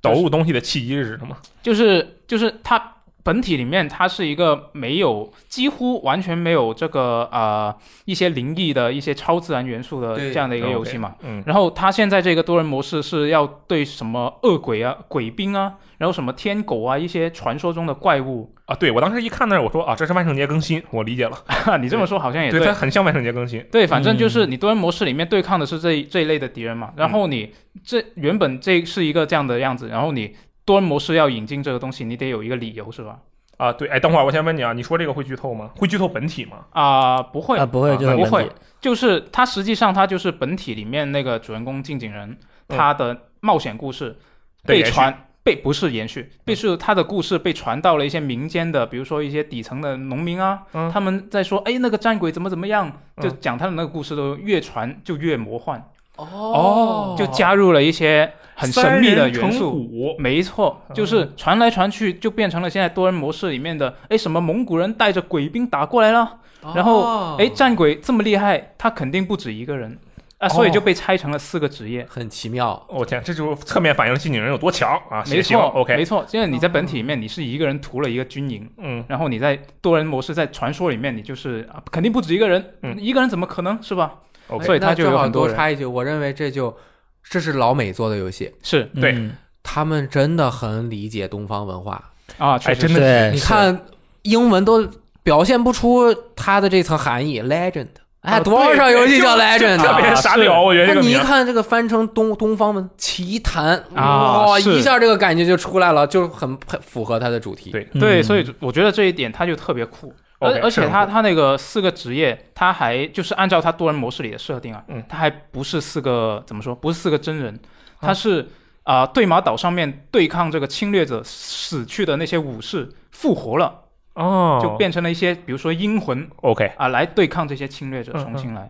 S1: 导入东西的契机是什么？
S2: 就是就是它本体里面它是一个没有几乎完全没有这个呃一些灵异的一些超自然元素的
S3: 对
S2: 这样的一个游戏嘛。
S1: 嗯，
S2: 然后它现在这个多人模式是要对什么恶鬼啊、鬼兵啊，然后什么天狗啊一些传说中的怪物，
S1: 啊，对我当时一看那儿，我说啊，这是万圣节更新，我理解了，
S2: 你这么说好像也
S1: 对，它很嗯像万圣节更新。
S2: 对，反正就是你多人模式里面对抗的是这一这一类的敌人嘛，然
S1: 嗯
S2: 后你这原本这是一个这样的样子，然后你多人模式要引进这个东西，你得有一个理由是吧？
S1: 啊，对，哎，等会儿我先问你啊，你说这个会剧透吗？会剧透本体吗？
S2: 啊、不会
S4: 啊，不会，
S1: 啊
S4: 就是
S2: 不
S4: 本
S2: 会
S4: 体，
S2: 就是它实际上它就是本体里面那个主人公近景人
S1: 嗯
S2: 他的冒险故事
S1: 被
S2: 被
S1: 延续嗯
S2: 传被不是延续，被是他的故事被传到了一些民间的，比如说一些底层的农民啊，
S1: 嗯
S2: 他们在说哎那个战鬼怎么怎么样，就
S1: 嗯
S2: 讲他的那个故事都越传就越魔幻，
S1: 哦
S2: 就加入了一些很神秘的元素。
S1: 素。
S2: 没错，
S1: 嗯
S2: 就是传来传去，就变成了现在多人模式里面的，哎，什么蒙古人带着鬼兵打过来了，
S3: 哦
S2: 然
S1: 哦
S2: 后，哎，战鬼这么厉害，他肯定不止一个人
S1: 哦
S2: 啊，所以就被拆成了四个职
S1: 啊
S2: 业。
S3: 很奇妙，
S1: 我、天，这就是侧面反映了近景人有多强啊！
S2: 没
S1: 谁行
S2: 错没
S1: ，OK，
S2: 错。现在你在本体里面，你是一个人屠了一个军营，
S1: 嗯，
S2: 然后你在多人模式在传说里面，你就是啊，肯定不止一个人，
S1: 嗯
S2: 一个人怎么可能是吧？
S1: OK 哎
S2: 所以他就
S3: 那正
S2: 有
S3: 好
S2: 很
S3: 多
S2: 人。
S3: 插一句，我认为这就这是老美做的游戏，
S2: 是
S1: 对
S4: 嗯
S3: 他们真的很理解东方文化。
S2: 啊，确
S1: 哎，
S2: 实
S1: 真的是
S4: 对，
S3: 你看英文都表现不出它的这层含义，legend。哎，
S1: 啊
S3: 多少
S1: 对
S3: 游戏叫
S1: 对就
S3: legend
S1: 特
S3: 啊？
S1: 别傻屌，我觉得这
S3: 那
S1: 个
S3: 你一
S1: 名儿。
S3: 看这个翻成东东方文奇谭
S2: 啊
S3: 哇，
S2: 是
S3: 一下这个感觉就出来了，就很很符合它的主题。
S1: 对
S2: 对，
S4: 嗯
S2: 所以我觉得这一点他就特别酷。而
S1: OK，
S2: 而且
S1: 是
S2: 他他那个四个职业，他还就是按照他多人模式里的设定啊，
S1: 嗯
S2: 他还不是四个怎么说，不是四个真人，他是啊、呃对马岛上面对抗这个侵略者死去的那些武士复活了，
S1: 哦，
S2: 就变成了一些比如说阴魂
S1: OK，
S2: 啊来对抗这些侵略者
S1: 嗯嗯
S2: 重新来。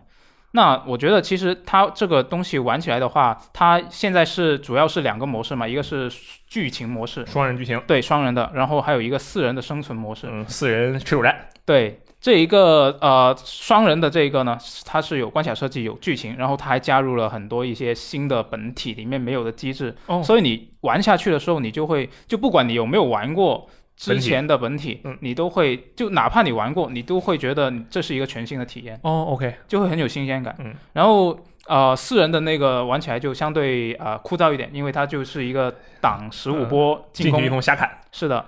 S2: 那我觉得其实它这个东西玩起来的话，它现在是主要是两个模式嘛，一个是剧情模式，
S1: 双人剧情，
S2: 对双人的，然后还有一个四人的生存模式。
S1: 嗯，四人持久战，
S2: 对这一个呃双人的这一个呢，是它是有关卡设计、有剧情，然后它还加入了很多一些新的本体里面没有的机制，
S1: 哦
S2: 所以你玩下去的时候，你就会就不管你有没有玩过。
S1: 本
S2: 之
S1: 体
S2: 前的本体，
S1: 嗯
S2: 你都会就哪怕你玩过，你都会觉得你这是一个全新的体验，
S1: 哦，OK，
S2: 就会很有新鲜感。
S1: 嗯，
S2: 然后呃，四人的那个玩起来就相对呃枯燥一点，因为它就是一个挡十五
S1: 嗯
S2: 波进
S1: 进
S2: 攻，
S1: 去一通瞎砍，
S2: 是的。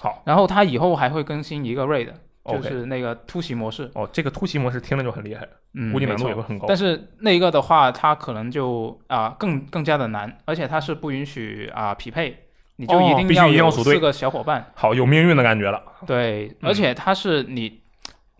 S1: 好。
S2: 然后它以后还会更新一个 raid，就
S1: OK，
S2: 是那个突袭模式。
S1: 哦，这个突袭模式听着就很厉害，
S2: 嗯，
S1: 估计难度
S2: 没
S1: 也
S2: 错
S1: 会很高。
S2: 但是那一个的话，它可能就啊、更更加的难，而且它是不允许啊、匹配，你就
S1: 哦
S2: 一
S1: 必
S2: 定
S1: 须
S2: 要
S1: 一定要
S2: 有
S1: 组队
S2: 四个小 伙伴。
S1: 好，有命运的感觉了。
S2: 对，
S1: 嗯
S2: 而且它是你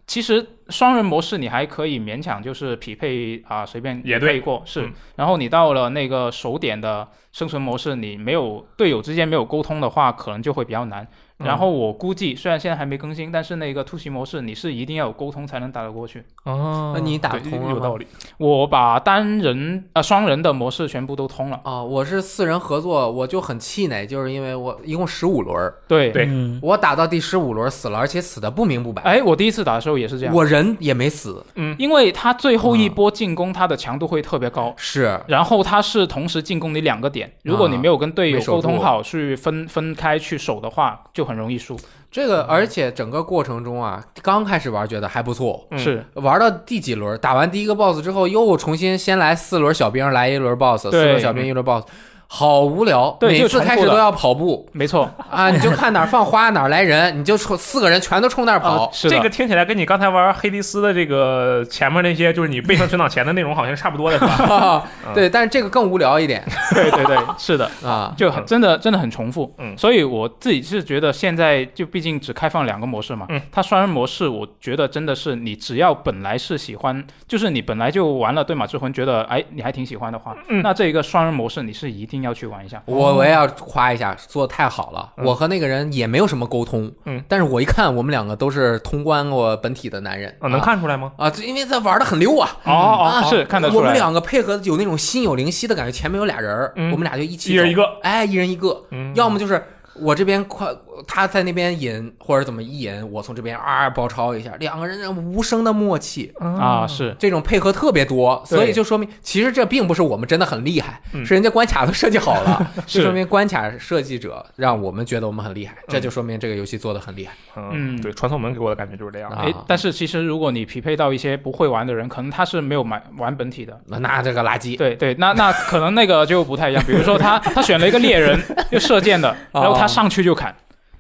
S2: 其实双人模式你还可以勉强就是匹配啊、随便
S1: 也
S2: 匹
S1: 对
S2: 配过是、
S1: 嗯
S2: 然后你到了那个首点的生存模式，你没有队友之间没有沟通的话，可能就会比较难。
S1: 嗯
S2: 然后我估计，虽然现在还没更新，但是那个突袭模式你是一定要有沟通才能打得过去。
S1: 哦
S3: 那你打通了
S1: 有
S3: 吗
S1: 道理。
S2: 我把单人呃双人的模式全部都通了。
S3: 啊，我是四人合作，我就很气馁，就是因为我一共十五轮儿，
S2: 对
S1: 对
S4: 嗯
S3: 我打到第十五轮死了，而且死的不明不白，
S2: 哎，我第一次打的时候也是这样，
S3: 我人也没死，
S1: 嗯，
S2: 因为他最后一波进攻，他的强度会特别高。
S3: 是
S2: 然后他是同时进攻你两个点，如果你没有跟队友
S3: 没守住
S2: 沟通好，去分分开去守的话，就很容易输。
S3: 这个，而且整个过程中啊，刚开始玩觉得还不错，
S1: 嗯
S2: 是，
S3: 玩到第几轮，打完第一个 boss 之后，又重新先来四轮小兵，来一轮 boss，四轮小兵一轮 boss，好无聊，
S2: 对
S3: 每
S2: 就
S3: 次
S2: 重复
S3: 开始
S2: 的
S3: 都要跑步
S2: 没错，
S3: 啊，你就看哪儿放花哪儿来人，你就冲四个人全都冲那儿跑。
S2: 啊是的
S1: 这个听起来跟你刚才玩黑迪斯的这个前面那些，就是你背上存档前的内容好像是差不多的，是
S2: 啊
S1: 吧？
S3: 对，但是这个更无聊一点
S2: 对对对，是的。
S3: 啊。
S2: 就很真的真的很重复，
S1: 嗯
S2: 所以我自己是觉得现在就毕竟只开放两个模式嘛，
S1: 嗯
S2: 它双人模式我觉得真的是你只要本来是喜欢，就是你本来就玩了《对马之魂》，觉得哎你还挺喜欢的话，
S1: 嗯
S2: 那这一个双人模式你是一定要去玩一下。
S3: 我我也要夸一下，做的太好了。
S1: 嗯
S3: 我和那个人也没有什么沟通，
S1: 嗯，
S3: 但是我一看，我们两个都是通关过本体的男人
S1: 啊，能看出来吗？
S3: 啊，就因为他玩的很溜啊，
S1: 哦哦
S3: 啊，
S1: 哦
S2: 是看得出来
S3: 我们两个配合有那种心有灵犀的感觉，前面有俩人儿，
S1: 嗯
S3: 我们俩就一起
S1: 一人
S3: 走
S1: 一个，
S3: 哎，一人一个，
S1: 嗯，
S3: 要么就是我这边快，他在那边引或者怎么一引，我从这边啊包抄一下，两个人无声的默契，
S1: 嗯
S2: 啊，是
S3: 这种配合特别多，
S2: 对
S3: 所以就说明其实这并不是我们真的很厉害，
S1: 嗯
S3: 是人家关卡都设计好了，
S2: 是
S3: 就说明关卡设计者让我们觉得我们很厉害，这就说明这个游戏做的很厉害。
S1: 嗯，
S2: 嗯
S1: 对，传送门给我的感觉就是这样。
S3: 啊
S2: 哎，但是其实如果你匹配到一些不会玩的人，可能他是没有买玩本体的。
S3: 那那这个垃圾，
S2: 对对，那那可能那个就不太一样。比如说他他选了一个猎人， 就射箭的，
S1: 哦
S2: 然后他上去就砍，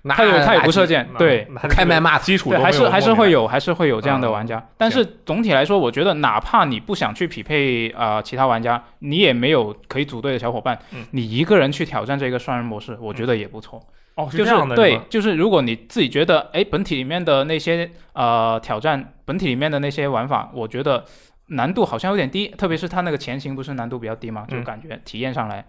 S3: 那
S2: 他有他也不射
S3: 垃圾
S2: 箭，哎对，
S1: 那，那
S3: 开麦骂他
S1: 基础
S2: 对，
S1: 都
S2: 还
S1: 没
S2: 是
S1: 有
S2: 还是
S1: 莫名
S2: 会
S1: 的
S2: 有还是会有这样的玩
S1: 嗯
S2: 家，但是总体来说，我觉得哪怕你不想去匹配呃其他玩家，你也没有可以组队的小伙伴，
S1: 嗯
S2: 你一个人去挑战这个双人模式，我觉得也不错。
S1: 哦，是
S2: 就
S1: 这样
S2: 是
S1: 的，
S2: 对
S1: 吗，
S2: 就是如果你自己觉得哎本体里面的那些呃挑战，本体里面的那些玩法，我觉得难度好像有点低，特别是它那个前行不是难度比较低嘛，就
S1: 嗯
S2: 感觉体验上来。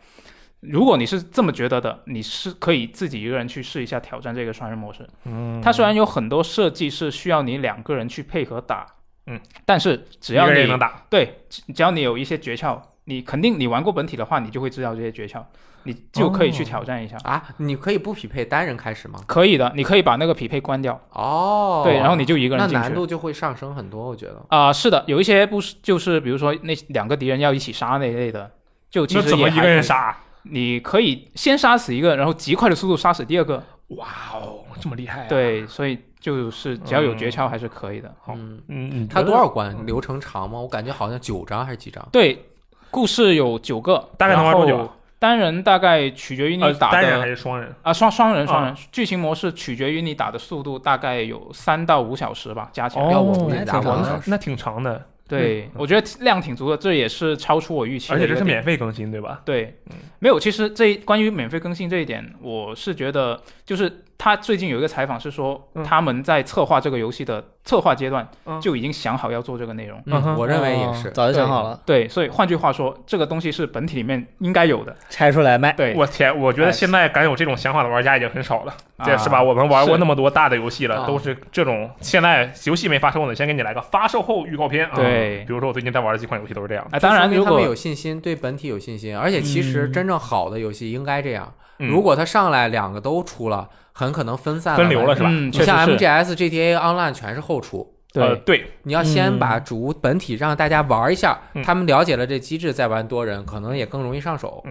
S2: 如果你是这么觉得的，你是可以自己一个人去试一下挑战这个双人模式。
S1: 嗯，
S2: 它虽然有很多设计是需要你两个人去配合打，
S1: 嗯，
S2: 但是只
S1: 一
S2: 要
S1: 个人也
S2: 你
S1: 能打，
S2: 对，只只要你有一些诀窍，你肯定你玩过本体的话，你就会知道这些诀窍，你就可以去
S1: 哦
S2: 挑战一下。
S3: 啊！你可以不匹配单人开始吗？
S2: 可以的，你可以把那个匹配关掉，
S3: 哦，
S2: 对，然后你就一个
S3: 那
S2: 人进
S3: 难
S2: 去。
S3: 度就会上升很多，我觉得。
S2: 啊、是的，有一些不是就是比如说那两个敌人要一起杀那一类的，就其
S1: 那
S2: 实
S1: 怎么
S2: 也
S1: 一
S2: 还
S1: 个人
S2: 可以？
S1: 杀？
S2: 你可以先杀死一个，然后极快的速度杀死第二个。
S1: 哇哦，这么厉害啊！，
S2: 对，所以就是只要
S1: 嗯
S2: 有诀窍还是可以的。
S1: 好
S3: 嗯，
S1: 嗯，你
S3: 它
S1: 觉得
S3: 多少关？流程长吗？我感觉好像九章还是几章？
S2: 对，故事有九个，
S1: 大概能玩多久啊
S2: 然后单人大概取决于
S1: 呃
S2: 你打
S1: 单人还
S2: 的
S1: 是双人？
S2: 啊，双双人双人剧情模式取决于你打的速度，大概有三到五小时吧，加起来。
S3: 要我
S1: 哦
S3: 我也
S4: 那
S3: 打
S4: 挺
S3: 完
S4: 长
S3: 了
S4: 的。
S1: 那挺长的，
S2: 对，我觉得量挺足的，这也是超出我预期的
S1: 而
S2: 一
S1: 且
S2: 个
S1: 这
S2: 点。
S1: 是免费更新，对吧？
S2: 对，没有。其实这关于免费更新这一点，我是觉得，就是他最近有一个采访是说，
S1: 嗯
S2: 他们在策划这个游戏的策划阶段
S1: 嗯
S2: 就已经想好要做这个内容。
S1: 嗯哼
S3: 嗯，我认为也
S4: 哦
S3: 是。
S4: 早就想好了，
S2: 对，所以换句话说，这个东西是本体里面应该有的。
S4: 拆出来卖。
S2: 对，
S1: 我天，我觉得
S2: 哎
S1: 现在敢有这种想法的玩家已经很少了，这
S2: 啊
S1: 是吧？我们玩过
S2: 是
S1: 那么多大的游戏了，
S3: 啊
S1: 都是这种。现在游戏没发售呢，先给你来个发售后预告片啊。
S2: 对
S1: 比如说我最近在玩的几款游戏都是这样的。
S2: 啊，当然
S3: 就说明
S2: 如
S3: 他们
S2: 果
S3: 有信心，对本体有信心，而且其实
S4: 嗯
S3: 真正好的游戏应该这样。
S1: 嗯
S3: 如果他上来两个都出了，很可能分散
S1: 分流了是吧
S2: 嗯，
S3: 你
S2: 确
S3: 像
S2: 实是，
S3: MGS、GTA Online 全是后出，
S1: 呃，
S2: 对，
S1: 对，
S3: 你要先
S4: 嗯
S3: 把主本体让大家玩一下，
S1: 嗯
S3: 他们了解了这机制再玩多人，可能也更容易上手。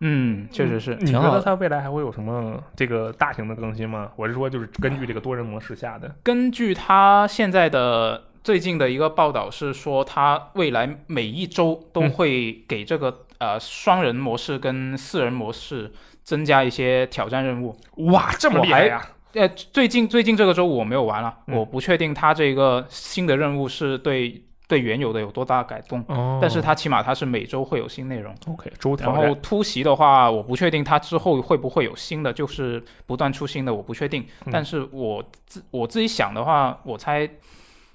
S2: 嗯，确实是。
S1: 你觉
S4: 挺好
S1: 得
S4: 的
S1: 它未来还会有什么这个大型的更新吗？我是说，就是根据这个多人模式下的。
S2: 根据他现在的最近的一个报道是说，他未来每一周都
S3: 嗯
S2: 会给这个、呃双人模式跟四人模式增加一些挑战任务。
S1: 哇，这么厉害呀！
S2: 呃，最近最近这个周五我没有玩了，
S1: 嗯
S2: 我不确定他这个新的任务是对对原有的有多大改动，
S1: 哦
S2: 但是它起码它是每周会有新内容。
S1: OK 周
S2: 然
S1: 挑
S2: 后
S1: 战，
S2: 突袭的话，我不确定它之后会不会有新的，就是不断出新的，我不确定
S1: 嗯。
S2: 但是我自我自己想的话，我猜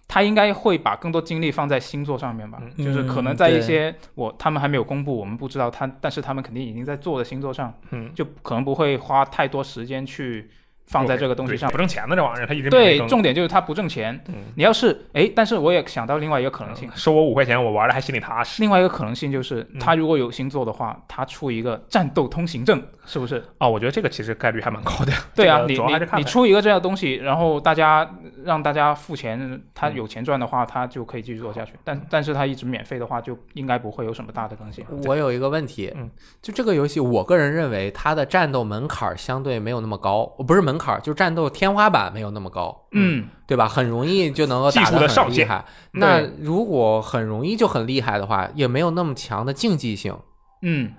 S2: 他应该会把更多精力放在星座上面吧，
S1: 嗯
S2: 就是可能在一些我他们还没有公布，我们不知道他，但是他们肯定已经在做的星座上，
S1: 嗯，
S2: 就可能不会花太多时间去放在这个东西
S1: 对
S2: 上
S1: 不。挣钱的这玩意儿，它一直
S2: 对
S1: 没，更
S2: 重点就是它不挣钱
S1: 嗯。
S2: 你要是哎，但是我也想到另外一个可能性
S1: 嗯，收我五块钱，我玩的还心里踏实
S2: 另外一个可能性就是
S1: 嗯，
S2: 他如果有星座的话，他出一个战斗通行证，是不是？
S1: 啊。我觉得这个其实概率还蛮高的。
S2: 对啊
S1: 这，个
S2: 你
S1: 主要还是
S2: 你
S1: 看
S2: 你
S1: 看
S2: 出一个这样的东西，然后大家让大家付钱，他有钱赚的话，他就可以继续做下去。
S1: 嗯
S2: 但但是他一直免费的话，就应该不会有什么大的更新。
S3: 我有一个问题
S1: 嗯，
S3: 就这个游戏，我个人认为它的战斗门槛相对没有那么高，哦不是门槛，就是战斗天花板没有那么高，
S2: 嗯，
S3: 对吧？很容易就能够打
S1: 技术的
S3: 得
S1: 上
S3: 很厉
S1: 限
S3: 害。那如果很容易就很厉害的话，也没有那么强的竞技性。
S2: 嗯，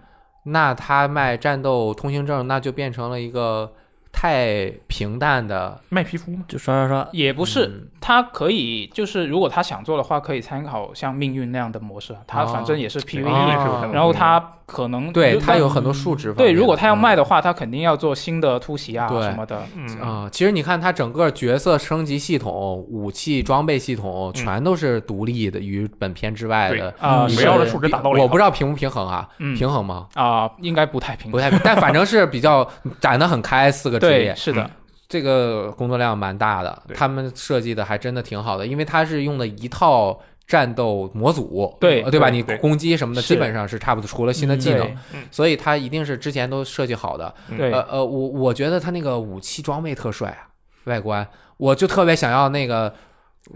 S3: 那他卖战斗通行证，那就变成了一个太平淡的，
S1: 卖皮肤吗？
S4: 就刷刷刷，
S2: 也不是，
S3: 嗯
S2: 他可以就是如果他想做的话，可以参考像命运那样的模式，啊
S1: 啊
S2: 他反正也是
S1: 皮
S2: PVE，、
S1: 肤也是有
S3: 啊
S1: 可能
S2: E 然后他可能
S3: 对
S2: 就
S3: 他有很多数值方面
S2: 嗯对，
S3: 的。
S2: 如果他要卖
S3: 的，嗯
S2: 的话，他肯定要做新的突袭啊
S3: 对
S2: 什么的，
S1: 嗯啊
S3: 啊、其实你看他整个角色升级系统、武器装备系统，
S2: 嗯
S3: 全都是独立的，于本片之外的。
S2: 啊
S1: 你嗯
S2: 是
S1: 围绕着数值打到了一
S3: 我
S1: 行
S3: 不知道平不平衡啊，
S2: 嗯
S3: 平衡吗？
S2: 啊，应该不太平
S3: 不太，但反正是比较 展得很开，四个职
S2: 对，
S3: 业，嗯
S2: 是的，
S3: 这个工作量蛮大的。
S1: 对
S3: 他们设计的还真的挺好的，因为它是用的一套战斗模组，
S2: 对
S3: 呃对吧？
S1: 对
S3: 你
S1: 对
S3: 攻击什么的
S2: 是
S3: 基本上是差不多，除了新的技能
S2: 对，
S3: 所以它一定是之前都设计好的。
S1: 嗯
S2: 对
S3: 呃呃，我我觉得它那个武器装备特帅啊，外观，我就特别想要那个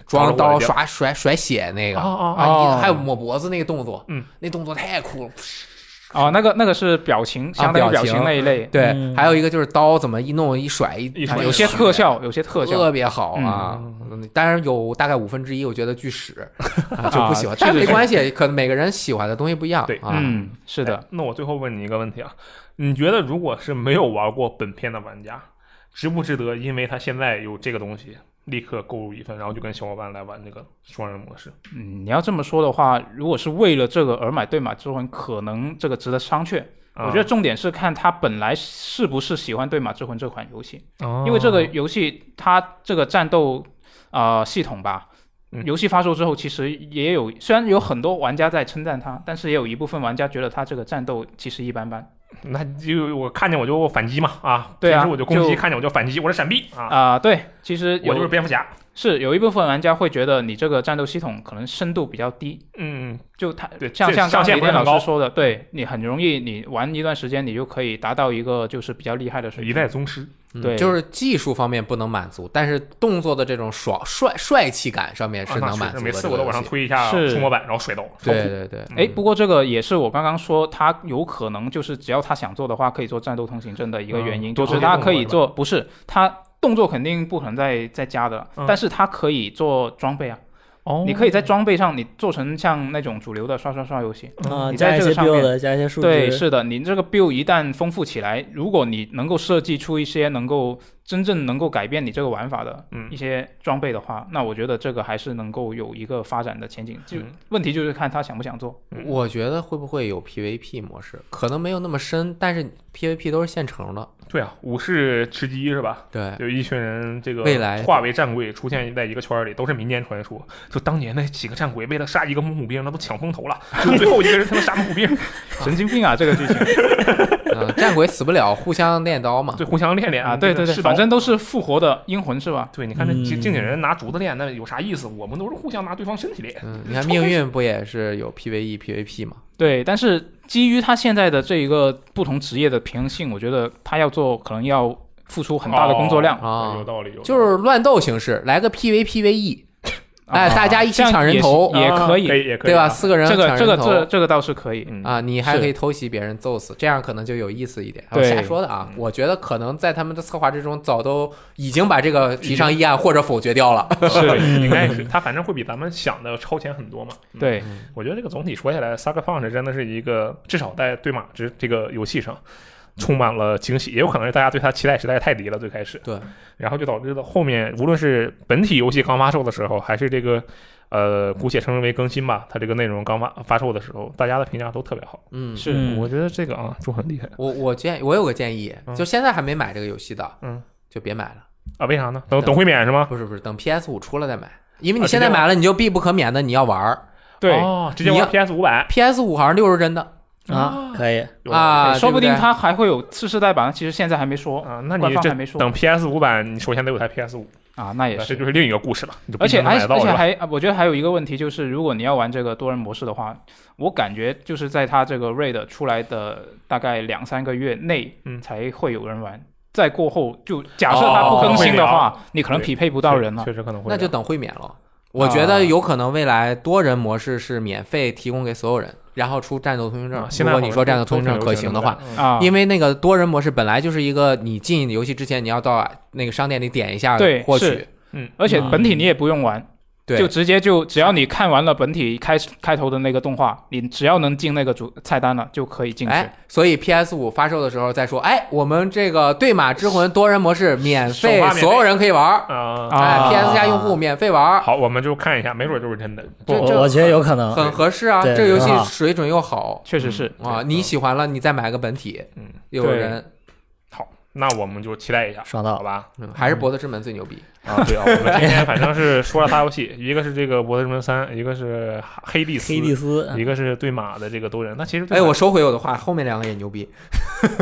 S1: 装
S3: 装
S1: 着我
S3: 刀
S1: 的
S3: 耍甩甩血那个
S1: 哦哦
S3: 啊，
S2: 哦
S3: 一还有抹脖子那个动作，
S1: 嗯，
S3: 那动作太酷了。
S2: 哦，那个那个是表情，相当于
S3: 啊表
S2: 表
S3: 情啊
S2: 情那一类，
S3: 对，
S4: 嗯
S3: 还有一个就是刀怎么一弄一甩一
S1: 一甩
S2: 啊
S1: 对
S2: 有些特效，有些特效
S3: 特别好啊。
S1: 嗯
S3: 当然有大概五分之一，我觉得巨屎、啊、就 不喜欢，
S2: 啊
S3: 但
S2: 这
S3: 没
S2: 个
S3: 关系，可能每个人喜欢的东西不一样。
S1: 对
S3: 啊、
S2: 嗯，是的
S1: 哎。那我最后问你一个问题啊，你觉得如果是没有玩过本片的玩家，值不值得？因为他现在有这个东西，立刻购入一份，然后就跟小伙伴来玩这个双人模式。
S2: 嗯，你要这么说的话，如果是为了这个而买对马之魂，可能这个值得商榷。
S1: 啊
S3: 啊
S2: 我觉得重点是看他本来是不是喜欢对马之魂这款游戏，
S3: 哦
S1: 啊，
S2: 因为这个游戏它这个战斗啊、呃系统吧
S1: 嗯。
S2: 游戏发售之后，其实也有，虽然有很多玩家在称赞它，但是也有一部分玩家觉得它这个战斗其实一般般
S1: 那就我看见我就反击嘛啊，
S2: 对啊
S1: 平时我就攻击，
S2: 就
S1: 看见我就反击，我是闪避啊，
S2: 啊、对，其实
S1: 我
S2: 有
S1: 就是蝙蝠侠。
S2: 是有一部分玩家会觉得你这个战斗系统可能深度比较低，
S1: 嗯，
S2: 就他
S1: 对
S2: 像
S1: 这
S2: 像
S1: 上
S2: 刚
S1: 限
S2: 才
S1: 不
S2: 李
S1: 是很
S2: 天老
S1: 高
S2: 师说的，对你很容易，你玩一段时间，你就可以达到一个就是比较厉害的水
S1: 一
S2: 平。
S1: 代宗师。
S3: 嗯
S2: 对
S3: 就是技术方面不能满足，但是动作的这种爽帅帅气感上面
S1: 啊
S3: 是
S1: 那
S3: 能满足的。
S1: 每次
S3: 这
S1: 我
S3: 个
S1: 都往上
S3: 游戏，
S1: 推一下
S2: 是
S1: 触摸板，然后甩刀。超
S3: 对
S1: 酷，
S3: 对对，
S2: 哎，不过这个也是我刚刚说，他有可能就是只要他想做的话，可以做战斗通行证的一个原因，
S1: 嗯
S2: 就是他可以做，不是他动作肯定不可能再再加的，
S1: 嗯
S2: 但是他可以做装备啊，
S1: 哦
S2: 你可以在装备上你做成像那种主流的刷刷刷游戏，
S4: 啊，
S2: 你
S4: 加
S2: 在
S4: 一
S2: 这
S4: 些
S2: 个上
S4: build，加一些数值，
S2: 对，是的，你这个 build 一旦丰富起来，如果你能够设计出一些能够真正能够改变你这个玩法的
S1: 嗯
S2: 一些装备的话，那我觉得这个还是能够有一个发展的前景。就、
S1: 嗯
S2: 问题就是看他想不 想做。
S3: 我觉得会不会有 PVP 模式？可能没有那么深，但是 PVP 都是现成的。
S1: 对啊，武士吃鸡是吧？
S3: 对，
S1: 就一群人这个
S3: 未来
S1: 化为战鬼，出现在一个圈儿里，都是民间传说。就当年那几个战鬼为了杀一个蒙古兵，那都抢风头了，就最后一个人才能杀蒙古兵，
S2: 神经病啊，这个剧 情
S3: 嗯，战鬼死不了，互相练刀嘛。
S1: 对，互相练练
S2: 啊，对对对，
S1: 是
S2: 反正都是复活的阴魂是吧？
S1: 对，你看那
S4: 嗯
S1: 正经人拿竹子练，那有啥意思？我们都是互相拿对方身体练。
S3: 嗯，你看命运不也是有 E PVE、PVP 嘛？
S2: 对，但是基于他现在的这一个不同职业的平衡性，我觉得他要做可能要付出很大的工作量。
S3: 啊
S1: 有道理，有道理
S3: 就是乱斗形式，来个 PVPVE，哎，
S2: 啊
S3: 大家一起
S2: 这样
S3: 抢人
S2: 也是
S3: 头，
S2: 也
S1: 啊
S2: 可以
S1: 可以，也可以，
S3: 对吧？？四个人
S2: 这个
S3: 抢
S2: 这个
S3: 人
S2: 这个
S3: 头
S2: 这个倒是可以。
S1: 嗯
S3: 啊，你还
S2: 是
S3: 可以偷袭别人揍死，这样可能就有意思一点。我
S2: 对
S3: 瞎说的啊，
S1: 嗯
S3: 我觉得可能在他们的策划之中，早都已经把这个提上议案或者否决掉 了。
S1: 是，应
S2: 嗯
S1: 该是他，反正会比咱们想的超前很多嘛。嗯，
S2: 对，
S1: 我觉得这个总体说下来，Saga Punch 真的是一个至少在对马之这个游戏上充满了惊喜，也有可能是大家对它期待实在是太低了，最开始，
S3: 对，
S1: 然后就导致了后面无论是本体游戏刚发售的时候，还是这个呃姑且称之为更新吧，它这个内容刚发发售的时候，大家的评价都特别好。
S3: 嗯，
S2: 是
S4: 嗯
S1: 我觉得这个啊就很厉害
S3: 我我建我有个建议
S1: 嗯，
S3: 就现在还没买这个游戏的，
S1: 嗯，
S3: 就别买了，
S1: 啊，为啥呢？等等会免是吗？
S3: 不是不是，等 PS 五出了再买，因为
S1: 啊
S3: 你现在
S1: 直接玩
S3: 买了，你就必不可免的你要玩儿。
S2: 对，
S1: 哦，直接玩
S3: 你
S1: PS 五版
S3: PS 五好像六十帧的
S4: 啊，可以，
S1: 有
S3: 啊，
S2: 说不
S3: 对
S2: 定
S3: 对
S2: 它还会有次世代版，其实现在还没说
S1: 啊，那
S2: 官
S1: 你
S2: 方
S1: 这
S2: 还没说
S1: 等 PS 五版，你首先得有台 PS 五，
S2: 啊，那也
S1: 这
S2: 是。
S1: 就是另一个故事了。你就不
S2: 而
S1: 一定
S2: 且
S1: 能
S2: 还
S1: 买到
S2: 而
S1: 是
S2: 且
S1: 吧？
S2: 还，啊我觉得还有一个问题就是，如果你要玩这个多人模式的话，我感觉就是在它这个 raid 出来的大概两三个月内
S1: 嗯哦
S2: 才会有人玩，再过后就假设它不更新的话，你可能匹配不到人了
S1: 确。确实可能会啊
S3: 那
S1: 这样。
S3: 就等会免了。我觉得有可能未来多人模式是免费提供给所有人，然后出战斗通行证
S1: 啊。现
S3: 如
S1: 在好
S3: 果你
S1: 像都
S3: 说战斗
S1: 都
S3: 通行
S1: 挺
S3: 证
S1: 流
S3: 可
S1: 行
S3: 行
S1: 的
S3: 的话，
S2: 啊，
S3: 因
S2: 为
S3: 为那个多人模式本来就是一个你进游戏之前你要到那个商店里点一下
S2: 对
S3: 获取
S1: 嗯
S2: 是，而且本体你也不用玩，
S3: 对
S2: 就直接就只要你看完了本体开开头的那个动画，你只要能进那个主菜单了，就可以进去。
S3: 哎，所以 PS 五发售的时候再说，哎，我们这个《对马之魂》多人模式免费
S1: 首发免，费
S3: 所有人可以玩儿，
S1: 啊、
S2: 啊
S3: 哎，PS 加用户免费玩儿，
S1: 好，我们就看一下，没准就是真的。
S3: 这
S1: 不
S3: 这
S4: 我我觉得有可能。
S3: 很合适啊。
S4: 对
S3: 这个游戏
S4: 很好
S3: 水准又好
S2: 确实是，
S1: 嗯
S3: 啊，
S1: 对
S3: 你喜欢了你再买个本体，
S1: 嗯，
S3: 有
S2: 对
S3: 人
S1: 好，那我们就期待一下，
S4: 刷
S1: 好
S4: 到了，
S1: 吧？
S3: 嗯还是《博德之门》最牛逼。
S1: 啊，对啊，我们今天反正是说了仨游戏，一个是这个《博德之门三》，一个是黑帝斯，
S4: 黑蒂斯，
S1: 一个是对马的这个多人。那其实对
S2: 嗯
S3: 哎，
S1: 马
S3: 我收回我的话，后面两个也牛 逼，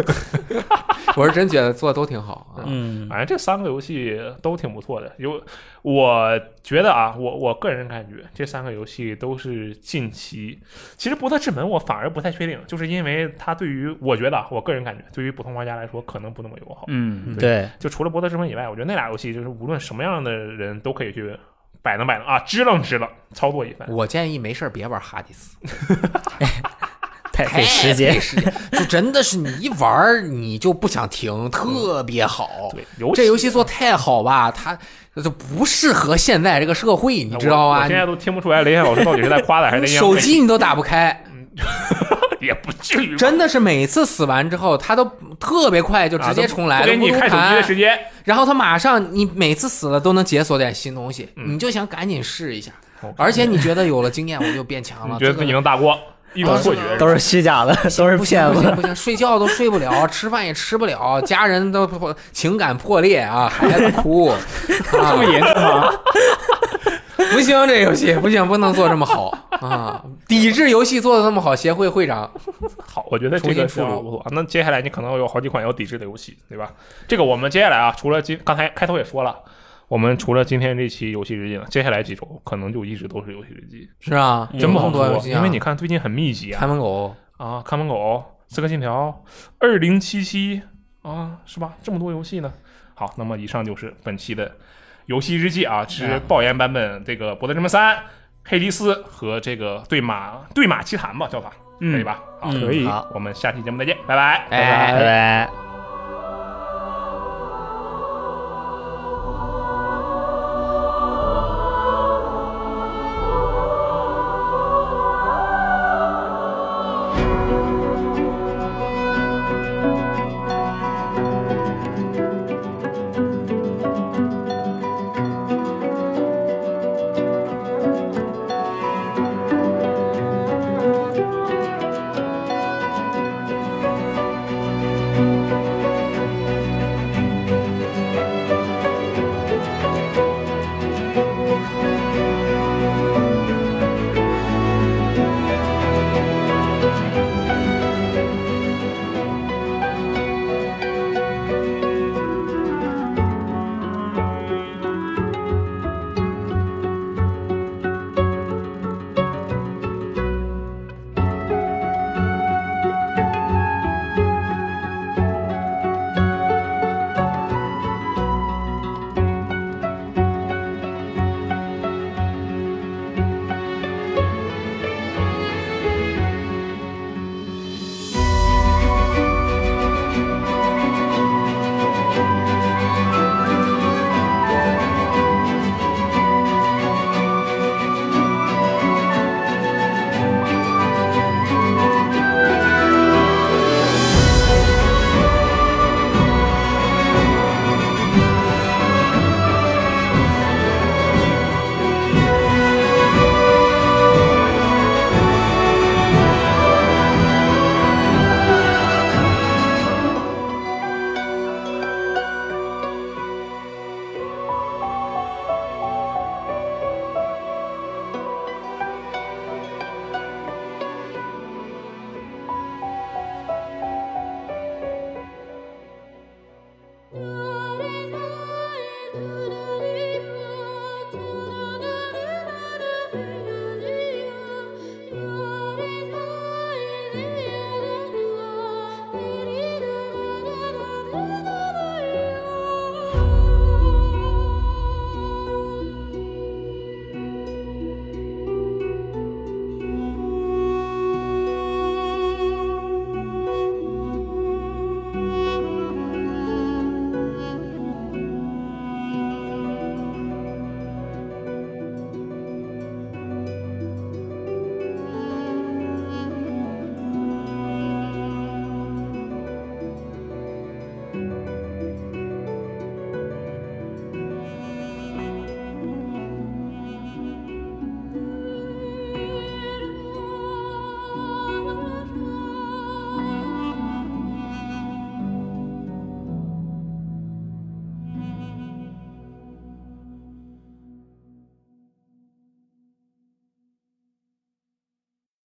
S3: 我是真觉得做的都挺好啊。
S4: 嗯，
S1: 反正哎这三个游戏都挺不错的。有，我觉得啊，我我个人感觉这三个游戏都是近期。其实《博德之门》我反而不太确定，就是因为它对于我觉得啊，我个人感觉对于普通玩家来说可能不那么友好。
S2: 嗯，
S4: 对，
S1: 就除了《博德之门》以外，我觉得那俩游戏就是无论什么样的人都可以去摆弄摆弄啊，支棱支棱，操作一番。
S3: 我建议没事儿别玩哈迪斯，
S4: 太费时
S3: 时
S4: 间
S3: 费。时间，就真的是你一玩儿你就不想停，特别好。
S1: 嗯对，尤其
S3: 这游戏做太好吧，它就不适合现在这个社会，你知道
S1: 我
S3: 吗
S1: 我现？在都听不出来雷燕老师到底是在夸他还是在
S3: 你
S1: 阴阳
S3: 手
S1: 怪气
S3: 机你都打不开，
S1: 也不至于吧。
S3: 真的是每次死完之后，它都特别快就直接重来，
S1: 啊都不
S3: 都
S1: 给
S3: 不
S1: 你看
S3: 读
S1: 手机的时
S3: 盘，
S1: 间。
S3: 然后它马上你每次死了都能解锁点新东西，
S1: 嗯
S3: 你就想赶紧试一下。
S1: OK
S3: 而且你觉得有了经验，我就变强了。
S1: 你觉得自己能大过，一种错觉。
S4: 都是虚假的，都是
S3: 不行
S4: 骗
S3: 不行
S4: 子。
S3: 不行，睡觉都睡不了，吃饭也吃不了，家人都情感破裂啊，孩子哭，啊、
S2: 这么严重吗？
S3: 不行，这游戏不行，不能做这么好啊！抵制游戏做的那么好，协会会长
S1: 好，我觉得这
S3: 重新
S1: 个
S3: 出
S1: 想
S3: 炉
S1: 法不错。啊那接下来你可能有好几款要抵制的游戏，对吧？这个我们接下来啊，除了今刚才开头也说了，我们除了今天这期游戏日记呢，接下来几周可能就一直都是游戏日记，
S3: 是啊，
S1: 真不嗯
S3: 有那
S1: 好
S3: 么多游
S1: 说。
S3: 戏啊，
S1: 因为你看最近很密集啊
S3: 看门狗，
S1: 啊，看门狗、刺客信条、二零七七啊，是吧？这么多游戏呢。好，那么以上就是本期的游戏日记啊，是爆炎版本这个《博德之门三》、黑迪斯和这个对马对马奇谭吧，叫法。可以
S2: 嗯，
S1: 吧？好，
S4: 嗯
S1: 可以
S4: 好，
S1: 我们下期节目再见，拜拜，
S3: 哎
S4: 拜拜。